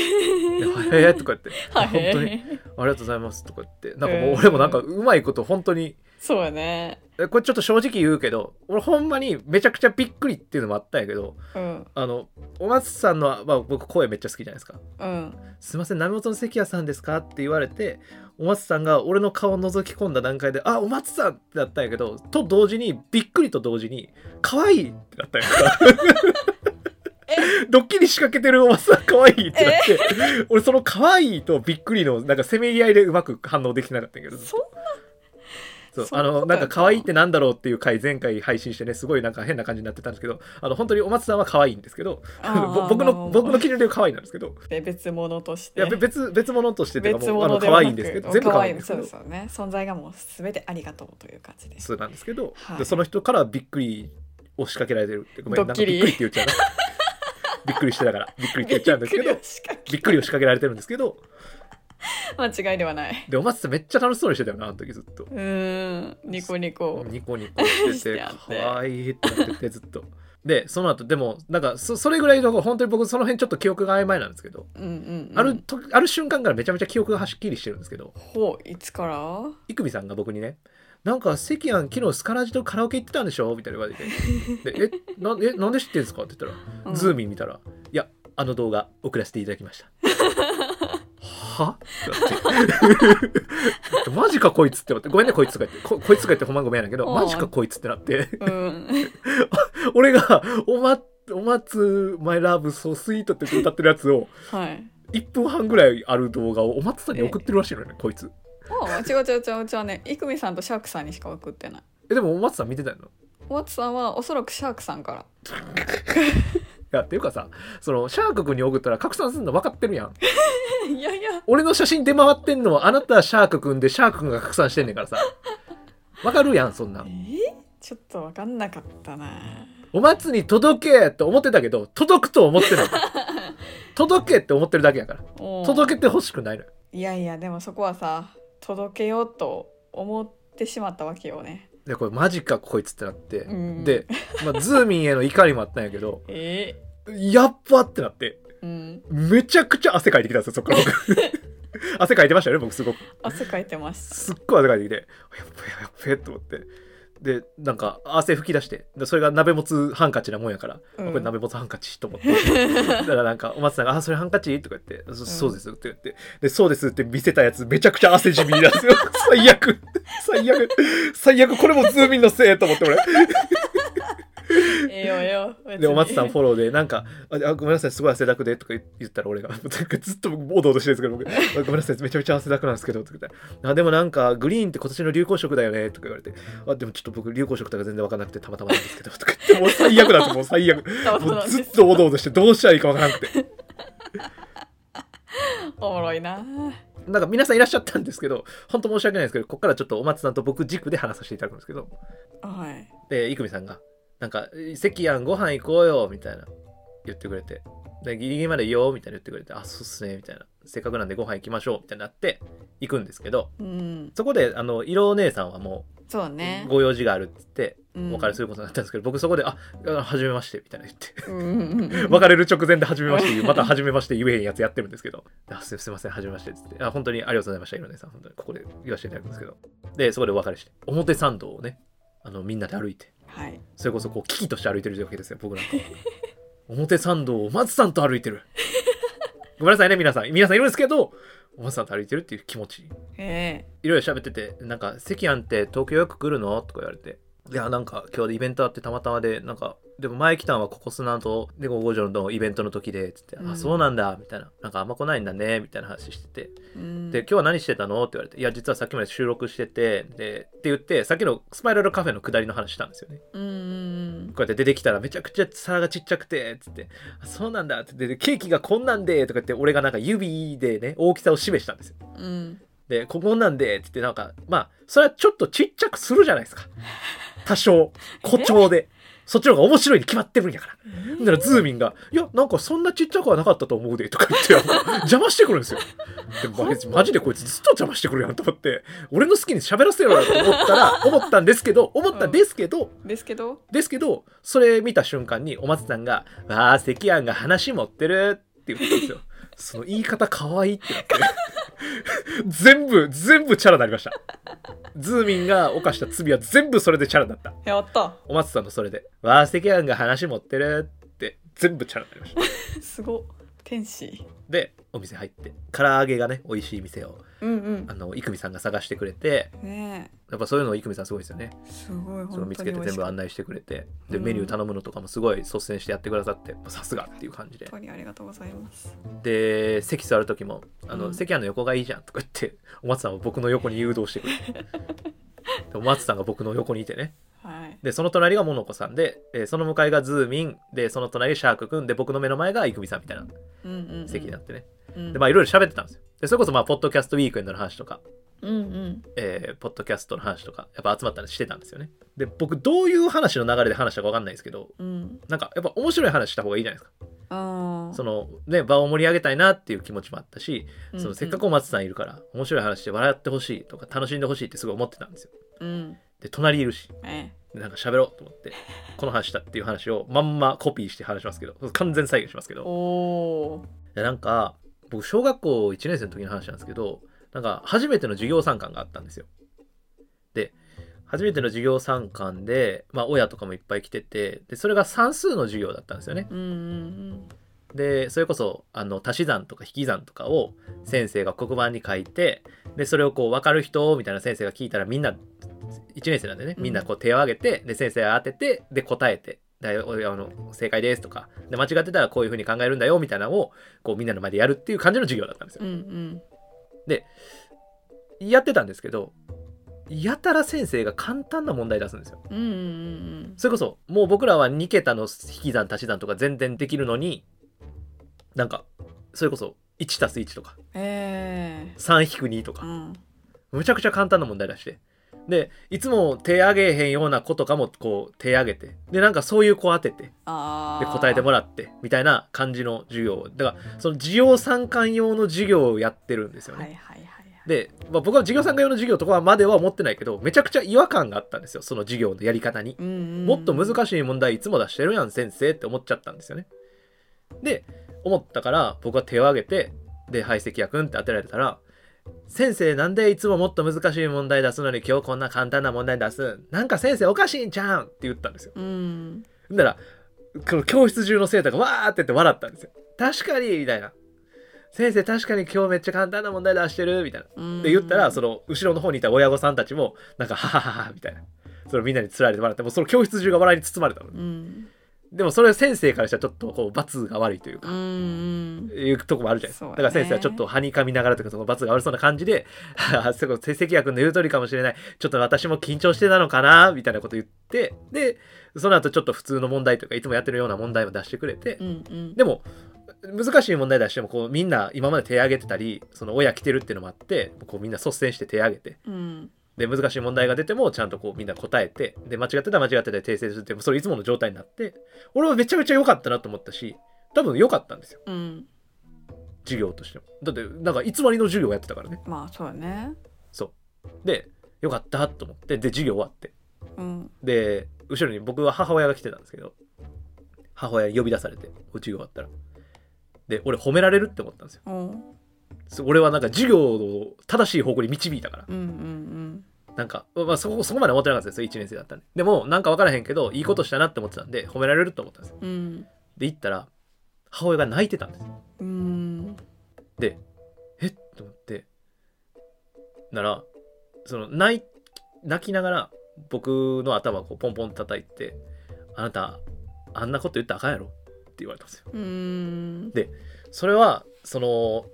Speaker 1: へえ」とか言って「
Speaker 2: はい
Speaker 1: 本当にありがとうございますとか言ってなんかも
Speaker 2: え
Speaker 1: う
Speaker 2: ー
Speaker 1: 俺もなんかうまいこと本当に
Speaker 2: そうやね
Speaker 1: えこれちょっと正直言うけど俺ほんまにめちゃくちゃびっくりっていうのもあったんやけど
Speaker 2: うん
Speaker 1: あのお松さんの、まあ、僕声めっちゃ好きじゃないですか
Speaker 2: うん
Speaker 1: 「すいません波本の関谷さんですか?」って言われてお松さんが俺の顔を覗き込んだ段階で「あお松さん!」ってなったんやけどと同時にびっくりと同時に「可愛いってなったんやんか ドッキリ仕掛けてるお松さん可愛いってなって俺その可愛いとびっくりのなんかせめぎ合いでうまく反応できてなかったんやけど
Speaker 2: そん
Speaker 1: そう
Speaker 2: そん
Speaker 1: あ
Speaker 2: な
Speaker 1: の
Speaker 2: こと
Speaker 1: なん
Speaker 2: や
Speaker 1: か可愛いってなんだろうっていう回前回配信してねすごいなんか変な感じになってたんですけどあの本当にお松さんは可愛いんですけどぼ僕の僕の基準で可愛いなんですけど
Speaker 2: で別物とし
Speaker 1: い
Speaker 2: て
Speaker 1: やべ別別物としてというか
Speaker 2: 別
Speaker 1: もうあの
Speaker 2: 物で
Speaker 1: 可
Speaker 2: はなく
Speaker 1: 愛いんですけど全部可愛いんですけ
Speaker 2: そう
Speaker 1: ど
Speaker 2: ですよね存在がもう全てありがとうという感じです
Speaker 1: そうなんですけど、
Speaker 2: はい
Speaker 1: でその人からびっくりを仕掛けられてるってごめん
Speaker 2: ド
Speaker 1: なん
Speaker 2: ッ
Speaker 1: か
Speaker 2: キ
Speaker 1: びっ
Speaker 2: リ
Speaker 1: くりって言っ ちゃうなびっくりしてたからびっくりって言っちゃうんですけど
Speaker 2: びっくりを仕掛
Speaker 1: びっくりを仕掛けられてるんですけど
Speaker 2: け間違いではない
Speaker 1: でお松さんめっちゃ楽しそうにしてたよなあの時ずっと
Speaker 2: うーんニコニコ
Speaker 1: ニコニコして
Speaker 2: して
Speaker 1: て
Speaker 2: あって
Speaker 1: 可愛いってなっててずっとでその後でもなんかそそれぐらいの本当に僕その辺ちょっと記憶が曖昧なんですけど、
Speaker 2: うんうん、うん、
Speaker 1: あるとある瞬間からめちゃめちゃ記憶がはっきりしてるんですけど
Speaker 2: ほういつから
Speaker 1: 生見さんが僕にね「なんか関庵昨日スカラジとカラオケ行ってたんでしょ?」みたいな言われて「でえなえなんで知ってるんですか?」って言ったら、
Speaker 2: うん
Speaker 1: ズーミン見たら「いやあの動画送らせていただきました」はだってマジかこいつって思ってごめんねこいつとか言ってここいつとか言ってほんまごめんやねんけど
Speaker 2: うん
Speaker 1: マジかこいつってなって
Speaker 2: うん
Speaker 1: 俺がおま「おまつマイラブソスイート」って歌ってるやつを
Speaker 2: はい
Speaker 1: 1分半ぐらいある動画をお松さんに送ってるらしいのよねこいつ
Speaker 2: あ違う違う違う違うね生見さんとシャークさんにしか送ってない
Speaker 1: えでもお松さん見てたの
Speaker 2: お松さんはおそらくシャークさんか
Speaker 1: い
Speaker 2: ら
Speaker 1: やっていうかさそのシャーク君に送ったら拡散するの分かってるやん
Speaker 2: いやいや
Speaker 1: 俺の写真出回ってんのはあなたはシャーク君でシャーク君が拡散してんねんからさ分かるやんそんな
Speaker 2: え
Speaker 1: ん
Speaker 2: ーちょっと分かんなかったな
Speaker 1: お松に届けと思ってたけど届くと思ってない届けって思ってるだけやから
Speaker 2: 届
Speaker 1: 届けてほしくないのよ
Speaker 2: いやいやでもそこはさ届けようと思ってしまったわけよね
Speaker 1: でこれマジかこいつってなって、
Speaker 2: うん
Speaker 1: で、まあ、ズーミンへの怒りもあったんやけど
Speaker 2: え
Speaker 1: やっばってなって
Speaker 2: えうん
Speaker 1: めちゃくちゃ汗かいてきたんですよそっから僕 汗かいてましたよね僕すごく
Speaker 2: 汗かいてます
Speaker 1: すっごい汗かいてきて、やっべやっべと思って。で、なんか汗拭き出して、でそれが鍋もつハンカチなもんやから、
Speaker 2: うん
Speaker 1: あこれ鍋もつハンカチと思って。だからなんか、お松さんが、あ、それハンカチとか言って、そそうですって言って、で、そうですって見せたやつ、めちゃくちゃ汗じみなんですよ。 最悪、最悪、最悪、これもズーミンのせいと思って、俺。
Speaker 2: ええよええよ別に
Speaker 1: でお松さんフォローでなんか「ああごめんなさいすごい汗だくで」とか言言ったら俺が なんかずっと僕おどおどしてるんですけど僕あ「ごめんなさいめちゃめちゃ汗だくなんですけど」とか言ったらあ「でもなんかグリーンって今年の流行色だよね」とか言われて「あでもちょっと僕流行色とか全然わかんなくてたまたまなんですけど」とか言ってもう最悪だってもう最悪
Speaker 2: そう
Speaker 1: も
Speaker 2: なん
Speaker 1: う
Speaker 2: です
Speaker 1: ずっとおどおどしてどうしたらいいかわからなくて
Speaker 2: おもろいな
Speaker 1: なんか皆さんいらっしゃったんですけど本当申し訳ないですけどここからちょっとお松さんと僕軸で話させていただくんですけど
Speaker 2: はい
Speaker 1: で生見さんが「なんか関やんご飯行こうよ」みたいな言ってくれてでギリギリまでいいよみたいな言ってくれてあそうっすねみたいなせっかくなんでご飯行きましょうみたいになって行くんですけど
Speaker 2: うん
Speaker 1: そこであの色お姉さんはも
Speaker 2: そう
Speaker 1: う、
Speaker 2: ね
Speaker 1: ご用事があるって言って
Speaker 2: うん
Speaker 1: お別れすることになったんですけど、僕そこで「ああ初めまして」みたいな言って
Speaker 2: うんうんうんうん
Speaker 1: 別れる直前で初めまして言 うまた初めまして言えへんやつやってるんですけど「あすすいません初めまして」っつって「あ本当にありがとうございましたいろねさん本当にここで言わせていただくんですけどでそこでお別れして表参道をねあのみんなで歩いて
Speaker 2: はい
Speaker 1: それこそこう危機として歩いてるわけですよ僕なん かは表参道を松さんと歩いてるごめんなさいね皆さん皆さんいるんですけど松さんと歩いてるっていう気持ち
Speaker 2: え
Speaker 1: いろいろ喋ってて「なんか関庵って東京よく来るの?」とか言われて「いやなんか今日でイベントあってたまたまでなんかでも前来たんはここ砂とで五条のイベントの時で」つって「
Speaker 2: う
Speaker 1: あ
Speaker 2: ん
Speaker 1: そうなんだ」みたいな「なんかあんま来ないんだね」みたいな話してて
Speaker 2: えうん
Speaker 1: 「で今日は何してたの?」って言われて「いや実はさっきまで収録してて」でって言ってさっきのスパイラルカフェの下りの話したんですよね。
Speaker 2: うんうん
Speaker 1: こうやって出てきたらめちゃくちゃ皿がちっちゃくてつって「あそうなんだ」って言って「ケーキがこんなんで」とか言って俺がなんか指でね大きさを示したんですよ。
Speaker 2: うんうん
Speaker 1: で、ここなんで、って言って、なんか、まあ、それはちょっとちっちゃくするじゃないですか。多少、誇張で。そっちの方が面白いに決まってるんやから。ほんなら、ズーミンが、いや、なんかそんなちっちゃくはなかったと思うで、とか言って、なんか邪魔してくるんですよ。でも、マジでこいつずっと邪魔してくるやんと思って、俺の好きに喋らせろよと思ったら、思ったんですけど、思ったんですけど、
Speaker 2: ですけど
Speaker 1: ですけど、それ見た瞬間に、お松さんが、わあ、関庵が話持ってるって言ったんですよ。その言い方可愛いってなって。 全部、全部チャラになりました。ズーミンが犯した罪は全部それでチャラになった。
Speaker 2: やった
Speaker 1: お松さんのそれで、わあ、関庵が話持ってるって、全部チャラになりました。
Speaker 2: すごっ天使
Speaker 1: で、お店入って、唐揚げがね、美味しい店を、
Speaker 2: うん
Speaker 1: あの、生見さんが探してくれて、
Speaker 2: うんねえ
Speaker 1: やっぱそういうの生見さんすごいですよね。
Speaker 2: すごい
Speaker 1: その
Speaker 2: 本
Speaker 1: 見
Speaker 2: 当
Speaker 1: つ
Speaker 2: に
Speaker 1: け
Speaker 2: 美
Speaker 1: て全
Speaker 2: 味し
Speaker 1: 部
Speaker 2: かっ
Speaker 1: 案
Speaker 2: た
Speaker 1: 内してくれてで
Speaker 2: うん
Speaker 1: メニュー頼むのとかもすごい率先してやってくださってさすがっていう感じで
Speaker 2: 本当にありがとうございます
Speaker 1: で席座る時も「あの、
Speaker 2: うん
Speaker 1: 席あの横がいいじゃん」とか言って お松さんは僕の横に誘導してく れてでお松さんが僕の横にいてね
Speaker 2: はい
Speaker 1: でその隣がモノコさんで、えーその向かいがズーミンでその隣シャークくんで僕の目の前がイクミさんみたいな
Speaker 2: うんうんうん
Speaker 1: 席になってね、
Speaker 2: うん
Speaker 1: でまあいろいろ喋ってたんですよでそれこそまあポッドキャストウィークエンドの話とか
Speaker 2: うんうん
Speaker 1: えーポッドキャストの話とかやっぱ集まったりしてたんですよねで僕どういう話の流れで話したか分かんないですけど
Speaker 2: うん
Speaker 1: なんかやっぱ面白い話した方がいいじゃないですか
Speaker 2: あ
Speaker 1: そのね場を盛り上げたいなっていう気持ちもあったし
Speaker 2: の
Speaker 1: そのせっかくお松さんいるから面白い話で笑ってほしいとか楽しんでほしいってすごい思ってたんですよ
Speaker 2: うん
Speaker 1: で隣いるし
Speaker 2: え
Speaker 1: でなんか喋ろうと思ってこの話したっていう話をまんまコピーして話しますけど完全再現しますけ
Speaker 2: え
Speaker 1: ど
Speaker 2: おー
Speaker 1: でなんか僕小学校1年生の時の話なんですけどなんか初めての授業参観があったんですよ。で初めての授業参観で、まあ、親とかもいっぱい来ててでそれが算数の授業だったんですよね。
Speaker 2: うんうん
Speaker 1: でそれこそあの足し算とか引き算とかを先生が黒板に書いてでそれをこう分かる人みたいな先生が聞いたらみんな1年生なんでねみんなこう手を挙げてで先生が当ててで答えてだいおあの正解ですとかで間違ってたらこういうふうに考えるんだよみたいなのをこうみんなの前でやるっていう感じの授業だったんです
Speaker 2: うんう
Speaker 1: よ。
Speaker 2: ん
Speaker 1: やってたんですけどやたら先生が簡単な問題出すんですよ。
Speaker 2: うんうんうん
Speaker 1: それこそもう僕らは2桁の引き算足し算とか全然できるのになんかそれこそ1たす1とか
Speaker 2: ええ
Speaker 1: 3-2と
Speaker 2: う
Speaker 1: か
Speaker 2: ん
Speaker 1: むちゃくちゃ簡単な問題出してでいつも手上げへんような子とかもこう手上げてでなんかそういう子当てて
Speaker 2: あ
Speaker 1: で答えても
Speaker 2: ら
Speaker 1: らってみたいな感じの授業だからその授業参観用の授業をやってるんですよね。
Speaker 2: はいはいはいはい
Speaker 1: で、まあ、僕は授業参観用の授業とかまでは思ってないけどめちゃくちゃ違和感があったんですよその授業のやり方に。
Speaker 2: うんうん
Speaker 1: もっと難しい問題いつも出してるやん先生って思っちゃったんですよね。で思ったから僕は手を挙げてで「はい関谷君」って当てられたら「先生なんでいつももっと難しい問題出すのに今日こんな簡単な問題出すんなんか先生おかしいんちゃうん」って言ったんですよ。
Speaker 2: うん
Speaker 1: だからこの教室中の生徒がわーって言って笑ったんですよ。確かにみたいな。先生確かに今日めっちゃ簡単な問題出してるみたいな。
Speaker 2: うん
Speaker 1: で言ったらその後ろの方にいた親御さんたちもなんか「はははは」みたいなそれみんなにつられて笑ってもうその教室中が笑いに包まれたの
Speaker 2: うん
Speaker 1: でもそれ先生からしたらちょっとこう罰が悪いという
Speaker 2: う
Speaker 1: か、
Speaker 2: ん
Speaker 1: いうとこもあるじゃないですか、
Speaker 2: そうね
Speaker 1: だから先生はちょっとはにかみながらというかその罰が悪そうな感じで 「ははそこ関谷君の言う通りかもしれないちょっと私も緊張してたのかな」みたいなこと言ってでその後ちょっと普通の問題とかいつもやってるような問題も出してくれて
Speaker 2: うんう、ん
Speaker 1: でも難しい問題出してもこうみんな今まで手挙げてたりその親来てるっていうのもあってこうみんな率先して手挙げて
Speaker 2: うん
Speaker 1: で難しい問題が出てもちゃんとこうみんな答えてで間違ってたら間違ってたら訂正するってそれいつもの状態になって俺はめちゃめちゃ良かったなと思ったし多分良かったんですよ
Speaker 2: うん
Speaker 1: 授業としてもだってなんか偽りの授業をやってたからね
Speaker 2: まあそうよね
Speaker 1: そうで良かったと思ってで授業終わって
Speaker 2: うん
Speaker 1: で後ろに僕は母親が来てたんですけど母親に呼び出されてお授業終わったらで俺褒められるって思ったんですよ
Speaker 2: おう
Speaker 1: そう俺はなんか授業を正しい方向に導いたから
Speaker 2: うんうん
Speaker 1: なんか、まあ、そこそこまで思ってなかったですよ1年生だったんででもなんか分からへんけどいいことしたなって思ってたんで褒められると思ったんですよ
Speaker 2: うんうん
Speaker 1: で行ったら母親が泣いてたんですよ
Speaker 2: うん
Speaker 1: でえっと思ってならその泣い泣きながら僕の頭をこうポンポン叩いて「あなたあんなこと言ったらあかんやろ」って言われたんですよ
Speaker 2: うん
Speaker 1: それはその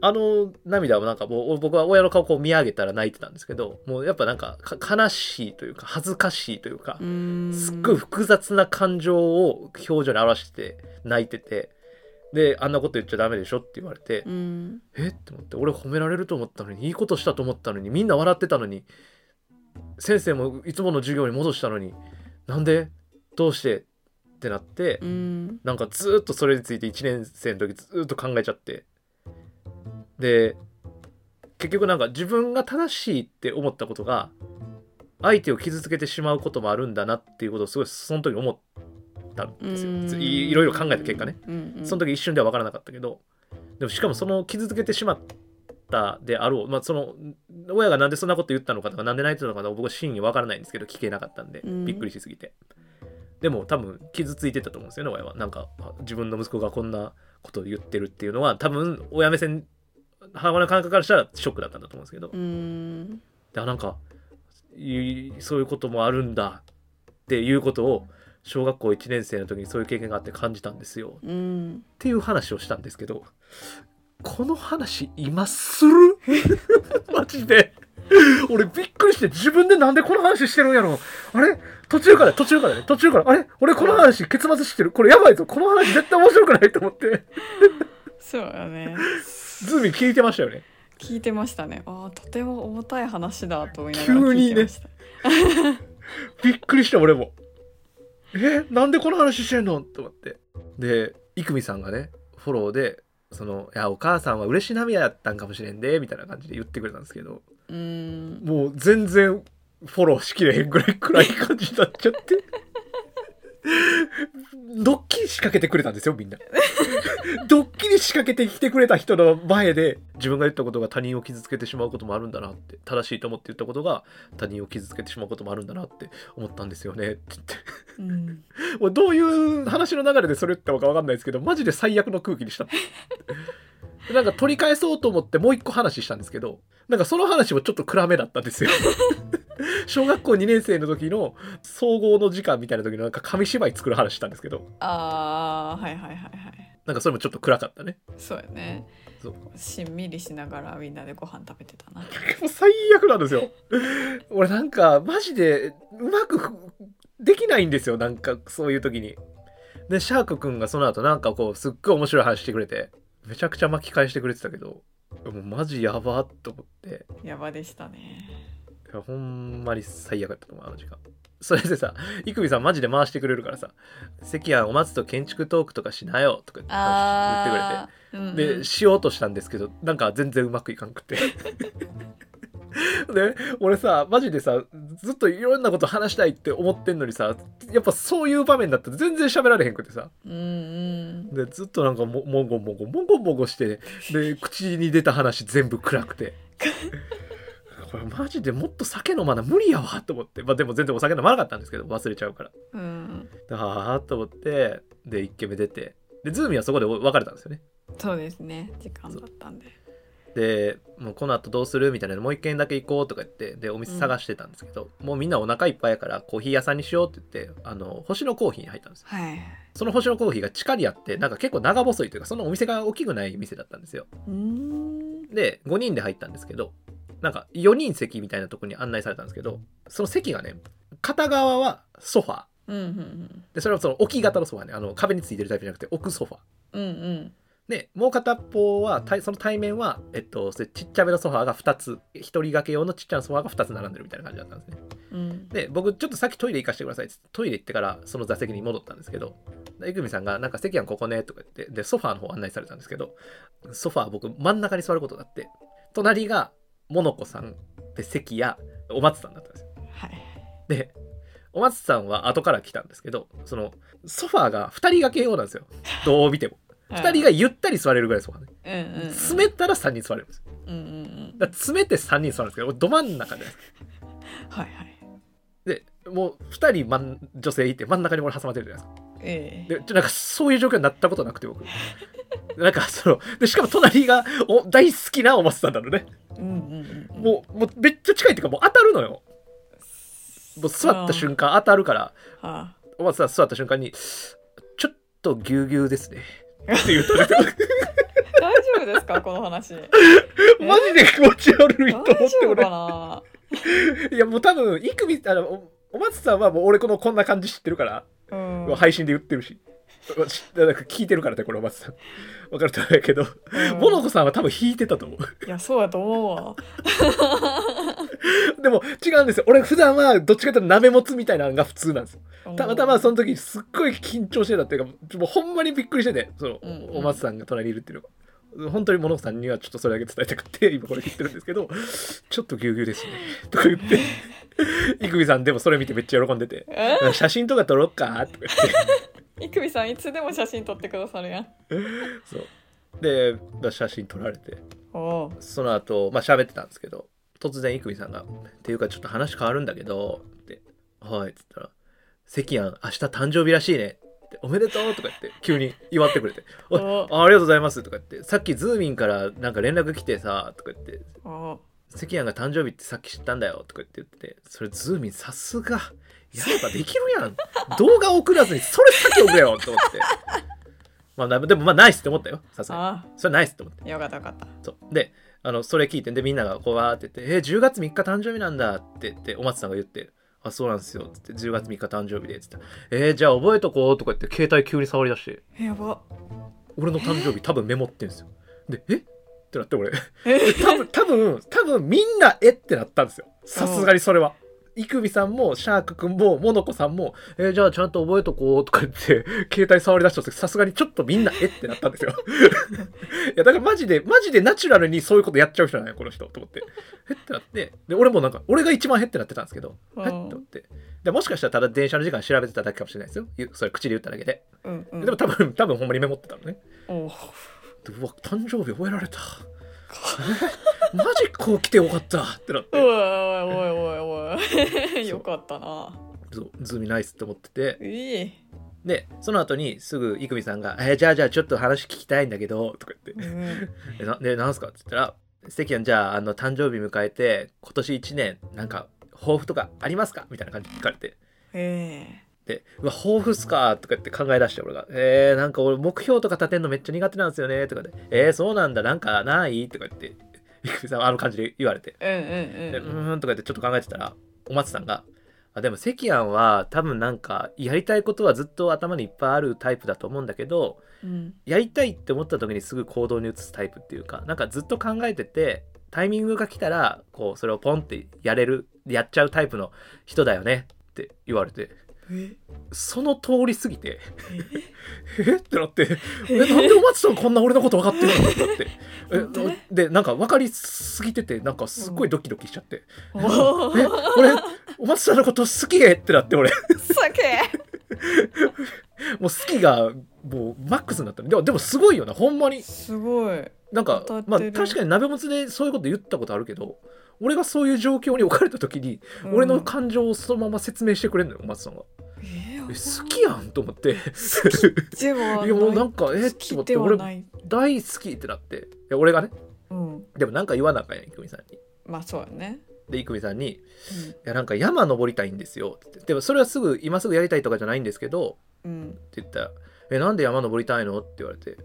Speaker 1: あの涙をなんかもう僕は親の顔をこう見上げたら泣いてたんですけどもうやっぱなんかか悲しいというか恥ずかしいというか
Speaker 2: うん
Speaker 1: すっごい複雑な感情を表情に表して泣いててであんなこと言っちゃダメでしょって言われて
Speaker 2: うん
Speaker 1: えって思って俺褒められると思ったのにいいことしたと思ったのにみんな笑ってたのに先生もいつもの授業に戻したのになんでどうしてってなって
Speaker 2: うん
Speaker 1: なんかずーっとそれについて1年生の時ずーっと考えちゃってで結局なんか自分が正しいって思ったことが相手を傷つけてしまうこともあるんだなっていうことをすごいその時思ったんですよ
Speaker 2: うん
Speaker 1: いいろいろ考えた結果ね
Speaker 2: うんうん
Speaker 1: その時一瞬では分からなかったけどでもしかもその傷つけてしまったであろう、まあ、その親がなんでそんなこと言ったのかとかなんで泣いてたのかとか僕は真意分からないんですけど聞けなかったんで
Speaker 2: うん
Speaker 1: びっくりしすぎて、でも多分傷ついてたと思うんですよね親はなんかあ自分の息子がこんなことを言ってるっていうのは多分親目線母親の感覚からしたらショックだったんだと思うんですけど、
Speaker 2: うん
Speaker 1: であなんかいそういうこともあるんだっていうことを小学校1年生の時にそういう経験があって感じたんですよ
Speaker 2: うん
Speaker 1: っていう話をしたんですけどこの話今する マジで俺びっくりして自分でなんでこの話してるんやろあれ途中から途中からね途中からあれ俺この話結末してるこれやばいぞこの話絶対面白くないと思って
Speaker 2: そうよね
Speaker 1: ズーミン聞いてましたよね
Speaker 2: 聞いてましたねああとても重たい話だと思いながら
Speaker 1: 急
Speaker 2: 聞
Speaker 1: に
Speaker 2: い
Speaker 1: ね
Speaker 2: てました、
Speaker 1: びっくりした俺もえなんでこの話してんのと思ってで生美さんがねフォローでその「いやお母さんは嬉し涙やったんかもしれんで」みたいな感じで言ってくれたんですけど
Speaker 2: うん
Speaker 1: もう全然フォローしきれへんぐらい暗い感じになっちゃって。ドッキリ仕掛けてくれたんですよみんなドッキリ仕掛けてきてくれた人の前で自分が言ったことが他人を傷つけてしまうこともあるんだなって正しいと思って言ったことが他人を傷つけてしまうこともあるんだなって思ったんですよねって言って
Speaker 2: うん
Speaker 1: もうどういう話の流れでそれ言ったのか分かんないですけどマジで最悪の空気にした なんか取り返そうと思ってもう一個話したんですけどなんかその話もちょっと暗めだったんですよ小学校2年生の時の総合の時間みたいな時のなんか紙芝居作る話したんですけど
Speaker 2: ああはいはいはいはい
Speaker 1: なんかそれもちょっと暗かったね
Speaker 2: そうよね
Speaker 1: そう
Speaker 2: しんみりしながらみんなでご飯食べてたな
Speaker 1: もう最悪なんですよ俺なんかマジでうまくふできないんですよなんかそういう時にでシャークくんがその後なんかこうすっごい面白い話してくれてめちゃくちゃ巻き返してくれてたけどもうマジやばっと思って
Speaker 2: やばでしたね
Speaker 1: いやほんまに最悪だったと思うあの時間それでさ生美さんマジで回してくれるからさ「関谷お松と建築トークとかしなよ」とか言って言ってくれて
Speaker 2: ああー
Speaker 1: でしようとしたんですけどなんか全然うまくいかんくてで俺さマジでさずっといろんなこと話したいって思ってんのにさやっぱそういう場面だったら全然喋られへんくてさ
Speaker 2: うんうん
Speaker 1: でずっとなんかももごもごもごもごしてで口に出た話全部暗くてこれマジでもっと酒飲まな無理やわと思ってまあでも全然お酒飲まなかったんですけど忘れちゃうから
Speaker 2: うんうん
Speaker 1: ああと思ってで1軒目出てでズーミンはそこで別れたんですよね
Speaker 2: そうですね時間だったんで
Speaker 1: でもうこの後どうするみたいなのもう一軒だけ行こうとか言ってでお店探してたんですけど、もうみんなお腹いっぱいやからコーヒー屋さんにしようって言ってあの星のコーヒーに入ったんですよ
Speaker 2: はい
Speaker 1: その星のコーヒーが地下にあってなんか結構長細いというかそのお店が大きくない店だったんですよ
Speaker 2: うーん
Speaker 1: で5人で入ったんですけどなんか4人席みたいなとこに案内されたんですけどその席がね片側はソファー
Speaker 2: うんうん
Speaker 1: でそれはその置き型のソファーねあの壁についてるタイプじゃなくて置くソファー
Speaker 2: うんうん
Speaker 1: でもう片方は対その対面は、えっと、それちっちゃめのソファーが2つ一人掛け用のちっちゃなソファーが2つ並んでるみたいな感じだったんですね
Speaker 2: うん
Speaker 1: で僕ちょっとさっきトイレ行かせてくださいっつってトイレ行ってからその座席に戻ったんですけどえぐみさんが「なんか席はここね」とか言ってでソファーの方案内されたんですけどソファー僕真ん中に座ることになって隣がモノコさんで関やお松さんだったんですよ
Speaker 2: はい
Speaker 1: でお松さんは後から来たんですけどそのソファーが2人掛け用なんですよどう見ても2人がゆったり座れるぐらいですもんね
Speaker 2: うんうんうん
Speaker 1: 詰めたら3人座れるんですよ
Speaker 2: うんうんうん
Speaker 1: だから詰めて3人座るんですけど俺ど真ん中じゃないですか
Speaker 2: はいはい
Speaker 1: でもう2人真ん女性いて真ん中に俺挟まってるじゃないですか
Speaker 2: ええ
Speaker 1: でちょっとなんかそういう状況になったことなくて 僕なんかそのでしかも隣がお大好きなお松さんなのね
Speaker 2: うんうんうんうん
Speaker 1: もうもうめっちゃ近いっていうかもう当たるのよもう座った瞬間当たるから
Speaker 2: はあ
Speaker 1: お松さん座った瞬間に「ちょっとぎゅうぎゅうですね」って言ったら
Speaker 2: 大丈夫ですかこ の話
Speaker 1: マジで気持ち悪い
Speaker 2: 大
Speaker 1: と
Speaker 2: 丈
Speaker 1: 思って
Speaker 2: 夫
Speaker 1: 俺
Speaker 2: かない
Speaker 1: やもう多分いくみあのおお松さんはもう俺このこんな感じ知ってるから、
Speaker 2: うん
Speaker 1: 配信で言ってるし知なんか聞いてるからねこれお松さん分かると思うけど、
Speaker 2: うん
Speaker 1: モノコさんは多分引いてたと思う
Speaker 2: いやそうやと思うわ
Speaker 1: でも違うんですよ俺普段はどっちかというと鍋もつみたいなのが普通なんですよたまたまその時すっごい緊張してたっていうかもうほんまにびっくりしててその、
Speaker 2: うんうん
Speaker 1: お松さんが隣にいるっていうのが本当にモノコさんにはちょっとそれだけ伝えたくて今 これ言ってるんですけど「ちょっとぎゅうぎゅうですね」とか言 っていくみさんでもそれ見てめっちゃ喜んでて
Speaker 2: え
Speaker 1: 「 写真とか撮ろっか」とか言って
Speaker 2: いくみさんいつでも写真撮ってくださるやん
Speaker 1: そうで写真撮られて
Speaker 2: おう
Speaker 1: その後まあ喋ってたんですけど突然生見さんが「っていうかちょっと話変わるんだけど」って「はい」っつったら「関やん明日誕生日らしいね」って「おめでとう」とか言って急に祝ってくれて「おい
Speaker 2: お
Speaker 1: あありがとうございます」とか言って「さっきズーミンからなんか連絡来てさ」とか言って
Speaker 2: おう
Speaker 1: 「関やんが誕生日ってさっき知ったんだよ」とか言って言っててそれズーミンさすがやっぱできるやん動画送らずにそれ先送れよと思ってまあでもまあナイスって思ったよさすがに
Speaker 2: あ
Speaker 1: それナイスって思った
Speaker 2: あよかったよかった
Speaker 1: そうであのそれ聞いてでみんながこうわーって言って「えー10月3日誕生日なんだ」って言ってお松さんが言って「あそうなんですよ」っつって「10月3日誕生日で」っつって「えーじゃあ覚えとこう」とか言って携帯急に触り出して
Speaker 2: やば
Speaker 1: 俺の誕生日多分メモってんですよで「えっ?」てなって俺
Speaker 2: え
Speaker 1: 多分多分多分みんな「えっ?」てなったんですよさすがにそれは。イクミさんもシャークくんもモノコさんも「えーじゃあちゃんと覚えとこう」とか言って 携帯触り出したんですけどさすがにちょっとみんな「えっ?」てなったんです よ。いやだからマジでマジでナチュラルにそういうことやっちゃう人なんやこの人と思ってへってなってで俺もなんか俺が一番へってなってたんですけど
Speaker 2: う
Speaker 1: へ
Speaker 2: ん
Speaker 1: って思ってでもしかしたらただ電車の時間調べてただけかもしれないですよゆそれ口で言っただけで
Speaker 2: うんうん
Speaker 1: でも多分多分ほんまにメモってたのね
Speaker 2: おう
Speaker 1: でうわ誕生日覚えられた マジこう来てよかったってなっ
Speaker 2: お
Speaker 1: て
Speaker 2: いおいおいお いおいよかったな
Speaker 1: そうズームナイスって思ってて
Speaker 2: いい
Speaker 1: でその後にすぐイクミさんが「えーじゃあじゃあちょっと話聞きたいんだけど」とか言って
Speaker 2: うん
Speaker 1: えなでなんすかって言ったら「関やんじゃああの誕生日迎えて今年1年なんか抱負とかありますか?」みたいな感じで聞かれて
Speaker 2: え
Speaker 1: で「うわ抱負っすか?」とかって考え出して俺が「えー、なんか俺目標とか立てんのめっちゃ苦手なんですよね」とかで「えー、そうなんだなんかない?」とか言ってゆくみさんはあの感じで言われて
Speaker 2: えうん
Speaker 1: で
Speaker 2: う
Speaker 1: うん
Speaker 2: うん
Speaker 1: ーんとか言ってちょっと考えてたらお松さんが「あでも関やんは多分なんかやりたいことはずっと頭にいっぱいあるタイプだと思うんだけど
Speaker 2: うん
Speaker 1: やりたいって思った時にすぐ行動に移すタイプっていうかなんかずっと考えててタイミングが来たらこうそれをポンってやれるやっちゃうタイプの人だよねって言われて
Speaker 2: え
Speaker 1: その通り過ぎてえ ってなってえなんでお松さんこんな俺のこと分かってるのってな
Speaker 2: 本当
Speaker 1: って
Speaker 2: ね
Speaker 1: えでなんか分かりすぎててなんかすっごいドキドキしちゃって、
Speaker 2: お
Speaker 1: あえ
Speaker 2: お
Speaker 1: 俺お松さんのこと好きえってなって俺
Speaker 2: 酒
Speaker 1: もう好きがもうマックスになったでもでもすごいよなほんまに
Speaker 2: すごい
Speaker 1: なんか
Speaker 2: 当たっ、て
Speaker 1: まあ、
Speaker 2: る
Speaker 1: 確かに鍋もつでそういうこと言ったことあるけど俺がそういう状況に置かれた時に、俺の感情をそのまま説明してくれるのよお松さんが
Speaker 2: うんえ
Speaker 1: 「え
Speaker 2: ー
Speaker 1: 好きやん」と思 って
Speaker 2: ではい
Speaker 1: やもうな
Speaker 2: か
Speaker 1: んか「えっ?」と思
Speaker 2: 好き
Speaker 1: って
Speaker 2: では
Speaker 1: 俺
Speaker 2: ない
Speaker 1: 大好きってなっていや俺がね
Speaker 2: うん
Speaker 1: でもなんか言わなあかんやんいくみさんに。
Speaker 2: まあそうやね
Speaker 1: でいくみさんに「いやなんか山登りたいんですよ」って言ってでもそれはすぐ今すぐやりたいとかじゃないんですけど
Speaker 2: うんうん
Speaker 1: って言ったら「えなんで山登りたいの?」って言われて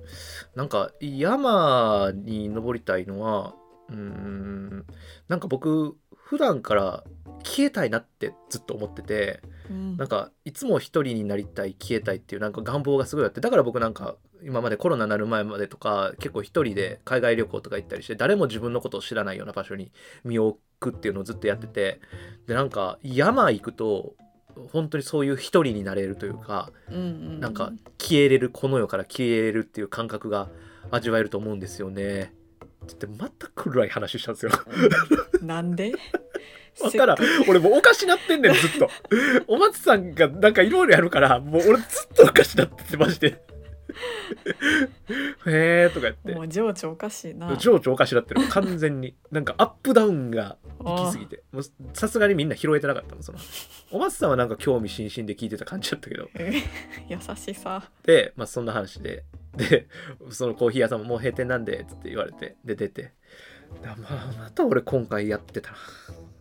Speaker 1: なんか山に登りたいのはうーんなんか僕普段から消えたいなってずっと思ってて
Speaker 2: うん
Speaker 1: なんかいつも一人になりたい消えたいっていうなんか願望がすごいあってだから僕なんか今までコロナになる前までとか結構一人で海外旅行とか行ったりして誰も自分のことを知らないような場所に身を置くっていうのをずっとやっててでなんか山行くと本当にそういう一人になれるというか
Speaker 2: うんうん、
Speaker 1: なんか消えれるこの世から消えれるっていう感覚が味わえると思うんですよね。ちょっとまた暗い話したんですよ。
Speaker 2: なんで
Speaker 1: わからん俺もうおかしなってんねんずっとお松さんがなんかいろいろやるからもう俺ずっとおかしなっててまして へえとか
Speaker 2: せっ
Speaker 1: 言
Speaker 2: も
Speaker 1: っ
Speaker 2: う情緒おかしいな
Speaker 1: て情緒おかしなってる完全になんかアップダウンが行
Speaker 2: あ
Speaker 1: き過ぎてもうさすがにみんな拾えてなかったのそのお松さんはなんか興味津々で聞いてた感じだったけど
Speaker 2: ー優しさ
Speaker 1: で、まあ、そんな話ででそのコーヒー屋さんももう閉店なんでつって言われてで出てでまあまた俺今回やってたな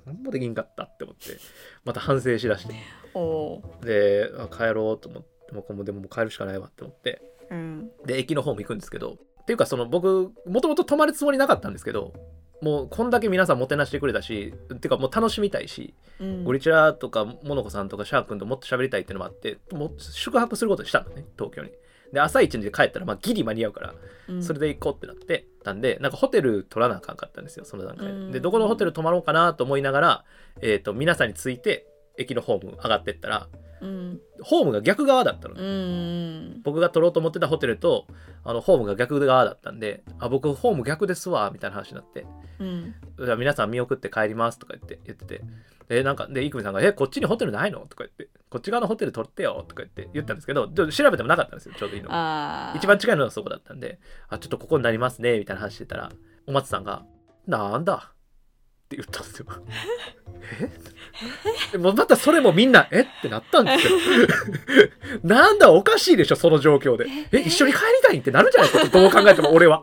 Speaker 1: 何もできんかったって思ってまた反省しだして
Speaker 2: おお
Speaker 1: であ帰ろうと思ってもうこれもでももう帰るしかないわって思って
Speaker 2: ーうん
Speaker 1: で駅の方も行くんですけどっていうかその僕もともと泊まるつもりなかったんですけどもうこんだけ皆さんもてなしてくれたしっていうかもう楽しみたいし、
Speaker 2: うん
Speaker 1: ゴリチラとかモノコさんとかシャークンともっと喋りたいっていうのもあってもう宿泊することにしたのね東京に。で朝一日で帰ったらまあギリ間に合うから
Speaker 2: うん
Speaker 1: それで行こうってなってたんでなんかホテル取らなあかんかったんですよその段階で
Speaker 2: うん
Speaker 1: でどこのホテル泊まろうかなと思いながら、えー、と皆さんについて駅のホーム上がってったら
Speaker 2: うん
Speaker 1: ホームが逆側だったの、
Speaker 2: うんうん
Speaker 1: 僕が取ろうと思ってたホテルとあのホームが逆側だったんで「あ僕ホーム逆ですわ」みたいな話になって
Speaker 2: うん
Speaker 1: 「じゃあ皆さん見送って帰ります」とか言って言ってて。でなんかで生見さんが「えこっちにホテルないの?」とか言って「こっち側のホテル取ってよ」とか言って言ったんですけどちょっと調べてもなかったんですよちょうどいいのが
Speaker 2: あー
Speaker 1: 一番近いのはそこだったんで「あちょっとここになりますね」みたいな話してたらお松さんが「なんだ?」って言ったんですよ。えでもうまたそれもみんな「えっ?」てなったん ですよ。なんだおかしいでしょその状況で。え一緒に帰りたいんってなるじゃないですかどう考えても俺は。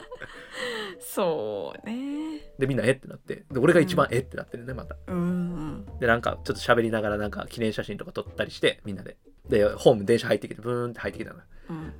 Speaker 2: そうね
Speaker 1: でみんな「えっ?」てなってで俺が一番「えっ?」てなってるねまた。
Speaker 2: うん
Speaker 1: でなんかちょっと喋りながらなんか記念写真とか撮ったりしてみんなで。でホーム電車入ってきてブーンって入ってきたの。
Speaker 2: うん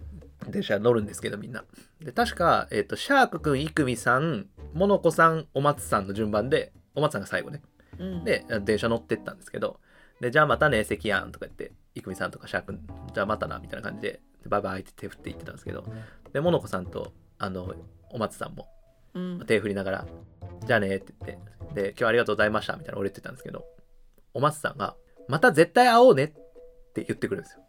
Speaker 1: 電車乗るんですけどみんなで確か、えっとシャークくん生見さんモノコさんお松さんの順番でお松さんが最後ね
Speaker 2: うん
Speaker 1: で電車乗ってったんですけどでじゃあまたね関やんとか言って生見さんとかシャークんじゃあまたなみたいな感じででバイバイって手振って言ってたんですけどでモノコさんとあのお松さんも
Speaker 2: うん
Speaker 1: 手振りながら「じゃあね」って言って「で今日ありがとうございました」みたいな俺言ってたんですけどお松さんが「また絶対会おうね」って言ってくるんですよ。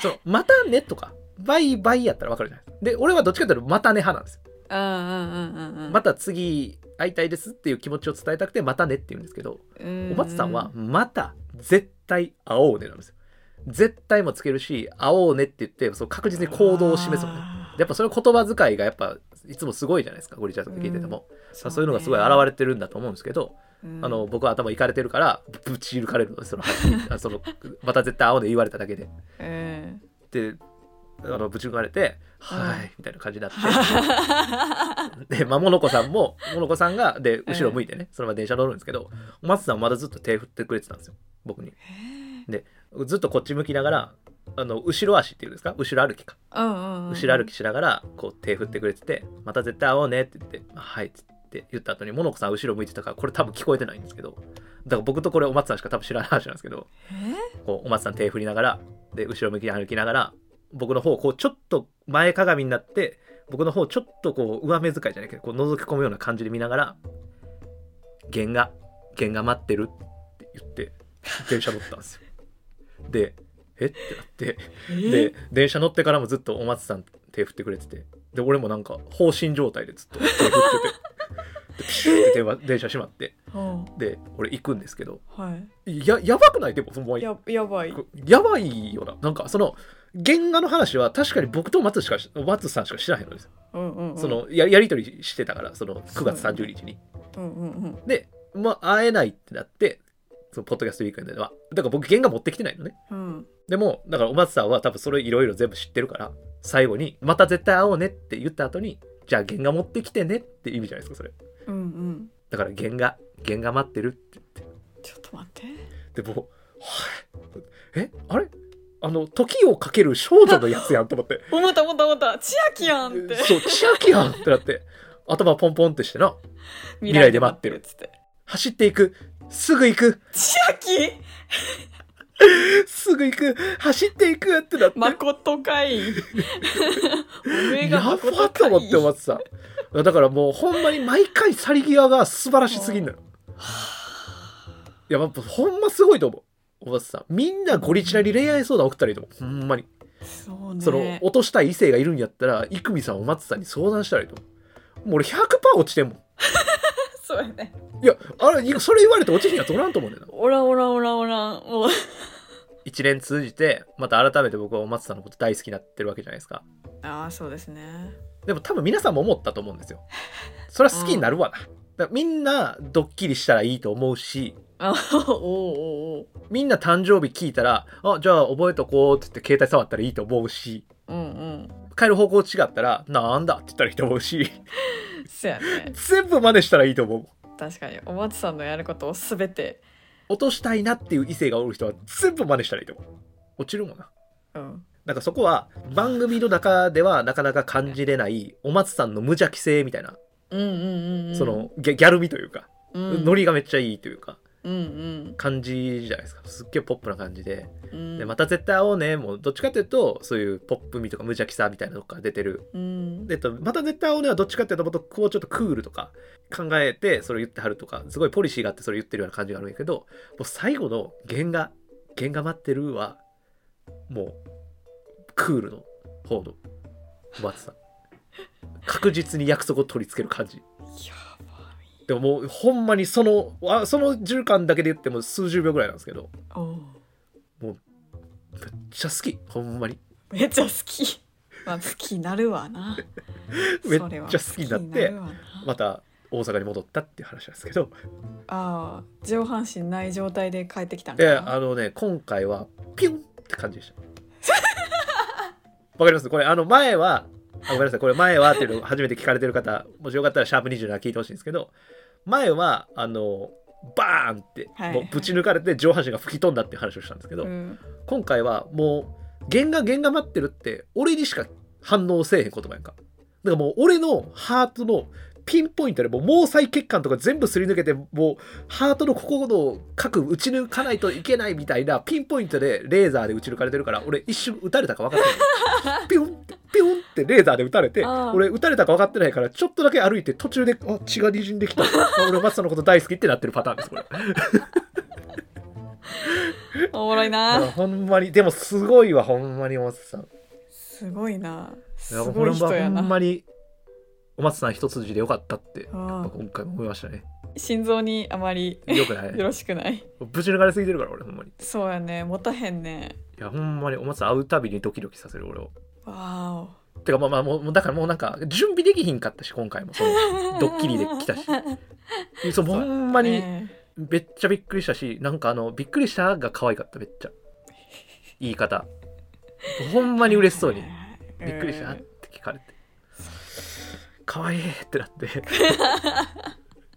Speaker 1: その「またね」とか「バイバイ」やったらわかるじゃないですか。で俺はどっちかというと「またね」派なんですよ。
Speaker 2: うんうんうんうんうん
Speaker 1: また次会いたいですっていう気持ちを伝えたくて「またね」って言うんですけどお松さんは「また絶対会おうね」なんですよ。絶対もつけるし「会おうね」って言ってその確実に行動を示すのね。でやっぱそれ言葉遣いがやっぱいつもすごいじゃないですかゴリチャーとか聞いてても、まあそういうのがすごい現れてるんだと思うんですけど、
Speaker 2: れ、うん
Speaker 1: あの僕は頭いかれてるからぶち抜かれるの そのあそのまた絶対青で言われただけで
Speaker 2: うん
Speaker 1: であのぶち抜かれて「は
Speaker 2: うん
Speaker 1: い」みたいな感じになってでまあモノコさんもモノコさんがで後ろ向いてねそのまま電車乗るんですけどお松さんはまだずっと手振ってくれてたんですよ僕にずっとこっち向きながらあの後ろ足っていうんですか後ろ歩きか後ろ歩
Speaker 2: き
Speaker 1: きしながらこう手振ってくれてて「また絶対会おうね」って言って「あはい」って言った後にモノコさん後ろ向いてたからこれ多分聞こえてないんですけどだから僕とこれお松さんしか多分知らない話なんですけどこうお松さん手振りながらで後ろ向きに歩きながら僕の方をこうちょっと前かがみになって僕の方をちょっとこう上目遣いじゃないけどこう覗き込むような感じで見ながら「弦が弦が待ってる」って言って電車乗ったんですよ。で「えっ?」てなって。で電車乗ってからもずっとお松さん手振ってくれててで俺もなんか放心状態でずっと手振っててでピシューって電話 電車閉まってで俺行くんですけど
Speaker 2: は
Speaker 1: ややばくないでもその
Speaker 2: いややばい
Speaker 1: やばいよななんかその原画の話は確かに僕と松しかし松さんしか知らへんのですよ、
Speaker 2: うんうんうん
Speaker 1: そのややり取りしてたからその9月30日に
Speaker 2: うんうんうん
Speaker 1: で、まあ、会えないってなってそのポッドキャストウィークエンドではだから僕原画持ってきてないのね
Speaker 2: うん
Speaker 1: でもだからお松さんは多分それいろいろ全部知ってるから最後に「また絶対会おうね」って言った後に「じゃあ原画持ってきてね」って意味じゃないですかそれ
Speaker 2: うんうん
Speaker 1: だから原画原画待ってるって
Speaker 2: ちょっと待って
Speaker 1: でもうはいえあれあの時をかける少女のやつやんと思って
Speaker 2: 思った思った思った千秋やんって
Speaker 1: そう千秋やんってなって頭ポンポンってしてな
Speaker 2: 未
Speaker 1: 来で待ってる
Speaker 2: っつって
Speaker 1: 走っていくすぐ行く
Speaker 2: 千秋
Speaker 1: すぐ行く走っていくってなって
Speaker 2: 誠かいおめえ
Speaker 1: やば
Speaker 2: が誠
Speaker 1: と
Speaker 2: かい
Speaker 1: 思って思ってただからもうほんまに毎回去り際が素晴らしすぎんのよいややっぱほんますごいと思うおばさんみんなゴリチラに恋愛相談送ったらいいと思うほんまに
Speaker 2: そうね
Speaker 1: その落としたい異性がいるんやったら生見さんお松さんに相談したらいいと思うもう俺100%落ちてんもん
Speaker 2: そうやね
Speaker 1: いやあれいやそれ言われて落ちひんやつおらんと思うねんだよな
Speaker 2: おらんおらんおらんおらんもう
Speaker 1: 一連通じてまた改めて僕はお松さんのこと大好きになってるわけじゃないですか
Speaker 2: ああそうですね
Speaker 1: でも多分皆さんも思ったと思うんですよそれは好きになるわな、だからみんなドッキリしたらいいと思うし
Speaker 2: あおおうおう
Speaker 1: みんな誕生日聞いたら「あじゃあ覚えとこう」って言って携帯触ったらいいと思うし
Speaker 2: おううん
Speaker 1: 変える方向違ったら「なんだ」って言ったらいいと思うし
Speaker 2: うんそうやね
Speaker 1: 全部真似したらいいと思う
Speaker 2: 確かにお松さんのやることを全て
Speaker 1: 落としたいなっていう異性がおる人は全部真似したらいいと思う落ちるもんな
Speaker 2: うん
Speaker 1: なんかそこは番組の中ではなかなか感じれないお松さんの無邪気性みたいな、
Speaker 2: うんうんうんうん
Speaker 1: そのギャギャル味というか、
Speaker 2: うん
Speaker 1: ノリがめっちゃいいというか
Speaker 2: うん
Speaker 1: 感じじゃないですかすっげえポップな感じで
Speaker 2: うんうん
Speaker 1: でまた絶対会おうねもうどっちかというとそういうポップ味とか無邪気さみたいなのが出てる
Speaker 2: うん
Speaker 1: でえっと、また絶対会うねはどっちかっていうともっとこうちょっとクールとか考えてそれを言ってはるとかすごいポリシーがあってそれ言ってるような感じがあるんやけどもう最後の「原画原画待ってる」はもうクールの方の松さん確実に約束を取り付ける感じ
Speaker 2: やば
Speaker 1: でももうほんまにそのあその10巻だけで言っても数十秒ぐらいなんですけど
Speaker 2: いおう
Speaker 1: めっちゃ好きほんまに
Speaker 2: めっちゃ好きまあ好きになるわな
Speaker 1: めっちゃ
Speaker 2: それは
Speaker 1: 好きになって
Speaker 2: 好きるわな
Speaker 1: また大阪に戻ったっていう話なんですけど
Speaker 2: ああ上半身ない状態で帰ってきたん
Speaker 1: い
Speaker 2: か
Speaker 1: や
Speaker 2: な
Speaker 1: あのね今回はピュンって感じでしたわかりますこれあの前はあごめんなさいこれ前はっていうのを初めて聞かれてる方もしよかったらシャープ27聞いてほしいんですけど前はあのバーンって
Speaker 2: はい
Speaker 1: もうぶち抜かれて上半身が吹き飛んだっていう話をしたんですけど、
Speaker 2: うん
Speaker 1: 今回はもう原画原画待ってるって俺にしか反応せえへん言葉やんかだからもう俺のハートのピンポイントでもう毛細血管とか全部すり抜けてもうハートのここの核打ち抜かないといけないみたいな ピンポイントでレーザーで打ち抜かれてるから俺一瞬撃たれたか分かってないピュンってピュンってレーザーで撃たれて
Speaker 2: ああ
Speaker 1: 俺撃たれたか分かってないからちょっとだけ歩いて途中であ血が滲んできたあ俺松さんのこと大好きってなってるパターンですこれ
Speaker 2: おもろいな
Speaker 1: ほんまにでもすごいわほんまに松さん
Speaker 2: すごいなす
Speaker 1: や
Speaker 2: ごい人や
Speaker 1: ほん
Speaker 2: な
Speaker 1: まにお松さん一筋でよかったってやっ
Speaker 2: あ
Speaker 1: ぱ
Speaker 2: あ
Speaker 1: 今回も思いましたね
Speaker 2: 心臓にあまり
Speaker 1: よくな
Speaker 2: よ
Speaker 1: い
Speaker 2: ろしくない
Speaker 1: ぶち抜かれすぎてるから俺ほんまにい
Speaker 2: そうやね持たへんね
Speaker 1: やほんまにお松さん会うたびにドキドキさせる俺を
Speaker 2: わ
Speaker 1: てかまあまあもうもうだからもうなんか準備できひんかったし今回もその
Speaker 2: お
Speaker 1: ドッキリで来たしそうほんまに
Speaker 2: ね
Speaker 1: めっちゃびっくりしたしなんかあの「びっくりした」が可愛かっためっちゃ言い方ほんまに嬉しそうに「びっくりした」っ
Speaker 2: うん
Speaker 1: て聞かれて「可愛いってなって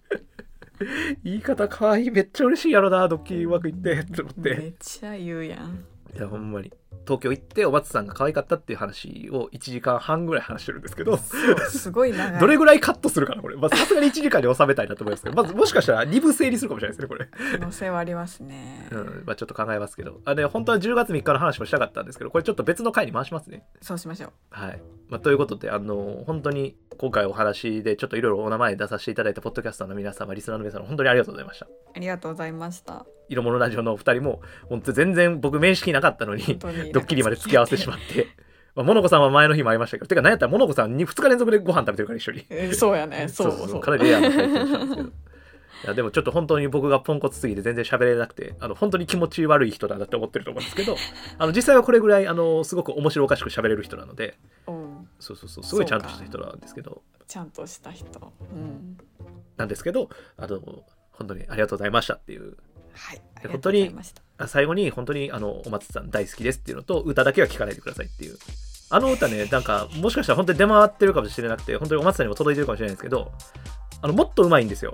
Speaker 1: 言い方可愛いめっちゃ嬉しいやろなドッキリうまくいってって思っ
Speaker 2: め
Speaker 1: て
Speaker 2: っちゃ言うやん
Speaker 1: いやほんまに東京行ってお松さんが可愛かったっていう話を1時間半ぐらい話してるんですけど
Speaker 2: そうすごい長い
Speaker 1: どれぐらいカットするかなこれまあさすがに1時間に収めたいなと思いますけどまずもしかしたら2部整理するかもしれないですねこれ
Speaker 2: 可能性はありますね、
Speaker 1: うんまあ、ちょっと考えますけどあで本当は10月3日の話もしたかったんですけどこれちょっと別の回に回しますね。
Speaker 2: そうしましょう
Speaker 1: はいまあ、ということであの本当に今回お話でちょっといろいろお名前出させていただいたポッドキャスターの皆様リスナーの皆様本当にありがとうございました。
Speaker 2: ありがとうござい ました
Speaker 1: 色物ラジオのお二人も本当全然僕面識なかったの
Speaker 2: 本
Speaker 1: に
Speaker 2: 当に
Speaker 1: ドッキリまで付き合わせてしま
Speaker 2: う
Speaker 1: って。まあ、モノコさんは前の日もありましたけどてか何やったらモノコさんに2日連続でご飯食べてるから一緒に
Speaker 2: えそうや ねそうそう
Speaker 1: かなりレアな体験をしたんですけどいやでもちょっと本当に僕がポンコツすぎて全然喋れなくてあの本当に気持ち悪い人だなって思ってると思うんですけどあの実際はこれぐらいあのすごく面白おかしく喋れる人なので
Speaker 2: うん
Speaker 1: そうそうそうすごいちゃんとした人なんですけど
Speaker 2: ちゃんとした人うん
Speaker 1: なんですけどあの本当にありがとうございましたっていう
Speaker 2: はいありが
Speaker 1: 本当
Speaker 2: とうござ
Speaker 1: に
Speaker 2: いました
Speaker 1: あ最後に本当にあのお松さん大好きですっていうのと歌だけは聴かないでくださいっていうあの歌ねなんかもしかしたら本当に出回ってるかもしれなくて本当にお松さんにも届いてるかもしれないんですけどあのもっと上手いんですよ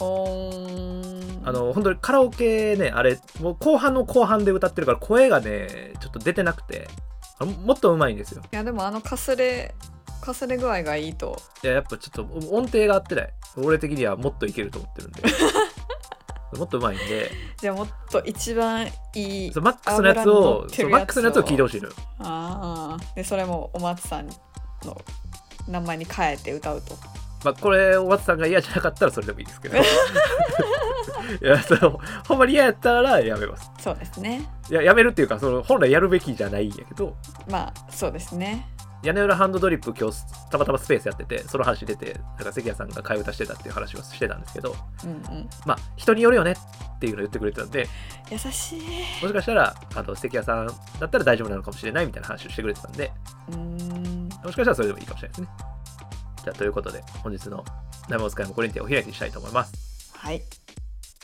Speaker 2: おーん
Speaker 1: あの本当にカラオケねあれもう後半の後半で歌ってるから声がねちょっと出てなくてあのもっとうまいんですよ
Speaker 2: いやでもあのかすれかすれ具合がいいと
Speaker 1: いややっぱちょっと音程が合ってない俺的にはもっといけると思ってるんでもっとうまいんで
Speaker 2: じゃあもっと一番いい
Speaker 1: そうマックスのやつを
Speaker 2: 油の乗って
Speaker 1: そう
Speaker 2: る
Speaker 1: マ
Speaker 2: やつを
Speaker 1: ックスのやつを聞いてほしいのよ
Speaker 2: ああでそれもお松さんの名前に変えて歌うと
Speaker 1: まあこれお松さんが嫌じゃなかったらそれでもいいです けど いやそのほんまに嫌やったらやめます
Speaker 2: そうですね
Speaker 1: いややめるっていうかその本来やるべきじゃないんやけど
Speaker 2: まあそうですね
Speaker 1: 屋根裏ハンドドリップ今日たまたまスペースやっててその話出てなんか関谷さんが替え歌してたっていう話をしてたんですけど
Speaker 2: うんうん
Speaker 1: まあ人によるよねっていうのを言ってくれてたんで
Speaker 2: 優しい
Speaker 1: もしかしたらあの関谷さんだったら大丈夫なのかもしれないみたいな話をしてくれてたんで
Speaker 2: うーん
Speaker 1: もしかしたらそれでもいいかもしれないですね。じゃあということで本日の「生お使い」もこれにてお開きにしたいと思います。
Speaker 2: はい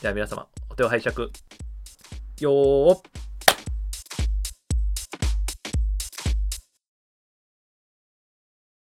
Speaker 1: では皆様お手を拝借よーっ